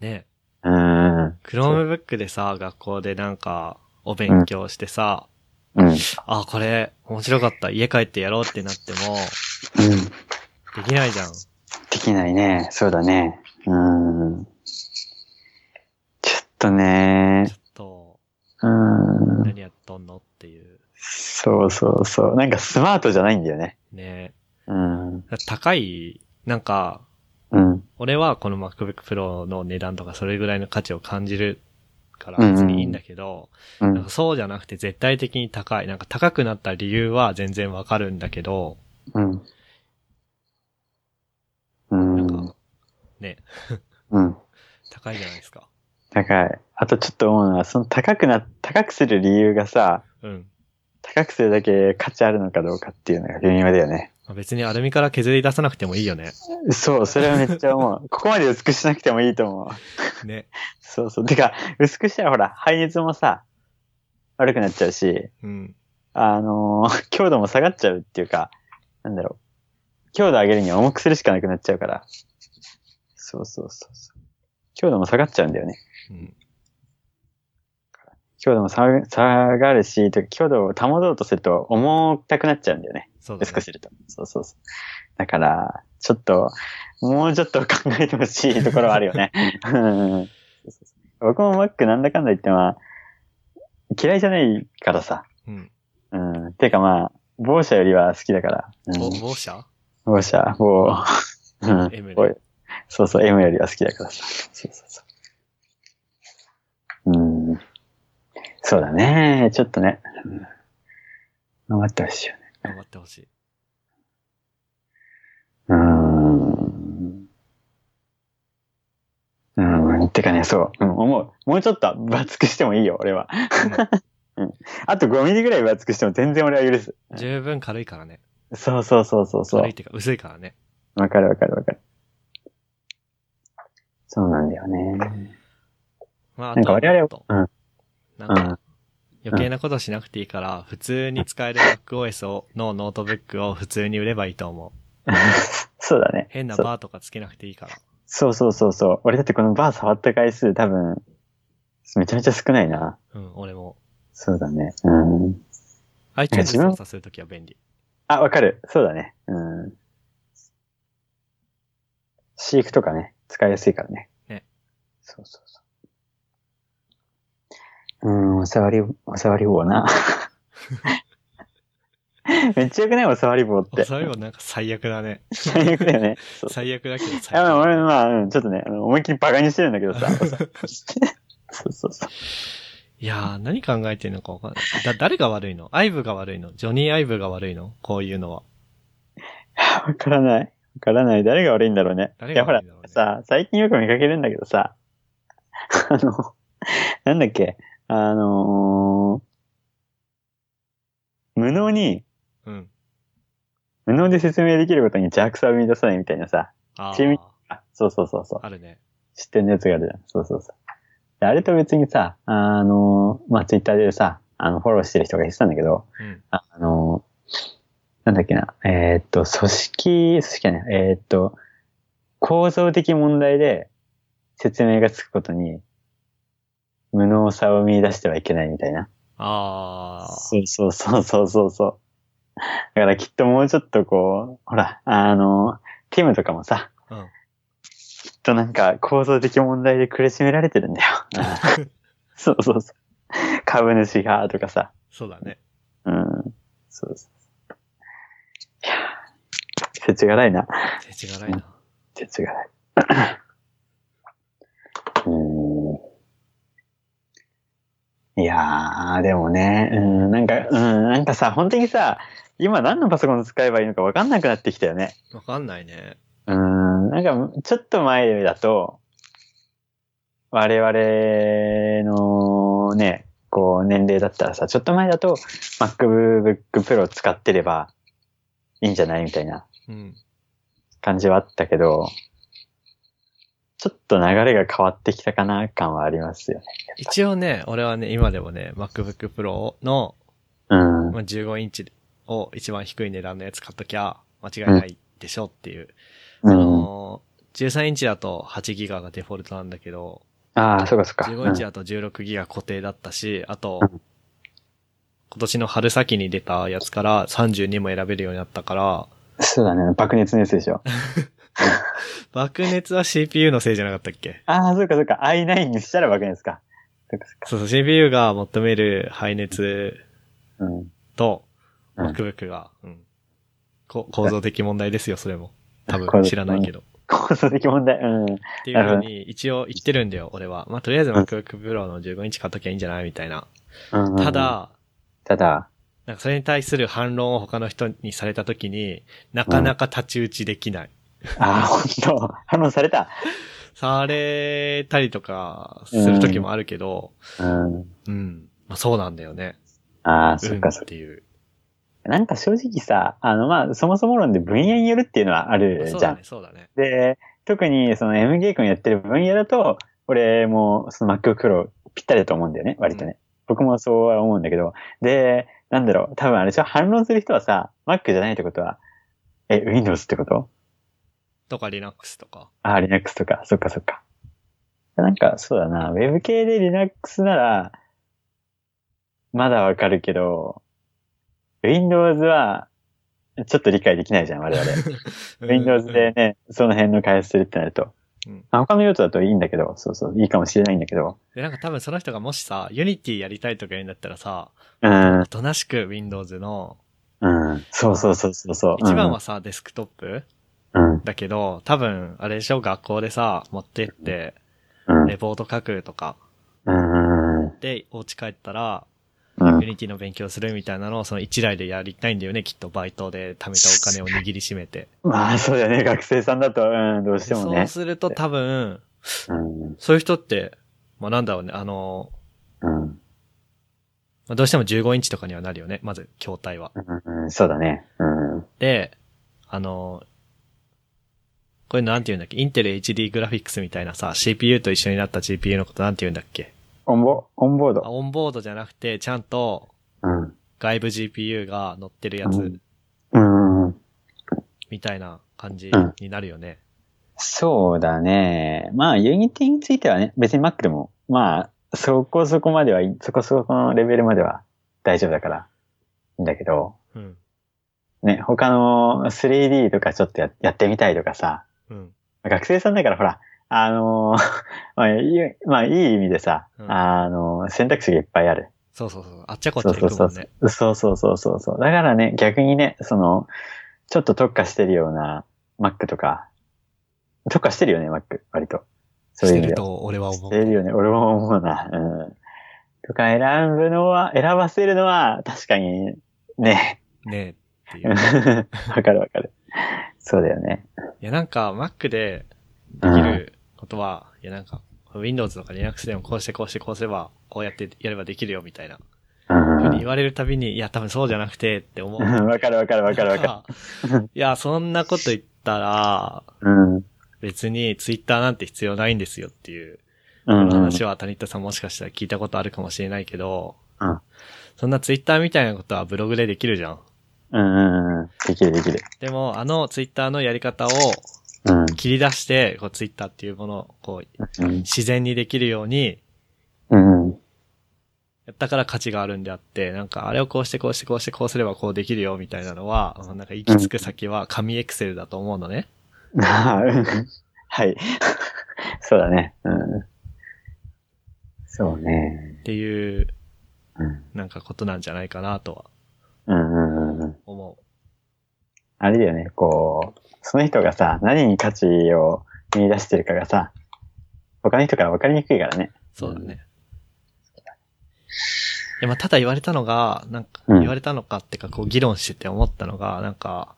[SPEAKER 2] ね
[SPEAKER 1] う。うん。うん。
[SPEAKER 2] Chromebook でさ、学校でなんか、お勉強してさ、
[SPEAKER 1] うん。
[SPEAKER 2] あ、これ、面白かった。家帰ってやろうってなっても、できないじゃん。
[SPEAKER 1] できないね。そうだね。うん。ちょっとね
[SPEAKER 2] ちょ。っと、
[SPEAKER 1] うん。
[SPEAKER 2] 何やっとんのっていう。
[SPEAKER 1] そうそうそう。なんかスマートじゃないんだよね。
[SPEAKER 2] ね
[SPEAKER 1] うん。
[SPEAKER 2] 高い、なんか、
[SPEAKER 1] うん。
[SPEAKER 2] 俺はこの MacBook Pro の値段とかそれぐらいの価値を感じるから
[SPEAKER 1] うんうん
[SPEAKER 2] 別にいいんだけど、
[SPEAKER 1] う
[SPEAKER 2] なん
[SPEAKER 1] ん
[SPEAKER 2] か。そうじゃなくて絶対的に高い。なんか高くなった理由は全然わかるんだけど、
[SPEAKER 1] うん。う
[SPEAKER 2] なん
[SPEAKER 1] ん。
[SPEAKER 2] か、ね、
[SPEAKER 1] うん。
[SPEAKER 2] 高いじゃないですか。
[SPEAKER 1] 高い。あとちょっと思うのは、その高くな、高くする理由がさ、
[SPEAKER 2] うん。
[SPEAKER 1] 高くするだけ価値あるのかどうかっていうのが微妙だよね。
[SPEAKER 2] まあ別にアルミから削り出さなくてもいいよね。
[SPEAKER 1] そう、それはめっちゃ思う。ここまで薄くしなくてもいいと思う。
[SPEAKER 2] ね。
[SPEAKER 1] そうそう。てか、薄くしたらほら、排熱もさ、悪くなっちゃうし、
[SPEAKER 2] うん。
[SPEAKER 1] あのー 強度も下がっちゃうっていうか、なんだろう。強度上げるには重くするしかなくなっちゃうから。そうそうそうそう。強度も下がっちゃうんだよね。
[SPEAKER 2] うん。
[SPEAKER 1] 強度も下が下がるし、てか強度を保とうとすると重たくなっちゃうんだよね。
[SPEAKER 2] そうだ
[SPEAKER 1] 薄く
[SPEAKER 2] ね。
[SPEAKER 1] すると。そうそうそう。だから、ちょっと、もうちょっと考えてほしいところはあるよ ね。うんそうそうそう僕も Mac なんだかんだ言ってまあ、嫌いじゃないからさ。
[SPEAKER 2] うん。
[SPEAKER 1] うん。てかまあ、某社よりは好きだから。う
[SPEAKER 2] ぼ、
[SPEAKER 1] ん、
[SPEAKER 2] 某社
[SPEAKER 1] 某社、某、うん。
[SPEAKER 2] M
[SPEAKER 1] 某そうそう、M よりは好きだからさ。そうそうそう。うん。そうだね。ちょっとね。うん頑張ってほしいよね
[SPEAKER 2] 頑張ってほしい。
[SPEAKER 1] うーん。うーん。てかね、そう。うん、思う。もうちょっと分厚くしてもいいよ、俺は。うん。あと5ミリぐらい分厚くしても全然俺は許す。
[SPEAKER 2] 十分軽いからね。
[SPEAKER 1] そうそうそうそうそう
[SPEAKER 2] 軽いっ。ていうか薄いからね。
[SPEAKER 1] わかるわかるわかる。そうなんだよね。
[SPEAKER 2] まあ、
[SPEAKER 1] なん
[SPEAKER 2] あ
[SPEAKER 1] か
[SPEAKER 2] とは
[SPEAKER 1] 我
[SPEAKER 2] も
[SPEAKER 1] 々
[SPEAKER 2] っと、
[SPEAKER 1] は、
[SPEAKER 2] なんか、余計なことしなくていいから、普通に使える MacOS を、のノートブックを普通に売ればいいと思う。
[SPEAKER 1] うん。 そうだね。
[SPEAKER 2] 変な
[SPEAKER 1] そう
[SPEAKER 2] バーとかつけなくていいから。
[SPEAKER 1] そうそうそうそう。俺だってこのバー触った回数多分、めちゃめちゃ少ないな。
[SPEAKER 2] うん、俺も。
[SPEAKER 1] そうだね。うん。
[SPEAKER 2] iTunes
[SPEAKER 1] 自分
[SPEAKER 2] 操作するときは便利。
[SPEAKER 1] あ、わかる。そうだね。うん。飼育とかね、使いやすいからね。
[SPEAKER 2] ね。
[SPEAKER 1] そうそうそう。うん、おさわり、おさわり棒 な。めっちゃよくないおさわり棒って。
[SPEAKER 2] そういえばなんか最悪だね。
[SPEAKER 1] 最悪だよね。そう
[SPEAKER 2] 最悪だけど
[SPEAKER 1] いや
[SPEAKER 2] 最
[SPEAKER 1] まあ俺、
[SPEAKER 2] 悪。
[SPEAKER 1] まあ、うんちょっとね、あの思いっきりバカにしてるんだけど さ。そうそうそう。
[SPEAKER 2] いやー、何考えてんのかわかんない。だ、誰が悪いのアイブが悪いのジョニー・アイブが悪いのこういうのは。
[SPEAKER 1] わからない。わからない。誰が悪いんだろうね。
[SPEAKER 2] 誰が悪いんだろうね
[SPEAKER 1] いや、ほら、さ、最近よく見かけるんだけどさ、 あの、なんだっけ、あのー無能に、
[SPEAKER 2] うん。
[SPEAKER 1] 無能で説明できることに邪悪さを見出さないみたいなさ、
[SPEAKER 2] あ
[SPEAKER 1] ちなみ
[SPEAKER 2] ー
[SPEAKER 1] に、あそうそうそうそう、
[SPEAKER 2] あるね。
[SPEAKER 1] 知ってるやつがあるじゃん。そうそうそう。であれと別にさ、あのーまあ、ツイッターでさ、あの、フォローしてる人が言ってたんだけど、
[SPEAKER 2] うん。
[SPEAKER 1] あの、なんだっけな、えーっと、組織、組織じゃない、えーっと、構造的問題で説明がつくことに、無能さを見出してはいけないみたいな。
[SPEAKER 2] あー。
[SPEAKER 1] そうそうそうそうそうそう。だからきっともうちょっとこう、ほら、あの、ティムとかもさ、
[SPEAKER 2] うん
[SPEAKER 1] きっとなんか構造的問題で苦しめられてる んだよ。そうそうそう。株主がとかさ。
[SPEAKER 2] そうだね。
[SPEAKER 1] うんそうです。いやー、世知がないな。
[SPEAKER 2] 手違がないな。
[SPEAKER 1] 世知がない。うーん。いやー、でもね、うん、なんか、うん、なんかさ、本当にさ、今何のパソコン使えばいいのか分かんなくなってきたよね。
[SPEAKER 2] わかんないね。
[SPEAKER 1] うん、なんか、ちょっと前だと、我々のね、こう、年齢だったらさ、ちょっと前だと MacBook Pro 使ってればいいんじゃないみたいな
[SPEAKER 2] うん。
[SPEAKER 1] 感じはあったけど、ちょっと流れが変わってきたかな感はありますよね。
[SPEAKER 2] 一応ね、俺はね、今でもね、MacBook Pro の、
[SPEAKER 1] うん。
[SPEAKER 2] まあ、15インチを一番低い値段のやつ買っときゃ間違いないでしょっていう。
[SPEAKER 1] う
[SPEAKER 2] あ
[SPEAKER 1] ん。
[SPEAKER 2] のー、13インチだと8ギガがデフォルトなんだけど、
[SPEAKER 1] ああ、そうかそうか。
[SPEAKER 2] 15インチだと16ギガ固定だったし、あと
[SPEAKER 1] う、
[SPEAKER 2] 今年の春先に出たやつから32も選べるようになったから、
[SPEAKER 1] うんそうだね。爆熱のやつでしょ。
[SPEAKER 2] 爆熱は CPU のせいじゃなかったっけ
[SPEAKER 1] ああ、そうかそうか。i9 にしたら爆熱か。そうかそうか。
[SPEAKER 2] そうそう、CPU が求める排熱
[SPEAKER 1] うん。
[SPEAKER 2] と、
[SPEAKER 1] うん
[SPEAKER 2] MacBook が、うん。こ構造的問題ですよ、それも。多
[SPEAKER 1] こ
[SPEAKER 2] 分
[SPEAKER 1] れ
[SPEAKER 2] 知らないけど。
[SPEAKER 1] 構造的問題。うん。
[SPEAKER 2] っていうふうに一応言ってるんだよ、俺は。まあ、とりあえず MacBook Pro の15インチ買っときゃいいんじゃないみたいな。
[SPEAKER 1] うん
[SPEAKER 2] た、だ、
[SPEAKER 1] ただ、
[SPEAKER 2] なんかそれに対する反論を他の人にされたときに、なかなか太刀打ちできない。
[SPEAKER 1] ああ、ほんと、反論された。
[SPEAKER 2] されたりとかするときもあるけど、
[SPEAKER 1] うん。
[SPEAKER 2] うん。まあ、そうなんだよね。
[SPEAKER 1] ああ、そ
[SPEAKER 2] うん
[SPEAKER 1] っ
[SPEAKER 2] っ
[SPEAKER 1] かそっか。
[SPEAKER 2] ていう。
[SPEAKER 1] なんか正直さ、あの、まあ、そもそも論で分野によるっていうのはある
[SPEAKER 2] そう
[SPEAKER 1] じゃ
[SPEAKER 2] だ
[SPEAKER 1] ん
[SPEAKER 2] ね、。そうだね。
[SPEAKER 1] で、特にその MG 君やってる分野だと、俺もその MacBook Pro ぴったりだと思うんだよね、割とね。僕もそうは思うんだけど。で、なんだろう、多分あれでしょ、反論する人はさ、Mac じゃないってことは、え、Windows ってこと
[SPEAKER 2] とか Linux とか。
[SPEAKER 1] あ、Linux とか、そっかそっか。なんか、そうだな、Web 系で Linux なら、まだわかるけど、Windows は、ちょっと理解できないじゃん、我 々。Windows でね、その辺の開発するってなると。
[SPEAKER 2] うん
[SPEAKER 1] まあ、他の用途だといいんだけど、そうそう、いいかもしれないんだけど。
[SPEAKER 2] で、なんか多分その人がもしさ、Unity やりたいとか言うんだったらさ、
[SPEAKER 1] うん
[SPEAKER 2] お、となしく Windows の、
[SPEAKER 1] うん、そうそうそうそうそう。
[SPEAKER 2] 一番はさ、デスクトップ
[SPEAKER 1] うん、うん、
[SPEAKER 2] だけど、多分、あれでしょ、学校でさ、持ってって、
[SPEAKER 1] うん、
[SPEAKER 2] レポート書くとか、
[SPEAKER 1] うん、うん
[SPEAKER 2] で、お家帰ったら、
[SPEAKER 1] うん。
[SPEAKER 2] Unity の勉強するみたいなのを、その一台でやりたいんだよね、きっとバイトで貯めたお金を握りしめて。
[SPEAKER 1] まあ、そうだよね、学生さんだと、うん、どうしても
[SPEAKER 2] そう
[SPEAKER 1] ね。
[SPEAKER 2] すると多分、
[SPEAKER 1] うん、
[SPEAKER 2] そういう人って、まあなんだろうね、あの、
[SPEAKER 1] うん、
[SPEAKER 2] まあどうしても15インチとかにはなるよね、まず、筐体は。
[SPEAKER 1] うん、うんそうだね。うん。
[SPEAKER 2] で、あの、これなんて言うんだっけインテル HD グラフィックスみたいなさ、CPU と一緒になった GPU のことなんて言うんだっけ
[SPEAKER 1] オンボ、オンボー
[SPEAKER 2] あ
[SPEAKER 1] ド。
[SPEAKER 2] オンボードじゃなくて、ちゃんと
[SPEAKER 1] うん。
[SPEAKER 2] 外部 GPU が乗ってるや
[SPEAKER 1] う
[SPEAKER 2] つ
[SPEAKER 1] んうんうん。
[SPEAKER 2] みたいな感じ
[SPEAKER 1] うん
[SPEAKER 2] になるよね。
[SPEAKER 1] そうだね。まあ、ユニティについてはね、別に Mac でも、まあ、そこそこまではいい、そこそこのレベルまでは大丈夫だから、いいんだけど、
[SPEAKER 2] うん。
[SPEAKER 1] ね、他の 3D とかちょっとややってみたいとかさ、
[SPEAKER 2] うん。
[SPEAKER 1] 学生さんだからほら、あのー まあ、いまあ、いい意味でさ、
[SPEAKER 2] うん
[SPEAKER 1] あの選択肢がいっぱいある。
[SPEAKER 2] そうそうそう。あっちゃこっち
[SPEAKER 1] そ
[SPEAKER 2] ゃ
[SPEAKER 1] うそう
[SPEAKER 2] 行く
[SPEAKER 1] そ
[SPEAKER 2] も
[SPEAKER 1] うん
[SPEAKER 2] ね。
[SPEAKER 1] そう。そうそうそうそうそう。だからね、逆にね、その、ちょっと特化してるような Mac とか、特化してるよね、Mac、割と。そう
[SPEAKER 2] し
[SPEAKER 1] いう
[SPEAKER 2] て
[SPEAKER 1] 意味
[SPEAKER 2] る
[SPEAKER 1] では。
[SPEAKER 2] と俺は思
[SPEAKER 1] してる
[SPEAKER 2] う。
[SPEAKER 1] よね、俺も思うな。うん。とか選ぶのは、選ばせるのは、確かに、ね。
[SPEAKER 2] ねえってい
[SPEAKER 1] うんわ
[SPEAKER 2] う。
[SPEAKER 1] かるわかる。そうだよね。
[SPEAKER 2] いやなんか Mac で
[SPEAKER 1] う
[SPEAKER 2] でき
[SPEAKER 1] ん。
[SPEAKER 2] ることは、いやなんか Windows とか Linux でもこうしてこうしてこうすれば、こうやってやればできるよみたいな。
[SPEAKER 1] うん
[SPEAKER 2] ふうに言われるたびに、いや、多分そうじゃなくてって思う。
[SPEAKER 1] うんわかるわかるわかるわか
[SPEAKER 2] る。いや、そんなこと言ったら、
[SPEAKER 1] る。うん。
[SPEAKER 2] 別にツイッターなんて必要ないんですよっていう
[SPEAKER 1] うんうん。
[SPEAKER 2] 話は谷田さんもしかしたら聞いたことあるかもしれないけど、
[SPEAKER 1] うん
[SPEAKER 2] そんなツイッターみたいなことはブログでできるじゃん。
[SPEAKER 1] うんうんうん。できるできる。
[SPEAKER 2] でも、あのツイッターのやり方を
[SPEAKER 1] うん。
[SPEAKER 2] 切り出して、こうツイッターっていうものをこう
[SPEAKER 1] うん
[SPEAKER 2] 自然にできるように、
[SPEAKER 1] うんうん。
[SPEAKER 2] やったから価値があるんであって、なんかあれをこうしてこうしてこうしてこうすればこうできるよみたいなのは、なんか行き着く先は紙エクセルだと思うのね。
[SPEAKER 1] ああ、うん。はい。そうだね。うん。そうね。
[SPEAKER 2] っていう、
[SPEAKER 1] うん。
[SPEAKER 2] なんかことなんじゃないかなとは
[SPEAKER 1] うんうんうんうん。
[SPEAKER 2] 思う。
[SPEAKER 1] あれだよね、こう、その人がさ、何に価値を見出してるかがさ、他の人から分かりにくいからね。
[SPEAKER 2] そうだね。いや、まあ、ただ言われたのが、なんか、
[SPEAKER 1] うん
[SPEAKER 2] 言われたのかってか、こう議論してて思ったのが、なんか、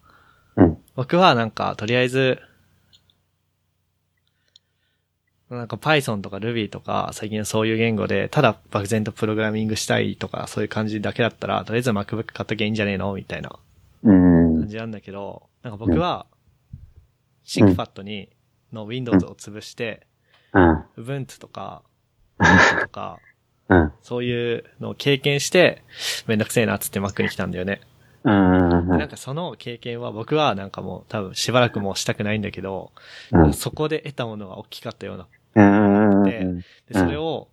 [SPEAKER 1] うん
[SPEAKER 2] 僕はなんか、とりあえず、なんか Python とか Ruby とか、最近はそういう言語で、ただ漠然とプログラミングしたいとか、そういう感じだけだったら、とりあえず MacBook 買っときゃいいんじゃねえのみたいな
[SPEAKER 1] うん。う
[SPEAKER 2] 感
[SPEAKER 1] ん。
[SPEAKER 2] じなんだけど、なんか僕は、シンクファットに、の Windows を潰して、
[SPEAKER 1] うん。
[SPEAKER 2] Ubuntu とか、Mac とか、
[SPEAKER 1] うん。
[SPEAKER 2] そういうのを経験して、めんどくせえなっつって Mac に来たんだよね。
[SPEAKER 1] うん。う
[SPEAKER 2] で
[SPEAKER 1] ん
[SPEAKER 2] なんかその経験は僕はなんかもう多分しばらくもうしたくないんだけど、
[SPEAKER 1] うん
[SPEAKER 2] そこで得たものが大きかったような。
[SPEAKER 1] うん。
[SPEAKER 2] でで、それを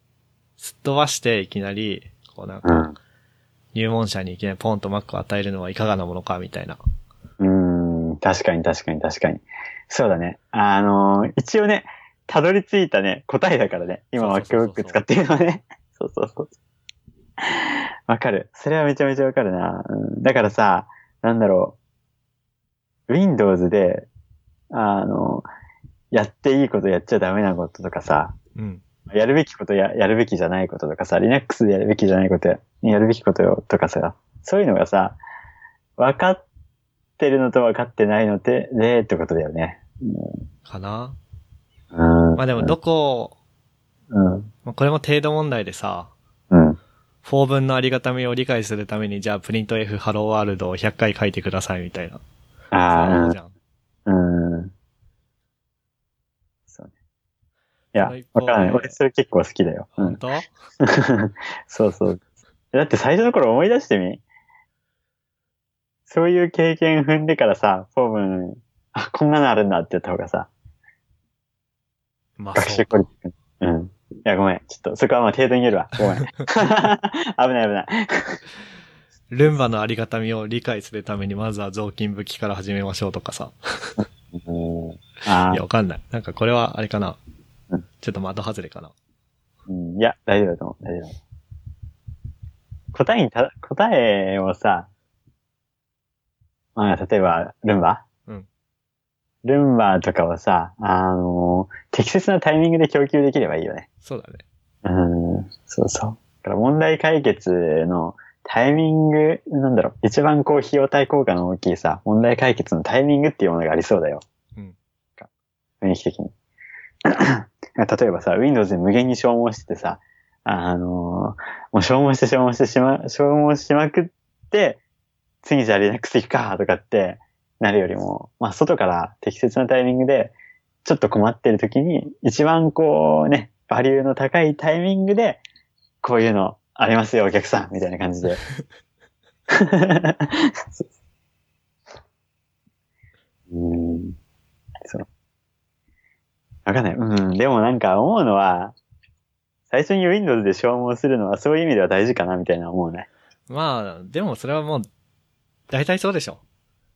[SPEAKER 2] すっ飛ばしていきなり、こうなん
[SPEAKER 1] う
[SPEAKER 2] か
[SPEAKER 1] ん。
[SPEAKER 2] 入門者にいきなりポンと Mac を与えるのはいかがなものかみたいな。
[SPEAKER 1] うん、確かに確かに確かに。そうだね。あのー一応ね、たどり着いたね、答えだからね。今
[SPEAKER 2] そうそうそうそう
[SPEAKER 1] MacBook 使ってるのはね。そうそうそう。わかる。それはめちゃめちゃわかるな、うんだからさ、なんだろう。Windows で、あのやっていいことやっちゃダメなこととかさ、
[SPEAKER 2] うん。
[SPEAKER 1] やるべきことややるべきじゃないこととかさ、Linux でやるべきじゃないことややるべきこととかさ、そういうのがさ、分かってるのと分かってないのって、で、ってことだよね。
[SPEAKER 2] かな
[SPEAKER 1] うん。
[SPEAKER 2] まあでもどこ、
[SPEAKER 1] うん。
[SPEAKER 2] まあこれも程度問題でさ、
[SPEAKER 1] うん。
[SPEAKER 2] 法文のありがたみを理解するために、じゃあプリント F ハローワールドを100回書いてくださいみたいな。そう
[SPEAKER 1] あ
[SPEAKER 2] じゃん。
[SPEAKER 1] あ、うん。そうね。いや
[SPEAKER 2] その一、方
[SPEAKER 1] わ
[SPEAKER 2] で
[SPEAKER 1] からない。俺それ結構好きだよ。う
[SPEAKER 2] 本
[SPEAKER 1] ん。
[SPEAKER 2] 当、
[SPEAKER 1] そうそう。だって最初の頃思い出してみそういう経験踏んでからさ、フォーム、あ、こんなのあるんだって言った方がさ、
[SPEAKER 2] まあ
[SPEAKER 1] 学
[SPEAKER 2] そ
[SPEAKER 1] 習
[SPEAKER 2] う
[SPEAKER 1] 効
[SPEAKER 2] か。
[SPEAKER 1] 率。うん。いや、ごめん。ちょっと、そこはまあ程度によるわ。ごめん。 危ない危ない。
[SPEAKER 2] ルンバのありがたみを理解するために、まずは雑巾拭きから始めましょうとかさ。
[SPEAKER 1] あ
[SPEAKER 2] い
[SPEAKER 1] あ
[SPEAKER 2] や、わかんない。なんかこれは、あれかな
[SPEAKER 1] うん。
[SPEAKER 2] ちょっと的外れかな。
[SPEAKER 1] うんいや、大丈夫だと思う。大丈夫。答えにた、答えをさ、まあ、例えば、ルンバ
[SPEAKER 2] うん。
[SPEAKER 1] ルンバとかはさ、あの適切なタイミングで供給できればいいよね。
[SPEAKER 2] そうだね。
[SPEAKER 1] うん、そうそう。だから問題解決のタイミング、なんだろう、一番こう費用対効果の大きいさ、問題解決のタイミングっていうものがありそうだよ。
[SPEAKER 2] うん。
[SPEAKER 1] 雰囲気的に。 例えばさ、Windows で無限に消耗しててさ、あのーもう消耗して消耗してしま、消耗しまくって、次じゃあ Linux 行くかとかってなるよりも、まあ外から適切なタイミングで、ちょっと困ってる時に、一番こうね、バリューの高いタイミングで、こういうのありますよ、お客さんみたいな感じで。 うんそう。わかんない。うん。でもなんか思うのは、最初に Windows で消耗するのはそういう意味では大事かなみたいな思うね。
[SPEAKER 2] まあ、でもそれはもう、大体そうでしょ。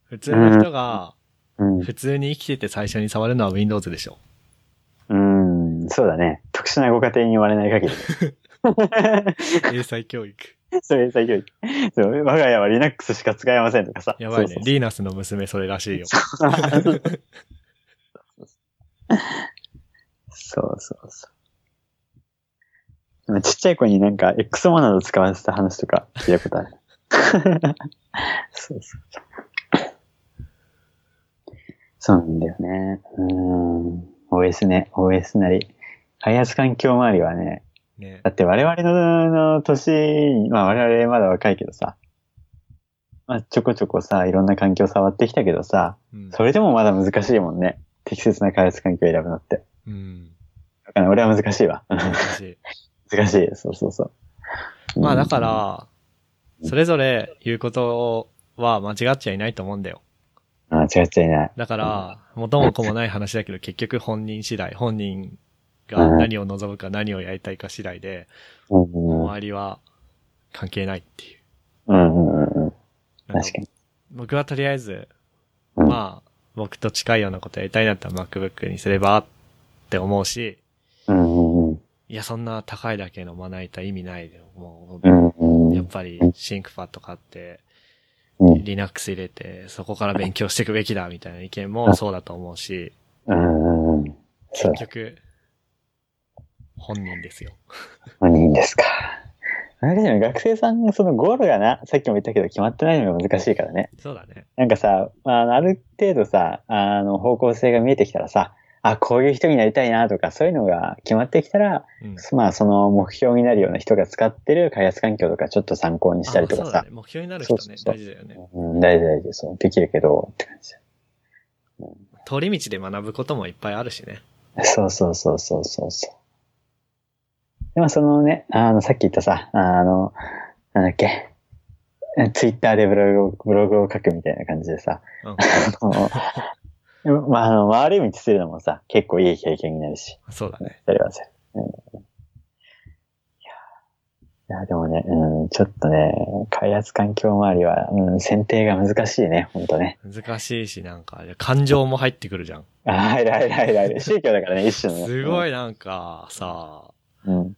[SPEAKER 2] 普通の人が、
[SPEAKER 1] うん。
[SPEAKER 2] 普通に生きてて最初に触るのは Windows でしょ。
[SPEAKER 1] うん、そうだね。特殊なご家庭に言われない限り。
[SPEAKER 2] 英才 教育。
[SPEAKER 1] それ最強に。そう、我が家は Linux しか使えませんとかさ。
[SPEAKER 2] やばいね
[SPEAKER 1] そう。そう
[SPEAKER 2] リーナスの娘それ らしいよ。
[SPEAKER 1] そうそうそう。ちっちゃい子になんか X モナド使わせた話とか聞いたこと ある。そうそうそう。そうなんだよね。うーん。OS ね、OS なり。開発環境周りはね、
[SPEAKER 2] ね。
[SPEAKER 1] だって我々のの年、まあ我々まだ若いけどさ、まあちょこちょこさ、いろんな環境触ってきたけどさ、
[SPEAKER 2] うん。
[SPEAKER 1] それでもまだ難しいもんね。適切な開発環境を選ぶのって。
[SPEAKER 2] うん。
[SPEAKER 1] わかんない俺は難しいわ。
[SPEAKER 2] 難しい。
[SPEAKER 1] 難しい。そうそうそう。
[SPEAKER 2] まあ
[SPEAKER 1] うん
[SPEAKER 2] だか、ら、それぞれ言うことは間違っちゃいないと思うんだよ。
[SPEAKER 1] あ違っちゃいない。
[SPEAKER 2] だから、元も子もない話だけど、結局本人次第、本人が何を望むか何をやりたいか次第で、
[SPEAKER 1] うんうんうん
[SPEAKER 2] 周りは関係ないっていう。
[SPEAKER 1] うんうんうん。
[SPEAKER 2] なん
[SPEAKER 1] 確かに。
[SPEAKER 2] 僕はとりあえず、
[SPEAKER 1] うん
[SPEAKER 2] まあ、僕と近いようなことやりたいなったら MacBook にすればって思うし、
[SPEAKER 1] うんうん
[SPEAKER 2] いや、そんな高いだけのまな板意味ないで、も
[SPEAKER 1] う
[SPEAKER 2] う、
[SPEAKER 1] んうんうん
[SPEAKER 2] やっぱりシンクパッド買って、
[SPEAKER 1] うん
[SPEAKER 2] Linux 入れて、そこから勉強していくべきだみたいな意見もそうだと思うし、
[SPEAKER 1] うんうんうん。そう
[SPEAKER 2] 結局、本人ですよ。
[SPEAKER 1] 何人ですか。あれだよね、学生さんのそのゴールがな、さっきも言ったけど決まってないのが難しいからね。
[SPEAKER 2] そうだね。
[SPEAKER 1] なんかさ、まあ、ある程度さ、あの、方向性が見えてきたらさ、あ、こういう人になりたいなとか、そういうのが決まってきたら、
[SPEAKER 2] うん。
[SPEAKER 1] まあ、その目標になるような人が使ってる開発環境とか、ちょっと参考にしたりとか
[SPEAKER 2] あそう
[SPEAKER 1] さ
[SPEAKER 2] だね。。目標になる人ね、
[SPEAKER 1] そうそうそう
[SPEAKER 2] 大事だよね。
[SPEAKER 1] うん、大事大事、そう、できるけど、って感じ。
[SPEAKER 2] 通り道で学ぶこともいっぱいあるしね。
[SPEAKER 1] そうそうそうそうそうそう。でもそのね、あの、さっき言ったさ、あの、なんだっけ、ツイッターでブログを、ブログを書くみたいな感じでさ、
[SPEAKER 2] うん。
[SPEAKER 1] あ のでもまあ、あの、回り道するのもさ、結構いい経験になるし、
[SPEAKER 2] そうだね。
[SPEAKER 1] それはそれ。うんいやいや、でもね、うん、ちょっとね、開発環境周りは、うん、選定が難しいね、ほんとね。
[SPEAKER 2] 難しいし、なんか、感情も入ってくるじゃん。
[SPEAKER 1] ああ、偉い偉い偉い。宗教だからね、一種のね。
[SPEAKER 2] すごいなんか、さ、
[SPEAKER 1] うん。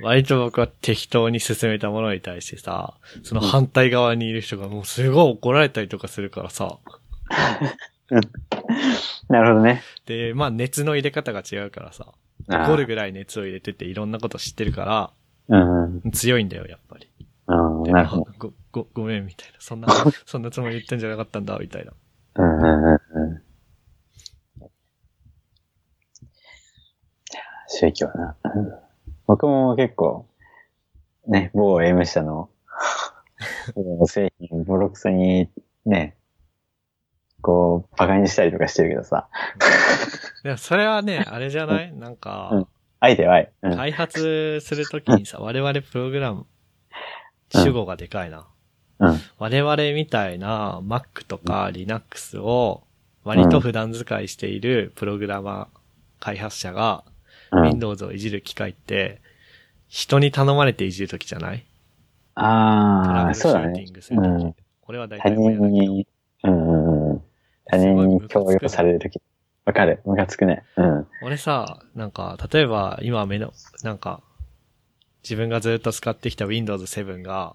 [SPEAKER 2] 割と僕は適当に進めたものに対してさ、その反対側にいる人がもうすごい怒られたりとかするからさ。
[SPEAKER 1] なるほどね。
[SPEAKER 2] で、まあ熱の入れ方が違うからさ、
[SPEAKER 1] あ
[SPEAKER 2] 怒るぐらい熱を入れてていろんなこと知ってるか
[SPEAKER 1] うん。うん
[SPEAKER 2] ら、強いんだよ、やっぱり。で
[SPEAKER 1] なるほど。
[SPEAKER 2] あご、ご、ごめん、みたいな。 そんな、そんなつもりで言ったんじゃなかったんだ、みたいな。
[SPEAKER 1] うんうんうんうん。宗教な。うん僕も結構、ね、某 M 社の製品ボロクソにね、こう、バカにしたりとかしてるけどさ、
[SPEAKER 2] でもそれはね、あれじゃないなんか、
[SPEAKER 1] うん相手は愛。うん
[SPEAKER 2] 開発するときにさ、我々プログラム、主語がでかいな。
[SPEAKER 1] うん
[SPEAKER 2] 我々みたいな Mac とか Linux を割と普段使いしているプログラマー開発者が
[SPEAKER 1] うん
[SPEAKER 2] Windows をいじる機会って人に頼まれていじるときじゃないトラブ
[SPEAKER 1] あ
[SPEAKER 2] ル
[SPEAKER 1] あ、
[SPEAKER 2] シ
[SPEAKER 1] そう
[SPEAKER 2] ュ
[SPEAKER 1] だ
[SPEAKER 2] ーテ
[SPEAKER 1] ね
[SPEAKER 2] ィング。す
[SPEAKER 1] う
[SPEAKER 2] るとき。
[SPEAKER 1] ん。
[SPEAKER 2] 俺は大
[SPEAKER 1] 他
[SPEAKER 2] 体親
[SPEAKER 1] 人
[SPEAKER 2] だけど
[SPEAKER 1] に、うんうんうん。他人に強要されるとき。わかる。ムカつくね。うん。
[SPEAKER 2] 俺さ、なんか、例えば今目の、なんか、自分がずっと使ってきた Windows 7が、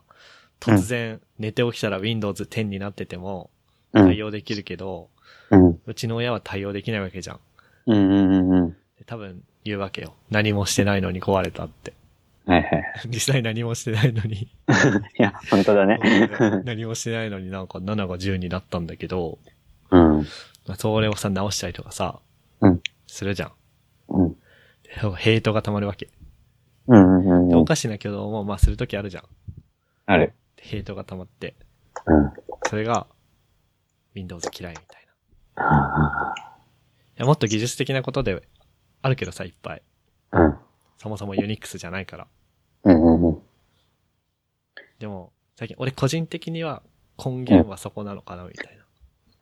[SPEAKER 2] 突然寝て起きたら Windows 10になってても
[SPEAKER 1] う
[SPEAKER 2] 対
[SPEAKER 1] ん。
[SPEAKER 2] 応できるけど、
[SPEAKER 1] うん。
[SPEAKER 2] うちの親は対応できないわけじゃん。
[SPEAKER 1] うんうんうんうん。
[SPEAKER 2] 多分言うわけよ。何もしてないのに壊れたって。
[SPEAKER 1] はいはい。
[SPEAKER 2] 実際何もしてない のに、
[SPEAKER 1] いや、本当だね。
[SPEAKER 2] 何もしてないのになんか7が10になったんだけど、
[SPEAKER 1] うん。
[SPEAKER 2] まあそれをさ直したりとかさ、
[SPEAKER 1] うん
[SPEAKER 2] するじゃん。
[SPEAKER 1] うん。
[SPEAKER 2] でヘイトが溜まるわけ。
[SPEAKER 1] うんうん
[SPEAKER 2] で
[SPEAKER 1] う
[SPEAKER 2] お
[SPEAKER 1] ん。
[SPEAKER 2] かしな挙動もまあするときあるじゃん。
[SPEAKER 1] ある。
[SPEAKER 2] ヘイトが溜まって。
[SPEAKER 1] うん。
[SPEAKER 2] それが、Windows 嫌いみたいな。い
[SPEAKER 1] あ
[SPEAKER 2] や、もっと技術的なことで、あるけどさ、いっぱい。
[SPEAKER 1] あうん。
[SPEAKER 2] そもそも Unix じゃないから。
[SPEAKER 1] うんうんうん。
[SPEAKER 2] でも、最近、俺個人的には、根源はそこなのかな、みたい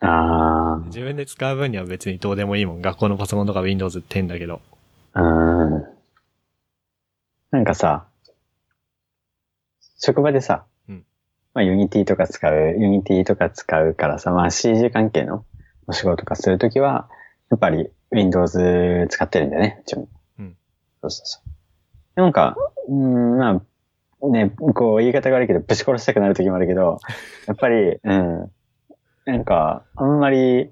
[SPEAKER 2] な。
[SPEAKER 1] あ
[SPEAKER 2] 自分で使う分には別にどうでもいいもん。学校のパソコンとか Windows 10だけど。
[SPEAKER 1] あ。うん。なんかさ、職場でさ、
[SPEAKER 2] うん
[SPEAKER 1] まあ、ユニティとか使う、ユニティとか使うからさ、まあ、CG 関係のお仕事とかするときは、やっぱり Windows 使ってるんだよね、うちも。
[SPEAKER 2] うん。
[SPEAKER 1] そうそうそう。なんか、うーん、まあ、ね、こう、言い方が悪いけど、ぶち殺したくなるときもあるけど、やっぱり、うん。なんか、あんまり、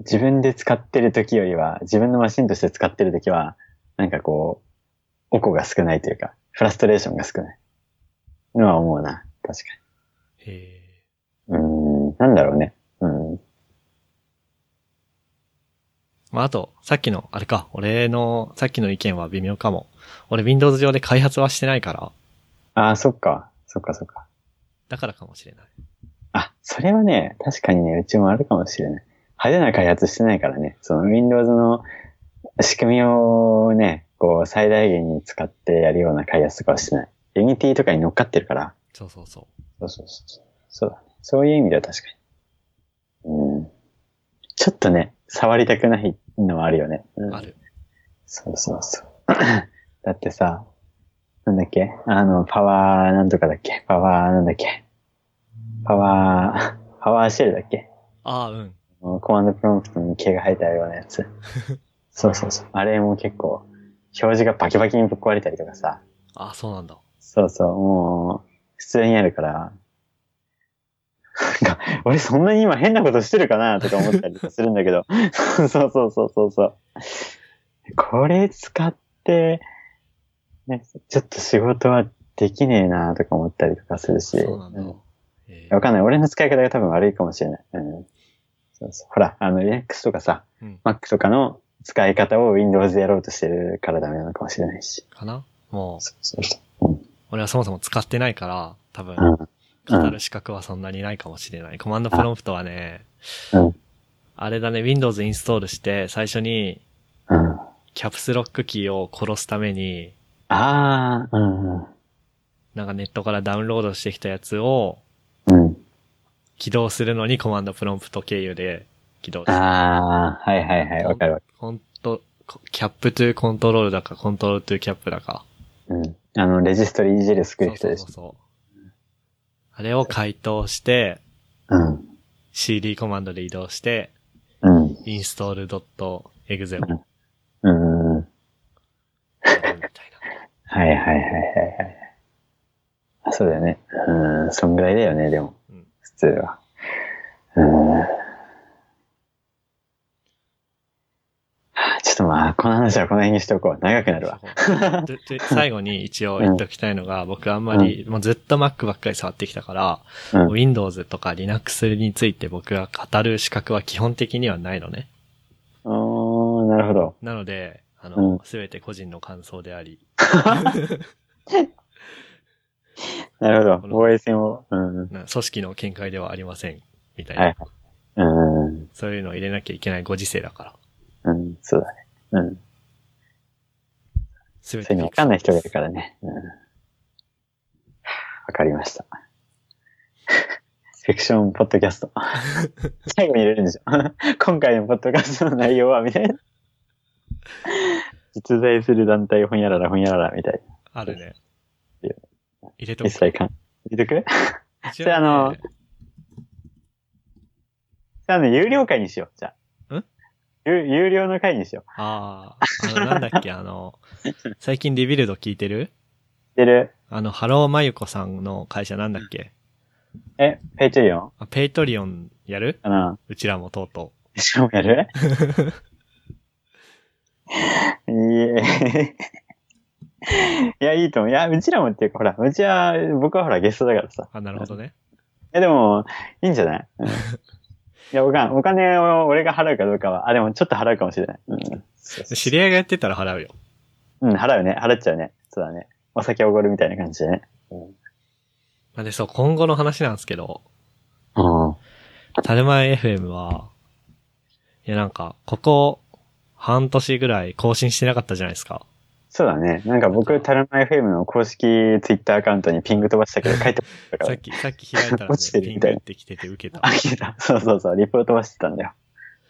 [SPEAKER 1] 自分で使ってるときよりは、自分のマシンとして使ってるときは、なんかこう、おこが少ないというか、フラストレーションが少ない。のは思うな。確か
[SPEAKER 2] へ
[SPEAKER 1] に。うーん、なんだろうね。うん。
[SPEAKER 2] ーまあ、あと、さっきの、あれか、俺の、さっきの意見は微妙かも。俺 Windows 上で開発はしてないから、
[SPEAKER 1] ああ、そっか。そっかそっか。
[SPEAKER 2] だからかもしれない。
[SPEAKER 1] あ、それはね、確かにね、うちもあるかもしれない。派手な開発してないからね、その Windows の仕組みをね、こう、最大限に使ってやるような開発とかはしてない。Unity とかに乗っかってるから、
[SPEAKER 2] そうそうそう。
[SPEAKER 1] そうそうそうそう。そうだね。そういう意味では確かに。うん。ちょっとね、触りたくないのはあるよね。うん、
[SPEAKER 2] ある。
[SPEAKER 1] そうそうそう。 だってさ、なんだっけあの、パワーなんとかだっけパワーなんだっけパワー、パ ワーシェルだっけ
[SPEAKER 2] ああ、うん。
[SPEAKER 1] コマンドプロンプトに毛が生えたようなや つ。そうそうそう。あれも結構、表示がバキバキにぶっ壊れたりとかさ。
[SPEAKER 2] ああ、そうなんだ。
[SPEAKER 1] そうそう、もう、普通にあるから。なんか、俺そんなに今変なことしてるかなとか思ったりとかするんだけど。 そうそうそうそうそう。これ使って、ね、ちょっと仕事はできねえなとか思ったりとかするし。
[SPEAKER 2] そうなんだ。
[SPEAKER 1] うん
[SPEAKER 2] へー
[SPEAKER 1] わかんない。俺の使い方が多分悪いかもしれない。うん。そうそうほら、あの、Linux とかさ、
[SPEAKER 2] うん。
[SPEAKER 1] Mac とかの使い方を Windows でやろうとしてるからダメなのかもしれないし。
[SPEAKER 2] かなもう、
[SPEAKER 1] そうそうそう。うん
[SPEAKER 2] 俺はそもそも使ってないから、多分、
[SPEAKER 1] うん
[SPEAKER 2] 語る資格はそんなにないかもしれない。コマンドプロンプトはね、
[SPEAKER 1] うん
[SPEAKER 2] あれだね、Windows インストールして、最初に
[SPEAKER 1] うん。
[SPEAKER 2] キャプスロックキーを殺すために、
[SPEAKER 1] ああ、うんうん。
[SPEAKER 2] なんかネットからダウンロードしてきたやつを
[SPEAKER 1] うん。
[SPEAKER 2] 起動するのにコマンドプロンプト経由で起動して。
[SPEAKER 1] ああ、はいはいはい、わかるわか
[SPEAKER 2] コント、コキャップトゥーコントロールだか、コントロールトゥーキャップだか。
[SPEAKER 1] る。うん。あの、レジストリいじるスクリプト
[SPEAKER 2] そう
[SPEAKER 1] です
[SPEAKER 2] そう。そう。あれを解凍して、
[SPEAKER 1] うん。
[SPEAKER 2] CD コマンドで移動して、
[SPEAKER 1] うん。
[SPEAKER 2] install.exe を
[SPEAKER 1] うんうん。はい
[SPEAKER 2] やるみたい
[SPEAKER 1] はいはいはいはい。あそうだよね。うん。そんぐらいだよね、でも
[SPEAKER 2] うん。
[SPEAKER 1] 普通は。うん。はあちょっとまあ、この話はこの辺にしておこう。長くなるわ。
[SPEAKER 2] な。でで最後に一応言っときたいのが、僕あんまり、もうずっと Mac ばっかり触ってきたから、
[SPEAKER 1] うん
[SPEAKER 2] Windows とか Linux について僕は語る資格は基本的にはないのね。
[SPEAKER 1] おー、なるほど。
[SPEAKER 2] なので、あの
[SPEAKER 1] うん、
[SPEAKER 2] すべ、て個人の感想であり、
[SPEAKER 1] なるほど。防衛戦を。うん。
[SPEAKER 2] な組織の見解ではありません、みたいな。
[SPEAKER 1] はい。うん。
[SPEAKER 2] そういうのを入れなきゃいけないご時世だか
[SPEAKER 1] う
[SPEAKER 2] ら。
[SPEAKER 1] ん、そうだね。うん。
[SPEAKER 2] すべ
[SPEAKER 1] そ
[SPEAKER 2] て
[SPEAKER 1] ういうの分かんない人がいるからね。うん。わかりました。フィクションポッドキャスト。最後に入れるんでしょ今回のポッドキャストの内容は、みたいな。実在する団体ほんやららほんやららみたい
[SPEAKER 2] あるね
[SPEAKER 1] いや。
[SPEAKER 2] 入れと
[SPEAKER 1] な。
[SPEAKER 2] く
[SPEAKER 1] 一。切かん。見とく
[SPEAKER 2] 一応ね
[SPEAKER 1] じゃああの、じゃあね、有料会にしよう。じゃあ。
[SPEAKER 2] ん
[SPEAKER 1] 有有料の会にしよう。
[SPEAKER 2] ああ、あの、なんだっけ、あの、最近リビルド聞いてる
[SPEAKER 1] でる、
[SPEAKER 2] あの、ハローマユコさんの会社なんだっけ
[SPEAKER 1] え、ペイチュリオン
[SPEAKER 2] あペイトリオンやる
[SPEAKER 1] かな
[SPEAKER 2] うちらもとうと
[SPEAKER 1] しかもやるいえ。いや、いいと思う。いや、うちらもっていうか、ほら、うちは、僕はほら、ゲストだからさ。
[SPEAKER 2] う。あ、なるほどね。
[SPEAKER 1] え、でも、いいんじゃない、うんいや、わかんお金を俺が払うかどうかは、あ、でもちょっと払うかもしれない。うん。
[SPEAKER 2] 知り合いがやってたら払うよ。
[SPEAKER 1] うん、払うね。払っちゃうね。そうだね。お酒おごるみたいな感じでね。
[SPEAKER 2] まあで、そう、今後の話なんですけど、
[SPEAKER 1] うん。
[SPEAKER 2] タルマエ FM は、いやなんか、ここ、半年ぐらい更新してなかったじゃないですか。
[SPEAKER 1] そうだね。なんか僕、タルマ FM の公式ツイッターアカウントにピング飛ばしたけど、書いてなか
[SPEAKER 2] さ
[SPEAKER 1] っ
[SPEAKER 2] っき、さっき開 いたら、ね
[SPEAKER 1] 落ちて、る
[SPEAKER 2] ピン
[SPEAKER 1] み
[SPEAKER 2] グ
[SPEAKER 1] たい
[SPEAKER 2] 打
[SPEAKER 1] な
[SPEAKER 2] ってきてて受け た。
[SPEAKER 1] た。あ、消えた。そうそうそう。リポートはしてたんだよ。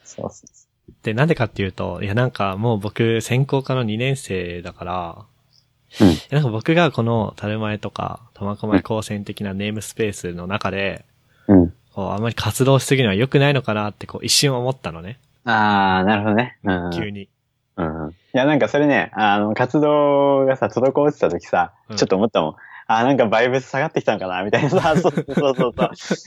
[SPEAKER 1] そうそうそう。
[SPEAKER 2] で、なんでかっていうと、いやなんかもう僕、専攻科の2年生だから、
[SPEAKER 1] うん
[SPEAKER 2] いやなんか僕がこの、タルマエとか、苫小牧高専的なネームスペースの中で、
[SPEAKER 1] うん。
[SPEAKER 2] こう、あんまり活動しすぎるのは良くないのかなって、こう、一瞬思ったのね。
[SPEAKER 1] ああ、なるほどね。うん。
[SPEAKER 2] 急に。
[SPEAKER 1] うん。いや、なんかそれね、あの、活動がさ、滞ってた時さ
[SPEAKER 2] うん、
[SPEAKER 1] ちょっと思ったもん。ああ、なんかバイブス下がってきたのかなみた いなさ、そうそうそうそう。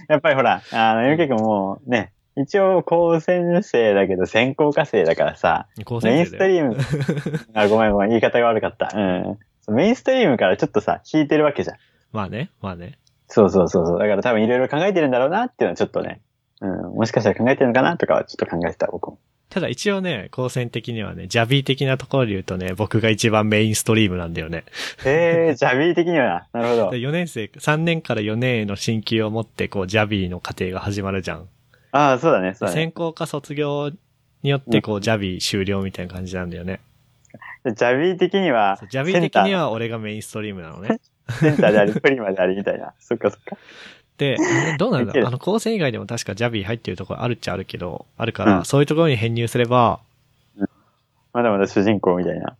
[SPEAKER 1] やっぱりほら、あの、MK 君もね、一応高専生だけど専攻科生だからさ、
[SPEAKER 2] 高
[SPEAKER 1] メイン
[SPEAKER 2] 専生
[SPEAKER 1] スト
[SPEAKER 2] で。
[SPEAKER 1] リーム、 あ、ごめんごめん、言い方が悪かった。うん。メインストリームからちょっとさ、引いてるわけじゃん。
[SPEAKER 2] まあね、まあね。
[SPEAKER 1] そうそうそうそう。だから多分いろいろ考えてるんだろうなっていうのはちょっとね、うん、もしかしたら考えてるのかなとかはちょっと考えてた、僕 も。
[SPEAKER 2] ただ一応ね、高専的にはね、ジャビー的なところで言うとね、僕が一番メインストリームなんだよね。
[SPEAKER 1] ええー、ジャビー的にはな。なるほど
[SPEAKER 2] で。4年生、3年から4年への進級を持って、こう、ジャビーの過程が始まるじゃん。
[SPEAKER 1] ああ、そうだね、そうだね。
[SPEAKER 2] 専攻科卒業によって、こう、ジャビー終了みたいな感じなんだよね。
[SPEAKER 1] ジャビー的には
[SPEAKER 2] そ、うジャビー的には俺がメインストリームなのね。
[SPEAKER 1] センターセンターであり、プリマでありみたいな。 そっかそっか。
[SPEAKER 2] で、 どうなん
[SPEAKER 1] でき
[SPEAKER 2] だろう
[SPEAKER 1] る
[SPEAKER 2] あの、高専以外でも確か Javi 入ってるところあるっちゃあるけど、あるか
[SPEAKER 1] う
[SPEAKER 2] ら、
[SPEAKER 1] ん
[SPEAKER 2] そういうところに編入すれば、
[SPEAKER 1] まだまだ主人公みたいな。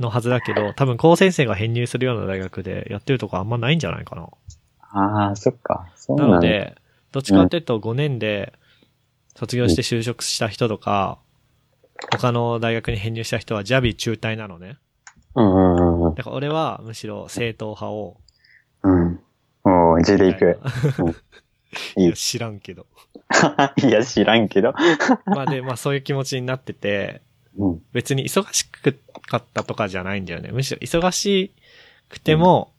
[SPEAKER 2] のはずだけど、多分高専生が編入するような大学でやってるとこあんまないんじゃないかな。
[SPEAKER 1] ああ、そっか。そう
[SPEAKER 2] な
[SPEAKER 1] なんだ
[SPEAKER 2] の、で、どっちかっていうと5年で卒業して就職した人とか、他の大学に編入した人は Javi 中退なのね。
[SPEAKER 1] うんうんうん
[SPEAKER 2] だから俺はむしろ正統派を。
[SPEAKER 1] うん。うん。おー、字でいく。いい
[SPEAKER 2] いや 知らんけど。
[SPEAKER 1] いや、知らんけど。
[SPEAKER 2] まあで、まあそういう気持ちになってて、
[SPEAKER 1] うん。
[SPEAKER 2] 別に忙しくかったとかじゃないんだよね。むしろ忙しくても、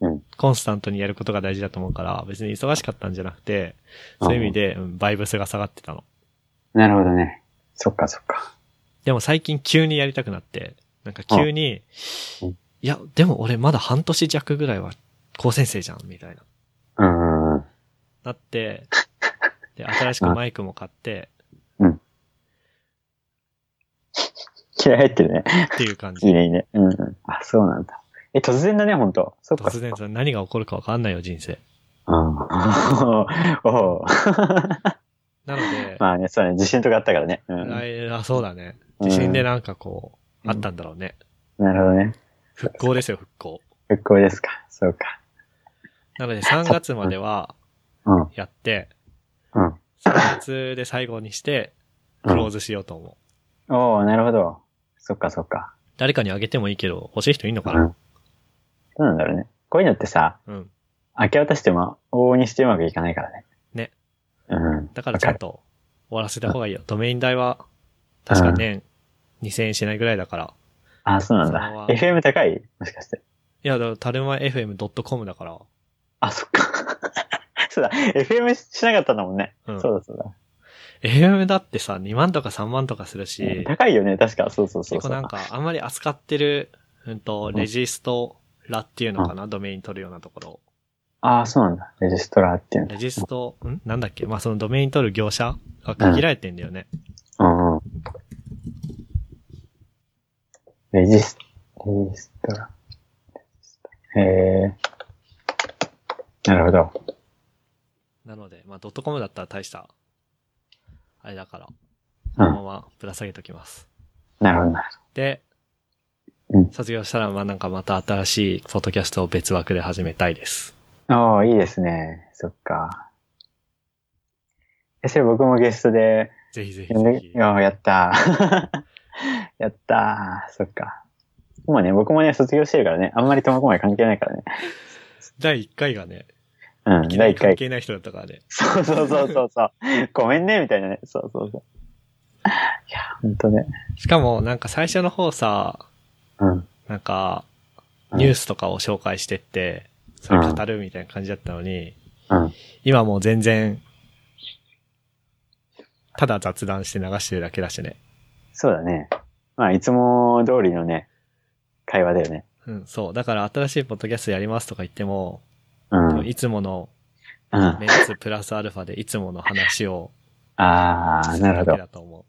[SPEAKER 1] うんうん
[SPEAKER 2] コンスタントにやることが大事だと思うから、別に忙しかったんじゃなくて、そういう意味で、うんバイブスが下がってたの。
[SPEAKER 1] なるほどね。そっかそっか。
[SPEAKER 2] でも最近急にやりたくなって、なんか急に
[SPEAKER 1] うん、
[SPEAKER 2] いや、でも俺まだ半年弱ぐらいは高先生じゃん、みたいな。
[SPEAKER 1] うんうんうん。
[SPEAKER 2] なって、で、新しくマイクも買って、
[SPEAKER 1] 気合入ってるね。
[SPEAKER 2] っていう感
[SPEAKER 1] いい
[SPEAKER 2] じ。
[SPEAKER 1] ねいいね。うんうん。あ、そうなんだ。え、突然だね、ほんと。そっか
[SPEAKER 2] 突
[SPEAKER 1] そっ
[SPEAKER 2] 然
[SPEAKER 1] か。
[SPEAKER 2] さ、何が起こるかわかんないよ、人生。
[SPEAKER 1] うん。 おお
[SPEAKER 2] なので、
[SPEAKER 1] まあね、そうだね。自信とかあったからね。うん。
[SPEAKER 2] 来あ、そうだね。自信でなんかこう、
[SPEAKER 1] うん
[SPEAKER 2] あったんだろうね。
[SPEAKER 1] なるほどね。
[SPEAKER 2] 復興ですよ、復興。
[SPEAKER 1] 復興ですか。そうか。
[SPEAKER 2] なので3月までは
[SPEAKER 1] うん。
[SPEAKER 2] やって、
[SPEAKER 1] うん。
[SPEAKER 2] 3月で最後にして、クローズしようと思う。
[SPEAKER 1] おおなるほど。そっかそっか。
[SPEAKER 2] 誰かにあげてもいいけど、欲しい人いんの
[SPEAKER 1] う
[SPEAKER 2] か
[SPEAKER 1] ん。
[SPEAKER 2] な
[SPEAKER 1] どうなんだろうね。こういうのってさ、
[SPEAKER 2] うん。
[SPEAKER 1] 明け渡しても、往々にしてうまくいかないからね。
[SPEAKER 2] ね。
[SPEAKER 1] うん。
[SPEAKER 2] だからちゃんと終わらせた方がいいよ。ドメイン代は、確か年2000円しないぐらいだから。
[SPEAKER 1] あ、そうなん
[SPEAKER 2] その
[SPEAKER 1] だ
[SPEAKER 2] ま。ま
[SPEAKER 1] FM 高いもしかして。
[SPEAKER 2] いや、だから、たるま FM.com だから。
[SPEAKER 1] あ、そっか。 そうだ。FM しなかったんだもんね。
[SPEAKER 2] うん。
[SPEAKER 1] そうだそうだ。
[SPEAKER 2] FM だってさ、2万とか3万とかするし、
[SPEAKER 1] 高いよね、確か。そうそうそうそ
[SPEAKER 2] 結構
[SPEAKER 1] う。
[SPEAKER 2] なんか、あんまり扱ってる、うんと、レジストラっていうのかな、ドメイン取るようなところ。
[SPEAKER 1] ああ、そうなんだ。レジストラーっていう
[SPEAKER 2] レジスト、んなんだっけまあ、そのドメイン取る業者が限られてんだよね。
[SPEAKER 1] の。うんうん。レジス、レジストラ。レジストラへえ。なるほど。
[SPEAKER 2] なので、まあ、ドットコムだったら大した、あれだから、
[SPEAKER 1] う
[SPEAKER 2] このま
[SPEAKER 1] ん。
[SPEAKER 2] まぶら下げときます。
[SPEAKER 1] なるほどな。
[SPEAKER 2] で、
[SPEAKER 1] うん
[SPEAKER 2] 卒業したら、まあ、なんかまた新しいポッドキャストを別枠で始めたいです。
[SPEAKER 1] ああ、いいですね。そっか。え、それ僕もゲストで、
[SPEAKER 2] ぜひぜひぜひ。
[SPEAKER 1] ああ、やった ー。やったー。そっか。もうね、僕もね、卒業してるからね、あんまり苫小牧関係ないからね。
[SPEAKER 2] 第1回がね、
[SPEAKER 1] うん、
[SPEAKER 2] いきな
[SPEAKER 1] 第
[SPEAKER 2] り
[SPEAKER 1] 1回
[SPEAKER 2] 関。係ない人だったからね。
[SPEAKER 1] そうそうそうそうそう。ごめんね、みたいなね。そうそうそう。いや、ほんとね。
[SPEAKER 2] しかも、なんか最初の方さ、
[SPEAKER 1] うん。
[SPEAKER 2] なんか、
[SPEAKER 1] うん
[SPEAKER 2] ニュースとかを紹介してって、それ語るみたいな感じだったのに、
[SPEAKER 1] うん。
[SPEAKER 2] 今もう全然、ただ雑談して流してるだけだしね。
[SPEAKER 1] そうだね。まあ、いつも通りのね、会話だよね。
[SPEAKER 2] うん、そう。だから新しいポッドキャストやりますとか言っても、
[SPEAKER 1] うん。うん。
[SPEAKER 2] いつもの
[SPEAKER 1] あ
[SPEAKER 2] メンツプラスアルファでいつもの話を
[SPEAKER 1] あー、なるほ
[SPEAKER 2] だけ
[SPEAKER 1] ど。
[SPEAKER 2] だと思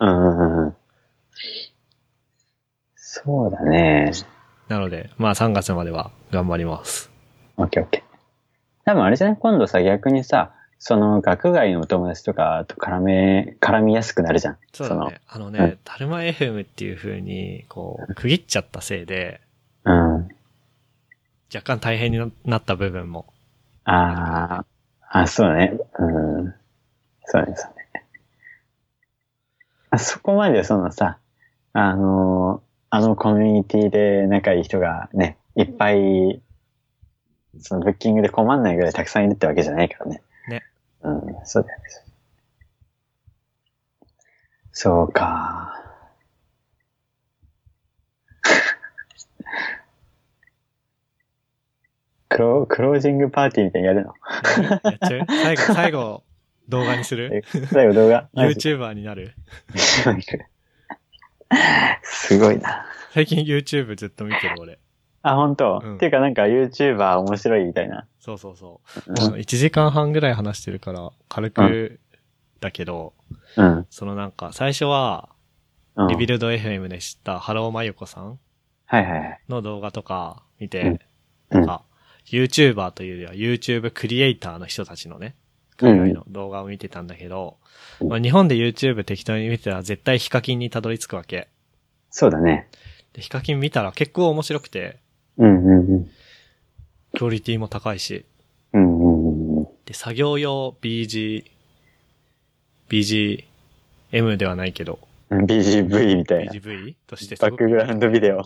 [SPEAKER 2] う。
[SPEAKER 1] うんうんうんうん。そうだね。
[SPEAKER 2] なので、まあ3月までは頑張ります。
[SPEAKER 1] オッケーオッケー。多分あれじゃない今度さ、逆にさ、その学外のお友達とかと絡め、絡みやすくなるじゃん。
[SPEAKER 2] そうだね。あの
[SPEAKER 1] う
[SPEAKER 2] ね
[SPEAKER 1] ん、
[SPEAKER 2] タルマ FM っていう風に、こう、区切っちゃったせいで、
[SPEAKER 1] その。うん。
[SPEAKER 2] 若干大変になった部分も。
[SPEAKER 1] ああ、あ、そうだね。うん。そうね、そうね。あそこまでそのさ、あの、あのコミュニティで仲いい人がね、いっぱい、そのブッキングで困んないぐらいたくさんいるってわけじゃないからね。
[SPEAKER 2] ね。
[SPEAKER 1] うん、そうだよね。そうか。クロクロージングパーティーみたいにやるの
[SPEAKER 2] やっち ゃう最後、最後、動画にする
[SPEAKER 1] 最後動画。
[SPEAKER 2] ?YouTuber になる
[SPEAKER 1] すごいな。
[SPEAKER 2] 最近 YouTube ずっと見てる俺。
[SPEAKER 1] あ、本当、
[SPEAKER 2] うん
[SPEAKER 1] っていうかなんか YouTuber 面白いみたいな。
[SPEAKER 2] そうそうそ
[SPEAKER 1] う。
[SPEAKER 2] う。もうん1時間半ぐらい話してるから、軽く、だけど、
[SPEAKER 1] うん。
[SPEAKER 2] そのなんか、最初
[SPEAKER 1] う
[SPEAKER 2] は、
[SPEAKER 1] ん
[SPEAKER 2] リビルド FM で知ったハローマユコさん
[SPEAKER 1] はいはいはい。
[SPEAKER 2] の動画とか見
[SPEAKER 1] うん
[SPEAKER 2] て、
[SPEAKER 1] うん
[SPEAKER 2] なんか、YouTuber というよりは YouTube クリエイターの人たちのね、海外の動画を見てたんだけど、
[SPEAKER 1] うん
[SPEAKER 2] まあ、日本で YouTube 適当に見てたら絶対ヒカキンにたどり着くわけ。
[SPEAKER 1] そうだね。
[SPEAKER 2] でヒカキン見たら結構面白くて、
[SPEAKER 1] うんうんうん。
[SPEAKER 2] クオリティも高いし、
[SPEAKER 1] うんうんうん。
[SPEAKER 2] で、作業用 BG、BGM ではないけど、
[SPEAKER 1] うん BGV みたいな。
[SPEAKER 2] BGV としてす
[SPEAKER 1] バ
[SPEAKER 2] ご
[SPEAKER 1] ック
[SPEAKER 2] く
[SPEAKER 1] グラウンドビデオ。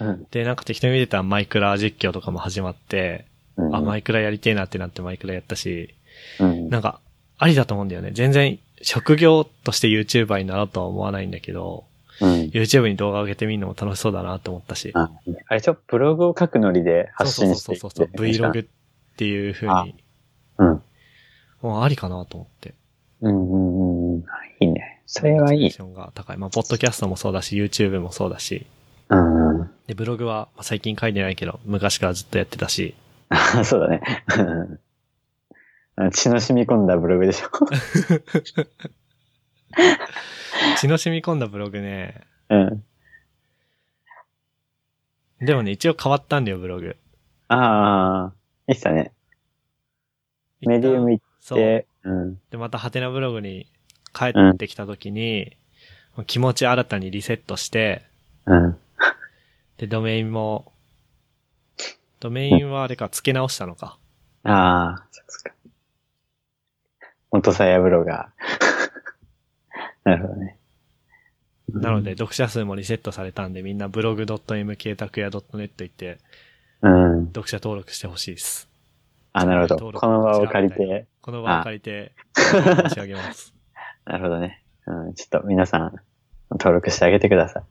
[SPEAKER 1] うん
[SPEAKER 2] で、なんか適当に見てたマイクラ実況とかも始まって、
[SPEAKER 1] うん
[SPEAKER 2] あ、マイクラやりてえなってなってマイクラやったし、
[SPEAKER 1] うん
[SPEAKER 2] なんか、ありだと思うんだよね。全然、職業として YouTuber になろうとは思わないんだけど、
[SPEAKER 1] うん。
[SPEAKER 2] YouTube に動画を上げてみるのも楽しそうだなと思ったし、
[SPEAKER 1] ああれ、ちょっとブログを書くノリで
[SPEAKER 2] そう
[SPEAKER 1] 発
[SPEAKER 2] そ
[SPEAKER 1] 信
[SPEAKER 2] う
[SPEAKER 1] し
[SPEAKER 2] そ
[SPEAKER 1] て
[SPEAKER 2] う
[SPEAKER 1] い
[SPEAKER 2] そう
[SPEAKER 1] く
[SPEAKER 2] そう、
[SPEAKER 1] って感じか
[SPEAKER 2] Vlog っていう風
[SPEAKER 1] あ
[SPEAKER 2] に、
[SPEAKER 1] うん。
[SPEAKER 2] もうありかなと思って。
[SPEAKER 1] うんうんうんうん。いいね。それはい
[SPEAKER 2] テン
[SPEAKER 1] い
[SPEAKER 2] シ。ョンが高い。まあ、ポッドキャストもそうだし、YouTube もそうだし、
[SPEAKER 1] うん。
[SPEAKER 2] で、ブログは、まあ、最近書いてないけど、昔からずっとやってたし、
[SPEAKER 1] あ そうだね。うん血の染み込んだブログ でしょ。
[SPEAKER 2] 血の染み込んだブログね、
[SPEAKER 1] うん。
[SPEAKER 2] でもね、一応変わったんだよ、ブログ。
[SPEAKER 1] ああ、いいっすよね。メディウム行っ
[SPEAKER 2] そう。
[SPEAKER 1] て、うん。
[SPEAKER 2] で、またハテナブログに帰
[SPEAKER 1] う
[SPEAKER 2] っ
[SPEAKER 1] ん
[SPEAKER 2] てきた時に、もう気持ち新たにリセットして、
[SPEAKER 1] うん。
[SPEAKER 2] で、ドメインも、ドメインはあれか、付け直したのか。
[SPEAKER 1] ああ、そっか。元さやブロガー。 なるほどね。
[SPEAKER 2] なので、読者数もリセットされたんで、みんなブログ .mk 拓也 .net 行って、
[SPEAKER 1] うん。うん。
[SPEAKER 2] 読者登録してほしいです。
[SPEAKER 1] あ、なるほど。
[SPEAKER 2] 登録
[SPEAKER 1] この場を借りて。
[SPEAKER 2] この場を借りて、申し上げます。
[SPEAKER 1] なるほどね。うん。ちょっと皆さん、登録してあげてください。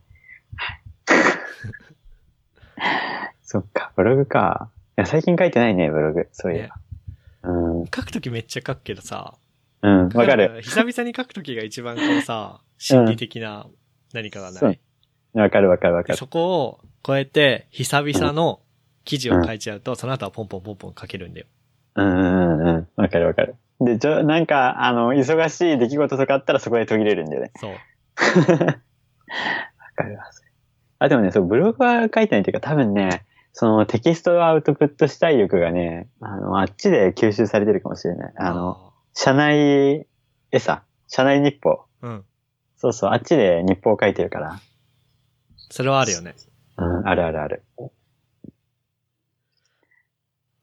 [SPEAKER 1] そっか、ブログか。いや、最近書いてないね、ブログ。そういえば。うん。
[SPEAKER 2] 書くときめっちゃ書くけどさ、
[SPEAKER 1] うん、わかる。。
[SPEAKER 2] 久々に書くときが一番こうさ、心理的な何かがない。
[SPEAKER 1] そうわかるわかるわか
[SPEAKER 2] で
[SPEAKER 1] る。
[SPEAKER 2] そこを超えて、久々の記事を書いちゃうと、その後はポンポンポンポン書けるんだよ。
[SPEAKER 1] うんうんうんうん。わかるわかる。で、ちょ、なんか、あの、忙しい出来事とかあったらそこで途切れるんだよね。
[SPEAKER 2] そう。
[SPEAKER 1] わかるわ、それ。あ、でもね、そう、ブログは書いてないというか、多分ね、そのテキストをアウトプットしたい欲がね、あの、あっちで吸収されてるかもしれない。あの、社内餌、社内日報。
[SPEAKER 2] あー。うん。
[SPEAKER 1] そうそう、あっちで日報書いてるから。
[SPEAKER 2] それはあるよね。
[SPEAKER 1] うん、あるあるある。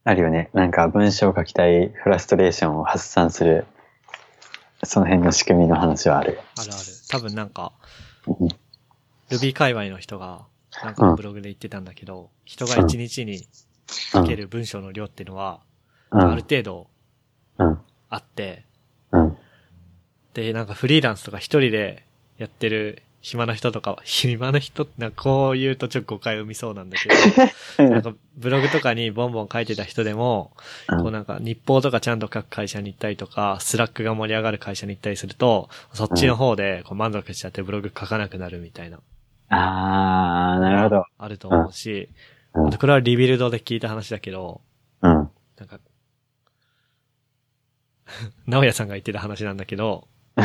[SPEAKER 1] あるよね。なんか文章を書きたいフラストレーションを発散する、その辺の仕組みの話はある。
[SPEAKER 2] あるある。多分なんか、
[SPEAKER 1] うん
[SPEAKER 2] ルビー界隈の人が、なんかブログで言ってたんだけど、人が一日に書ける文章の量っていうのは、
[SPEAKER 1] う
[SPEAKER 2] あ
[SPEAKER 1] ん。
[SPEAKER 2] る程度
[SPEAKER 1] うん。
[SPEAKER 2] あって、
[SPEAKER 1] うん。
[SPEAKER 2] で、なんかフリーランスとか一人でやってる暇な人とかは、 暇な人ってなんかこう言うとちょっと誤解を生みそうなんだけ ど、なんかブログとかにボンボン書いてた人でも、
[SPEAKER 1] うん
[SPEAKER 2] こうなんか日報とかちゃんと書く会社に行ったりとか、スラックが盛り上がる会社に行ったりすると、そっちの方でこう満足しちゃってブログ書かなくなるみたいな。
[SPEAKER 1] あー、なるほど。
[SPEAKER 2] あると思うし、
[SPEAKER 1] うん
[SPEAKER 2] あとこれはリビルドで聞いた話だけど、
[SPEAKER 1] うん。
[SPEAKER 2] なんか、 直也さんが言ってた話なんだ けど、あ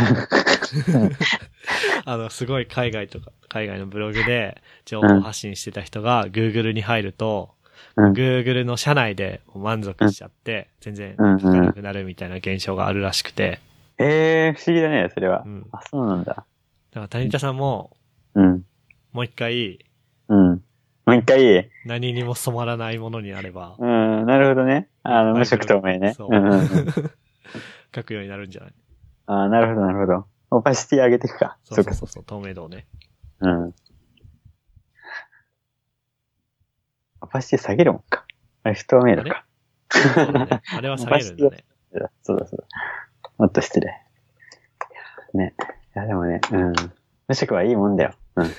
[SPEAKER 2] の、すごい海外とか、海外のブログで情報発信してた人が Google に入ると、
[SPEAKER 1] うん。
[SPEAKER 2] Google の社内で満足しちゃって、全然
[SPEAKER 1] うんうん
[SPEAKER 2] 書かなくなるみたいな現象があるらしくて、
[SPEAKER 1] えー、不思議だね、それは
[SPEAKER 2] う。ん。だ
[SPEAKER 1] あ、そうなんだ。
[SPEAKER 2] から谷田さんも、
[SPEAKER 1] うん。
[SPEAKER 2] もう一回、
[SPEAKER 1] うん。もう一回、
[SPEAKER 2] 何にも染まらないものになれば、
[SPEAKER 1] うん、なるほどね。あの、無色透明ね。
[SPEAKER 2] そ
[SPEAKER 1] う
[SPEAKER 2] う
[SPEAKER 1] んうんうん。
[SPEAKER 2] 書くようになるんじゃない
[SPEAKER 1] あー、なるほど、なるほど。オパシティ上げていくか。
[SPEAKER 2] そう
[SPEAKER 1] そうか
[SPEAKER 2] そう、そうそう、透明度をね。
[SPEAKER 1] うん。オパシティ下げるもんか。あれ、不透明度か。
[SPEAKER 2] そうだね あれは下げるんだね。
[SPEAKER 1] そうだそうだ。もっと失礼。ね。いや、でもね、うん。無職はいいもんだよ。うん。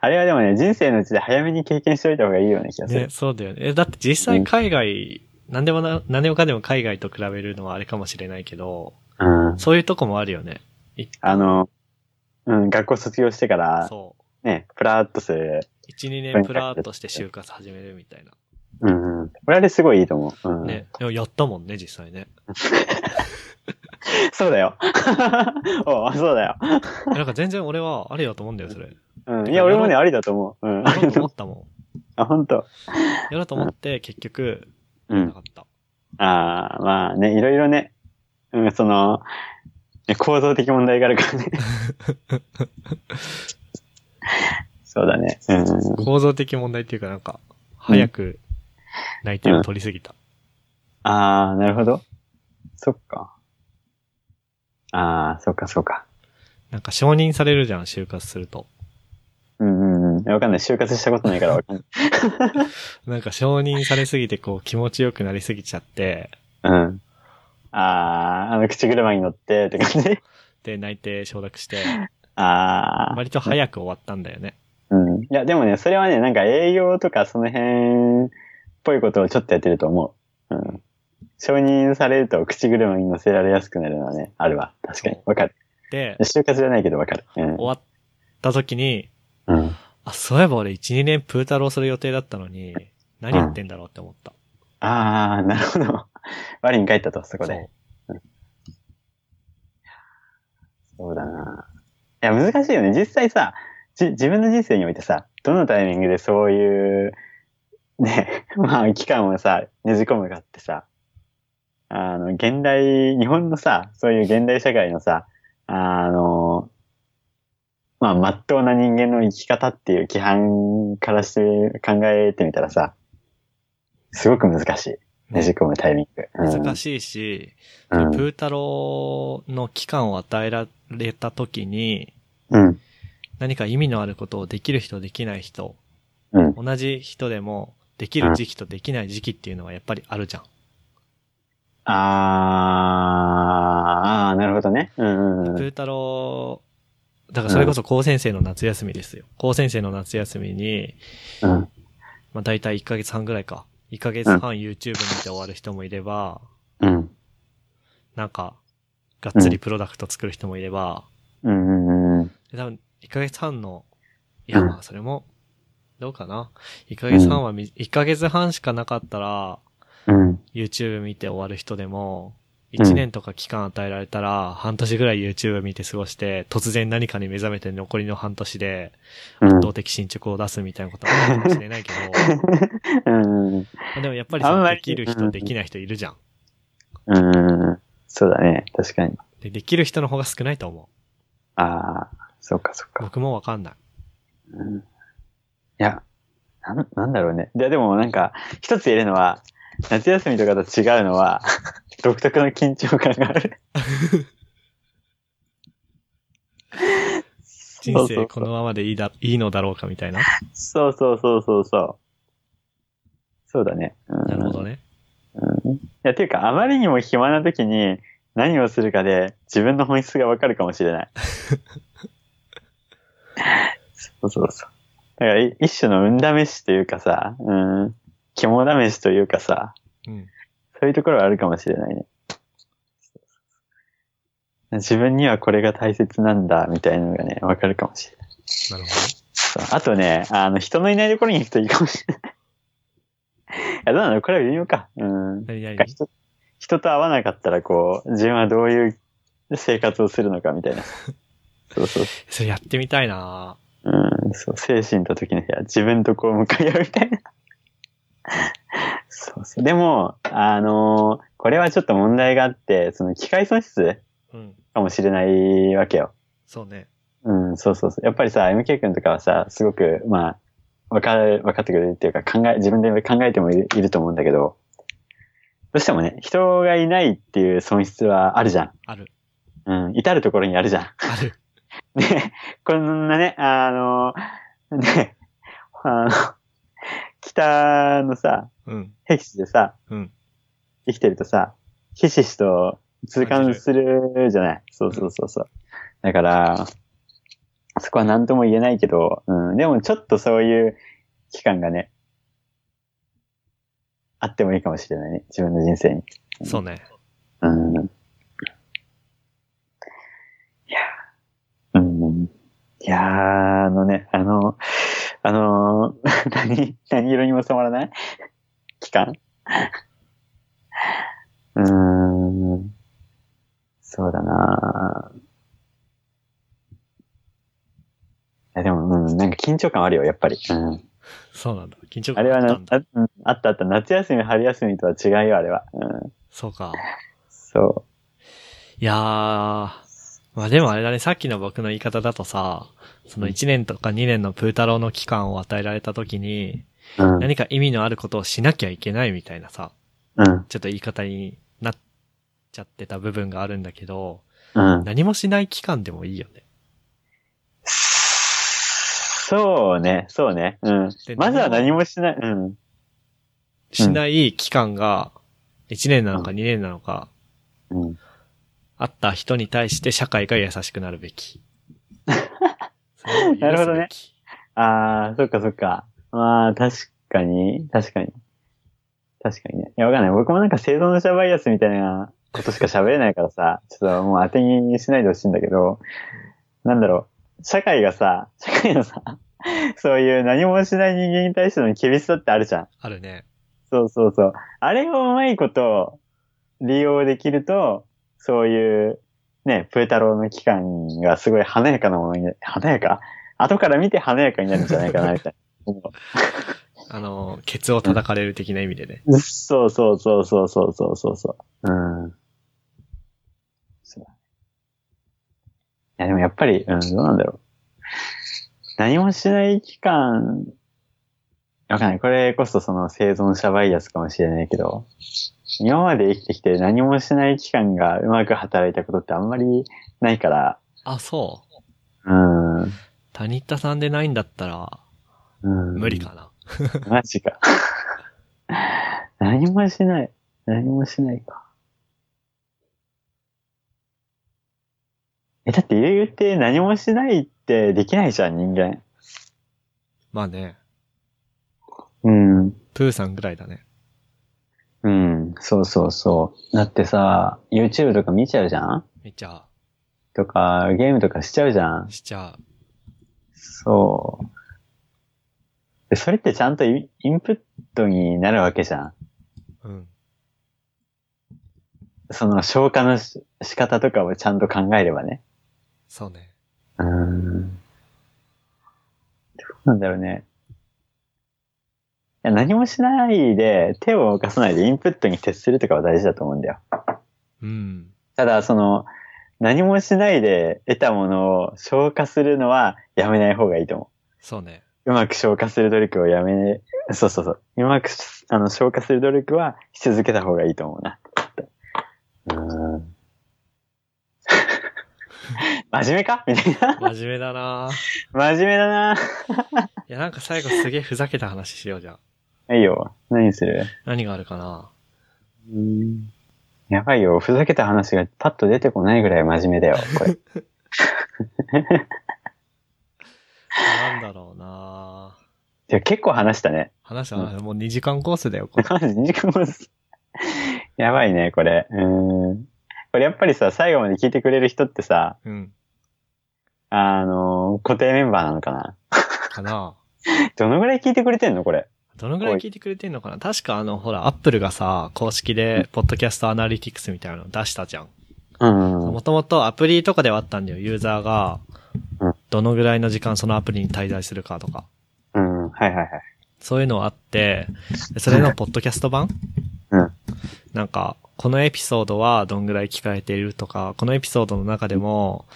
[SPEAKER 1] あれはでもね、人生のうちで早めに経験しておいた方がいいような気がする。
[SPEAKER 2] ね、そうだよね。え、だって実際海外、何でもな、何でもかんでも海外と比べるのはあれかもしれないけど、
[SPEAKER 1] うん。
[SPEAKER 2] そういうとこもあるよね。い
[SPEAKER 1] あの、うん、学校卒業してから、
[SPEAKER 2] そう。
[SPEAKER 1] ね、プラーっとする。
[SPEAKER 2] 1、2年プラーっとして就活始めるみたいな。
[SPEAKER 1] うんうん。俺あれすごいいいと思う。うん。
[SPEAKER 2] ね。でもやったもんね、実 際ね。
[SPEAKER 1] そうだ よ。おそうだよ。
[SPEAKER 2] なんか全然俺はあれだと思うんだよ、それ。
[SPEAKER 1] うん。いや、俺もね、ありだと思う。 うん。
[SPEAKER 2] やろうと思ったもん。
[SPEAKER 1] あ、本当。
[SPEAKER 2] やろうと思って結局、
[SPEAKER 1] う
[SPEAKER 2] なんか。った。
[SPEAKER 1] ああ、まあね、いろいろね、うん、その、ね構造的問題があるからね。そうだね。うん。
[SPEAKER 2] 構造的問題っていうかなんか、早く内定を取りすぎた。
[SPEAKER 1] ああ、なるほど。そっか。ああ、そっかそっか。
[SPEAKER 2] なんか承認されるじゃん、就活すると。
[SPEAKER 1] うんうんうん。わかんない。就活したことないからわかんない。
[SPEAKER 2] なんか承認されすぎてこう気持ちよくなりすぎちゃって、
[SPEAKER 1] うん。ああ、あの、口車に乗ってって感じ。
[SPEAKER 2] で内定承 諾して、
[SPEAKER 1] ああ。
[SPEAKER 2] 割と早く終わったんだよね。
[SPEAKER 1] うん。いや、でもね、それはね、なんか営業とかその辺っぽいことをちょっとやってると思う。うん。承認されると口車に乗せられやすくなるのはね、あるわ。確かに。わかる。
[SPEAKER 2] で、
[SPEAKER 1] 就活じゃないけどわかる。うん
[SPEAKER 2] 終わった時に、。
[SPEAKER 1] うん。
[SPEAKER 2] あ、そういえば俺1、2年プータローする予定だったのに、何やってんだろうって思った。
[SPEAKER 1] あー、なるほど。 我に帰ったと、そこ
[SPEAKER 2] そ
[SPEAKER 1] で
[SPEAKER 2] う。。
[SPEAKER 1] そうだな。いや、難しいよね。実際さ、じ、自分の人生においてさ、どのタイミングでそういう、ね、 まあ、期間をさ、ねじ込むかってさ、あの、現代、日本のさ、そういう現代社会のさ、あの、まあ、まっとうな人間の生き方っていう規範からして考えてみたらさ、すごく難しい。ねじ込むタイミング。うん
[SPEAKER 2] 難しいし、
[SPEAKER 1] うん
[SPEAKER 2] プータローの期間を与えられた時に、
[SPEAKER 1] うん。
[SPEAKER 2] 何か意味のあることをできる人、できない人、
[SPEAKER 1] うん。
[SPEAKER 2] 同じ人でも、できる時期とできない時期っていうのはやっぱりあるじゃん。
[SPEAKER 1] あーあー、なるほどね。うんうん
[SPEAKER 2] プ
[SPEAKER 1] うん。
[SPEAKER 2] ータロー、だからそれこそ高専生の夏休みですよ。高専生の夏休みに、
[SPEAKER 1] うん。
[SPEAKER 2] まあ大体1ヶ月半ぐらいか。1ヶ月半 YouTube 見て終わる人もいれば、
[SPEAKER 1] うん。
[SPEAKER 2] なんか、がっつりプロダクト作る人もいれば、
[SPEAKER 1] うんうんうん。
[SPEAKER 2] で多分1ヶ月半の、いや
[SPEAKER 1] うん
[SPEAKER 2] まあそれも、どうかな。1ヶ月半はみ、1ヶ月半しかなかったら、
[SPEAKER 1] うん。
[SPEAKER 2] YouTube 見て終わる人でも、
[SPEAKER 1] うん
[SPEAKER 2] 1年とか期間与えられたら、半年ぐらい YouTube 見て過ごして、突然何かに目覚めて残りの半年で、
[SPEAKER 1] うん
[SPEAKER 2] 動的進捗を出すみたいなことはあるかもしれないけ ど、
[SPEAKER 1] うんうん
[SPEAKER 2] まあでもやっぱり
[SPEAKER 1] あん
[SPEAKER 2] さ
[SPEAKER 1] まり
[SPEAKER 2] できる
[SPEAKER 1] う
[SPEAKER 2] 人、
[SPEAKER 1] ん
[SPEAKER 2] できない人いるじゃん。
[SPEAKER 1] うんうん。そうだね。確かに。
[SPEAKER 2] で、できる人の方が少ないと思
[SPEAKER 1] ああ、そうかそう
[SPEAKER 2] う。
[SPEAKER 1] か。
[SPEAKER 2] 僕もわかんない。
[SPEAKER 1] うんいや、なん、なんだろうね。いや、でもなんか、一つ言えるのは、夏休みとかと違うのは、 独特の緊張感がある。そうそう
[SPEAKER 2] 人
[SPEAKER 1] そ
[SPEAKER 2] 生
[SPEAKER 1] う
[SPEAKER 2] このままでいいだ、いいのだろうかみたいな。
[SPEAKER 1] そうそうそうそうそう。そうだね。うん
[SPEAKER 2] なるほどね。
[SPEAKER 1] うんいや、ていうか、あまりにも暇な時に何をするかで自分の本質がわかるかもしれない。 そうそうそう。だから、い一種の運試しというかさ、うん、肝試しというかさ、
[SPEAKER 2] うん。
[SPEAKER 1] そういうところはあるかもしれないね。自分にはこれが大切なんだ、みたいなのがね、わかるかもしれない。
[SPEAKER 2] なるほどね。
[SPEAKER 1] そうあとね、あの、人のいないところに行くといい かもしれない。いや、どうなのこれは微妙か。うん。
[SPEAKER 2] 何々
[SPEAKER 1] なんか人人と会わなかったらこう自分はどういう生活をするのかみたいなそうそう
[SPEAKER 2] それやってみたいな
[SPEAKER 1] うんそう精神と時の部屋自分とこう向かい合うみたいな そうそうでもあのーこれはちょっと問題があってその機械損失
[SPEAKER 2] うん。
[SPEAKER 1] かもしれないわけよ
[SPEAKER 2] そうね。
[SPEAKER 1] うん、そうそうそう。やっぱりさ、MK 君とかはさ、すごく、まあ、わかる、わかってくれるっていうか、考え、自分で考えてもいるいると思うんだけど、どうしてもね、人がいないっていう損失はあるじゃん。
[SPEAKER 2] ある。
[SPEAKER 1] うん、至るところにあるじゃん。
[SPEAKER 2] あ る。
[SPEAKER 1] ね、こんなね、あの、ね、あの、北のさ、
[SPEAKER 2] うん。
[SPEAKER 1] 僻地でさ、
[SPEAKER 2] うん。
[SPEAKER 1] 生きてるとさ、ひしひしと痛感するじゃない。そうそうそうそう。だから、そこは何とも言えないけど、うん、でもちょっとそういう期間がね、あってもいいかもしれないね。自分の人生に。
[SPEAKER 2] そうね。
[SPEAKER 1] うん。いや、うん。いやー、あのね、あの、あの、 何、何色にも染まらない期間うーん。そうだなぁいやでも、うん、なんか緊張感あるよ、やっぱり。うん。
[SPEAKER 2] そうなんだ。緊張
[SPEAKER 1] あ
[SPEAKER 2] 感
[SPEAKER 1] れは
[SPEAKER 2] あった
[SPEAKER 1] なん
[SPEAKER 2] だ。
[SPEAKER 1] あ、うんあったあった。夏休み、春休みとは違いよ、あれは。うん。
[SPEAKER 2] そうか。
[SPEAKER 1] そ
[SPEAKER 2] いやー。まあでもあれだね、さっきの僕の言い方だとさ、その1年とか2年のプータローの期間を与えられた時に、
[SPEAKER 1] う。うん。
[SPEAKER 2] 何か意味のあることをしなきゃいけないみたいなさ、
[SPEAKER 1] うん。
[SPEAKER 2] ちょっと言い方になっちゃってた部分があるんだけど、
[SPEAKER 1] うん。
[SPEAKER 2] 何もしない期間でもいいよね。
[SPEAKER 1] そうね、そうね。うん
[SPEAKER 2] で。
[SPEAKER 1] まずは何もしない。うん。
[SPEAKER 2] しない期間が、1年なのか2年なのか、
[SPEAKER 1] うん。
[SPEAKER 2] あった人に対して社会が優しくなるべ き。
[SPEAKER 1] なるほどね。あー、そっかそっか。まあ、確かに、確かに。確かにね。いや、わかんない。僕もなんか生存者バイアスみたいなことしか喋れないからさ、ちょっともう当てにしないでほしいんだけど、なんだろう。社会がさ、社会のさ、そういう何もしない人間に対しての厳しさってあるじゃん。
[SPEAKER 2] あるね。
[SPEAKER 1] そうそうそう。あれをうまいこと利用できると、そういう、ね、プエタローの期間がすごい華やかなものにな、華やか後から見て華やかになるんじゃないかな、みたいな。
[SPEAKER 2] あの、ケツを叩かれる的な意味でね。
[SPEAKER 1] そうそうそうそうそうそうそうそう。うん。そうだねいや、でもやっぱり、うん、どうなんだろう。何もしない期間、わかんない。これこそその生存者バイアスかもしれないけど、今まで生きてきて何もしない期間がうまく働いたことってあんまりないから、
[SPEAKER 2] あ、そう。
[SPEAKER 1] うん。うん
[SPEAKER 2] タニッタさんでないんだったら、無理。かな。
[SPEAKER 1] マジか。何もしない。何もしないか。え、だって言うて何もしないってできないじゃん、人間。
[SPEAKER 2] まあね、
[SPEAKER 1] うん。
[SPEAKER 2] プーさんぐらいだね。
[SPEAKER 1] うん。そうそうそう。だってさ、YouTube とか見ちゃうじゃん
[SPEAKER 2] めっちゃ、
[SPEAKER 1] とか、ゲームとかしちゃうじゃん
[SPEAKER 2] しちゃう。
[SPEAKER 1] そう。でそれってちゃんとイインプットになるわけじゃん。
[SPEAKER 2] うん。
[SPEAKER 1] その消化のし仕方とかをちゃんと考えればね。
[SPEAKER 2] そうね。
[SPEAKER 1] うーんどうなんだろうね。いや何もしないで、手を動かさないでインプットに徹するとかは大事だと思うんだよ。
[SPEAKER 2] うん。
[SPEAKER 1] ただ、その、何もしないで得たものを消化するのはやめない方がいいと思
[SPEAKER 2] そうね。
[SPEAKER 1] う。うまく消化する努力をやめ、そうそうそう。うまくしあの消化する努力はし続けた方がいいと思うな。うーん。 真面目かみたいな。
[SPEAKER 2] 真面目だな
[SPEAKER 1] 真面目だな。
[SPEAKER 2] いや、なんか最後すげえふざけた話しようじゃん。
[SPEAKER 1] いいよ。何する
[SPEAKER 2] 何があるかな
[SPEAKER 1] やばいよ。ふざけた話がパッと出てこないぐらい真面目だよ、こ れ。
[SPEAKER 2] なんだろうな
[SPEAKER 1] でも結構話したね。
[SPEAKER 2] 話した話、もう2時間コースだよ、これ。
[SPEAKER 1] 2時間もです。やばいね、これ。うーん。これやっぱりさ、最後まで聞いてくれる人ってさ、
[SPEAKER 2] うん。
[SPEAKER 1] あのー固定メンバーなのかな
[SPEAKER 2] かな
[SPEAKER 1] どのぐらい聞いてくれてんのこれ。
[SPEAKER 2] どのぐらい聞いてくれてんのかな確かあの、ほら、アップルがさ、公式で、ポッドキャストアナリティクスみたいなの出したじゃん。
[SPEAKER 1] うん。
[SPEAKER 2] もともとアプリとかではあったんだよ、ユーザーが
[SPEAKER 1] うん。
[SPEAKER 2] どのぐらいの時間そのアプリに滞在するかとか。
[SPEAKER 1] うん。はいはいはい。
[SPEAKER 2] そういうのあって、でそれのポッドキャスト版
[SPEAKER 1] うん。
[SPEAKER 2] なんか、このエピソードはどんぐらい聞かれているとか、このエピソードの中でも、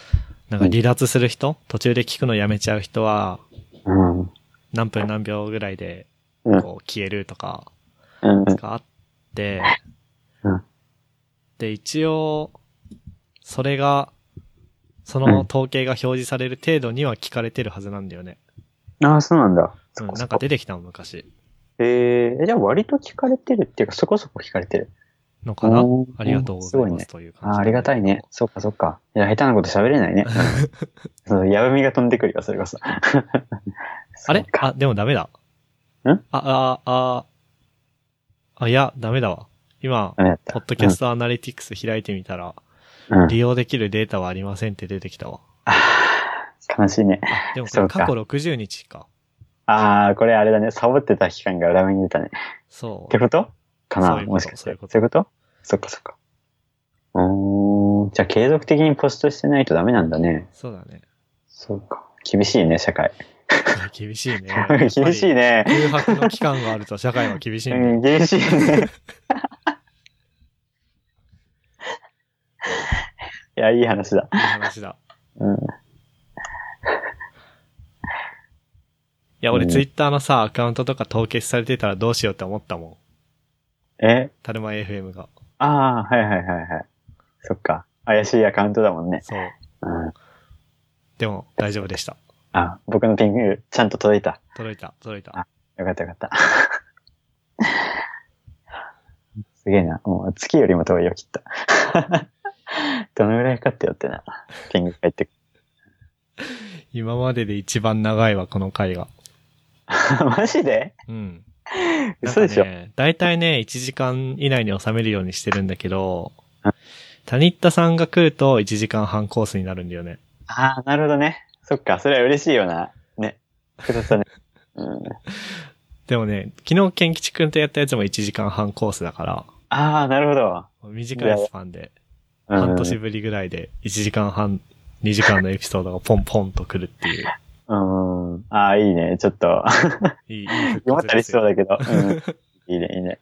[SPEAKER 2] なんか離脱する人、途中で聞くのやめちゃう人は、
[SPEAKER 1] うん。
[SPEAKER 2] 何分何秒ぐらいで、
[SPEAKER 1] うん
[SPEAKER 2] こう消えるとか、
[SPEAKER 1] うん。
[SPEAKER 2] があって
[SPEAKER 1] うん、
[SPEAKER 2] で、一応、それが、そうの
[SPEAKER 1] ん
[SPEAKER 2] 統計が表示される程度には聞かれてるはずなんだよね。
[SPEAKER 1] ああ、そうなんだ。
[SPEAKER 2] う
[SPEAKER 1] そ
[SPEAKER 2] ん、
[SPEAKER 1] こ
[SPEAKER 2] な
[SPEAKER 1] そ
[SPEAKER 2] んか
[SPEAKER 1] こ。
[SPEAKER 2] 出てきたの昔
[SPEAKER 1] えー、じゃあ割と聞かれてるっていうか、そこそこ聞かれてる。
[SPEAKER 2] のかな
[SPEAKER 1] おー
[SPEAKER 2] ありがとうございます
[SPEAKER 1] す
[SPEAKER 2] という感じ
[SPEAKER 1] あーありがたいね。そっかそっか。いや、下手なこと喋れ ないね。そうやぶみが飛んでくるよ、それこそ。
[SPEAKER 2] あ
[SPEAKER 1] そ
[SPEAKER 2] れ
[SPEAKER 1] うか
[SPEAKER 2] あ、でもダメだ。
[SPEAKER 1] ん
[SPEAKER 2] あ、あ、あ、あ、いや、ダメだわ。今、
[SPEAKER 1] ダメだった。
[SPEAKER 2] ポッドキャストアナリティクス開いてみたら、
[SPEAKER 1] うんうん
[SPEAKER 2] 利用できるデータはありませんって出てきたわ。
[SPEAKER 1] 悲しいね。
[SPEAKER 2] あ、でもこ
[SPEAKER 1] そ
[SPEAKER 2] れ
[SPEAKER 1] うか
[SPEAKER 2] 過去60日か。
[SPEAKER 1] ああ、これあれだね。サボってた期間が裏目に出たね。っ
[SPEAKER 2] そ
[SPEAKER 1] てことかな
[SPEAKER 2] そういうこと
[SPEAKER 1] もしかして。
[SPEAKER 2] そういうこと
[SPEAKER 1] そういうことそっかそっか。うーん。じゃあ継続的にポストしてないとダメなんだね
[SPEAKER 2] う。。そうだね。
[SPEAKER 1] そうか。厳しいね、社会。。
[SPEAKER 2] いや厳しいね
[SPEAKER 1] 厳しいね。
[SPEAKER 2] ね。空白の期間があると社会は厳しいね。
[SPEAKER 1] うん、厳しい ね。いや、いい話だ。
[SPEAKER 2] いい話だ。
[SPEAKER 1] うん。
[SPEAKER 2] いや、俺
[SPEAKER 1] うん
[SPEAKER 2] ツイッターのさ、アカウントとか凍結されてたらどうしようって思ったもん。
[SPEAKER 1] え
[SPEAKER 2] タルマ FM が。
[SPEAKER 1] ああ、はいはいはいはい。そっか。怪しいアカウントだもんね。
[SPEAKER 2] そう。
[SPEAKER 1] うん。
[SPEAKER 2] でも、大丈夫でした。
[SPEAKER 1] あ、僕のピンク、ちゃんと届いた。
[SPEAKER 2] 届いた、届いた。
[SPEAKER 1] あよかったよかった。 すげえな。もう月よりも遠いよ、きっと。 どのぐらいかってよってな。ピンク入ってく
[SPEAKER 2] 今までで一番長いわ、この回が。
[SPEAKER 1] る。マジで
[SPEAKER 2] うん。
[SPEAKER 1] 嘘でしょ
[SPEAKER 2] なんかね大体ね、1時間以内に収めるようにしてるんだけど
[SPEAKER 1] うん、
[SPEAKER 2] タニッタさんが来ると1時間半コースになるんだよね。
[SPEAKER 1] ああ、なるほどね。そっか、それは嬉しいよな。ね。複雑だね。うん。
[SPEAKER 2] でもね、昨日ケンキチ君とやったやつも1時間半コースだから、
[SPEAKER 1] ああ、なるほど。
[SPEAKER 2] 短いスパンで、
[SPEAKER 1] うん、
[SPEAKER 2] 半年ぶりぐらいで1時間半、2時間のエピソードがポンポンと来るっていう、
[SPEAKER 1] うん。ああ、いいね。ちょっと、
[SPEAKER 2] いい、いい復
[SPEAKER 1] 弱っ
[SPEAKER 2] 活
[SPEAKER 1] たり
[SPEAKER 2] で
[SPEAKER 1] し
[SPEAKER 2] す
[SPEAKER 1] そう
[SPEAKER 2] よ。
[SPEAKER 1] だけど。うん。いいね、いいね。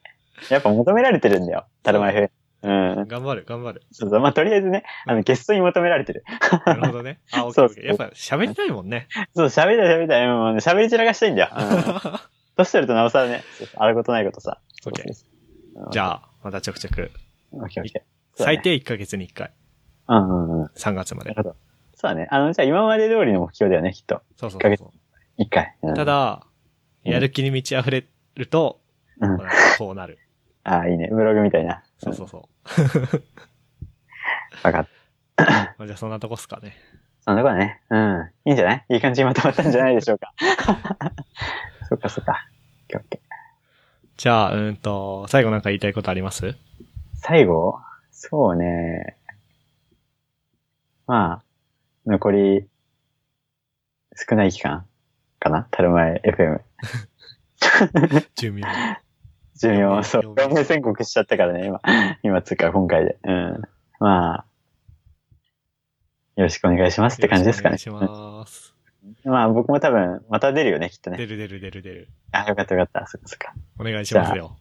[SPEAKER 1] やっぱ求められてるんだよ。タルマイフ。うん。
[SPEAKER 2] 頑張る、頑張る。
[SPEAKER 1] そうそう。まあ、とりあえずね、あの、ゲストに求められてる。
[SPEAKER 2] なる ほどね。あ、オッケーオッケー。やっぱ喋りたいもんね。
[SPEAKER 1] そう、喋りたい喋りたい。うんうん喋り散らかしたいんだよ。うん。 年取るとなおさらね、そうそうあることないことさ。
[SPEAKER 2] オッケー
[SPEAKER 1] ー
[SPEAKER 2] じ
[SPEAKER 1] ゃあ。
[SPEAKER 2] ゃあ、またちょくちょく。
[SPEAKER 1] オッケーオッケー。そうだね
[SPEAKER 2] 最低1ヶ月に1回。
[SPEAKER 1] うんうんうん。
[SPEAKER 2] 3月ま
[SPEAKER 1] なる
[SPEAKER 2] で。
[SPEAKER 1] ほど。そうだね。あの、じゃあ今まで通りの目標だよね、きっと。
[SPEAKER 2] そうそう
[SPEAKER 1] 一ヶ
[SPEAKER 2] そう
[SPEAKER 1] 月一回。うん
[SPEAKER 2] た、だ、
[SPEAKER 1] うん
[SPEAKER 2] やる気に満ち溢れると、
[SPEAKER 1] うん
[SPEAKER 2] こうこうなる。
[SPEAKER 1] ああ、いいね。ブログみたいな。
[SPEAKER 2] そうそうそう
[SPEAKER 1] うん。わかった。。
[SPEAKER 2] まあじゃあそんなとこっすかね。
[SPEAKER 1] そんなことはね。うん。いいんじゃないいい感じにまとまったんじゃないでしょう か。 そっかそっか。オッケーオッケー
[SPEAKER 2] じゃあ、うーんと、最後なんか言いたいことあります
[SPEAKER 1] 最後そうね。まあ、残り、少ない期間かなタルマエ FM。
[SPEAKER 2] 寿 命。
[SPEAKER 1] 寿
[SPEAKER 2] 四
[SPEAKER 1] 命、
[SPEAKER 2] 名
[SPEAKER 1] そう。
[SPEAKER 2] 四名
[SPEAKER 1] 表明宣告しちゃったからね、今。 今、つうか、今回で。うん。まあ、よろしくお願いしますって感じですかね。
[SPEAKER 2] よろしくお願いします。
[SPEAKER 1] まあ、僕も多分、また出るよね、きっとね。
[SPEAKER 2] 出る出る出る出る。
[SPEAKER 1] あ、よかったよかった。そっかそっか。
[SPEAKER 2] お願いしますよ。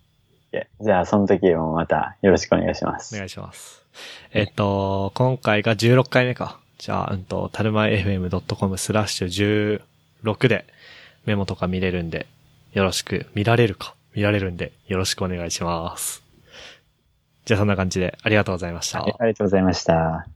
[SPEAKER 1] いやじゃあ、その時もまた、よろしくお願いしま
[SPEAKER 2] お
[SPEAKER 1] す。
[SPEAKER 2] 願いします。えっと、今回が16回目か。じゃあ、うんと、たるま FM.com スラッシュ16でメモとか見れるんで、よろしく、見られるか、見られるんで、よろしくお願いします。じゃあ、そんな感じでありがとうございました。
[SPEAKER 1] はいありがとうございました。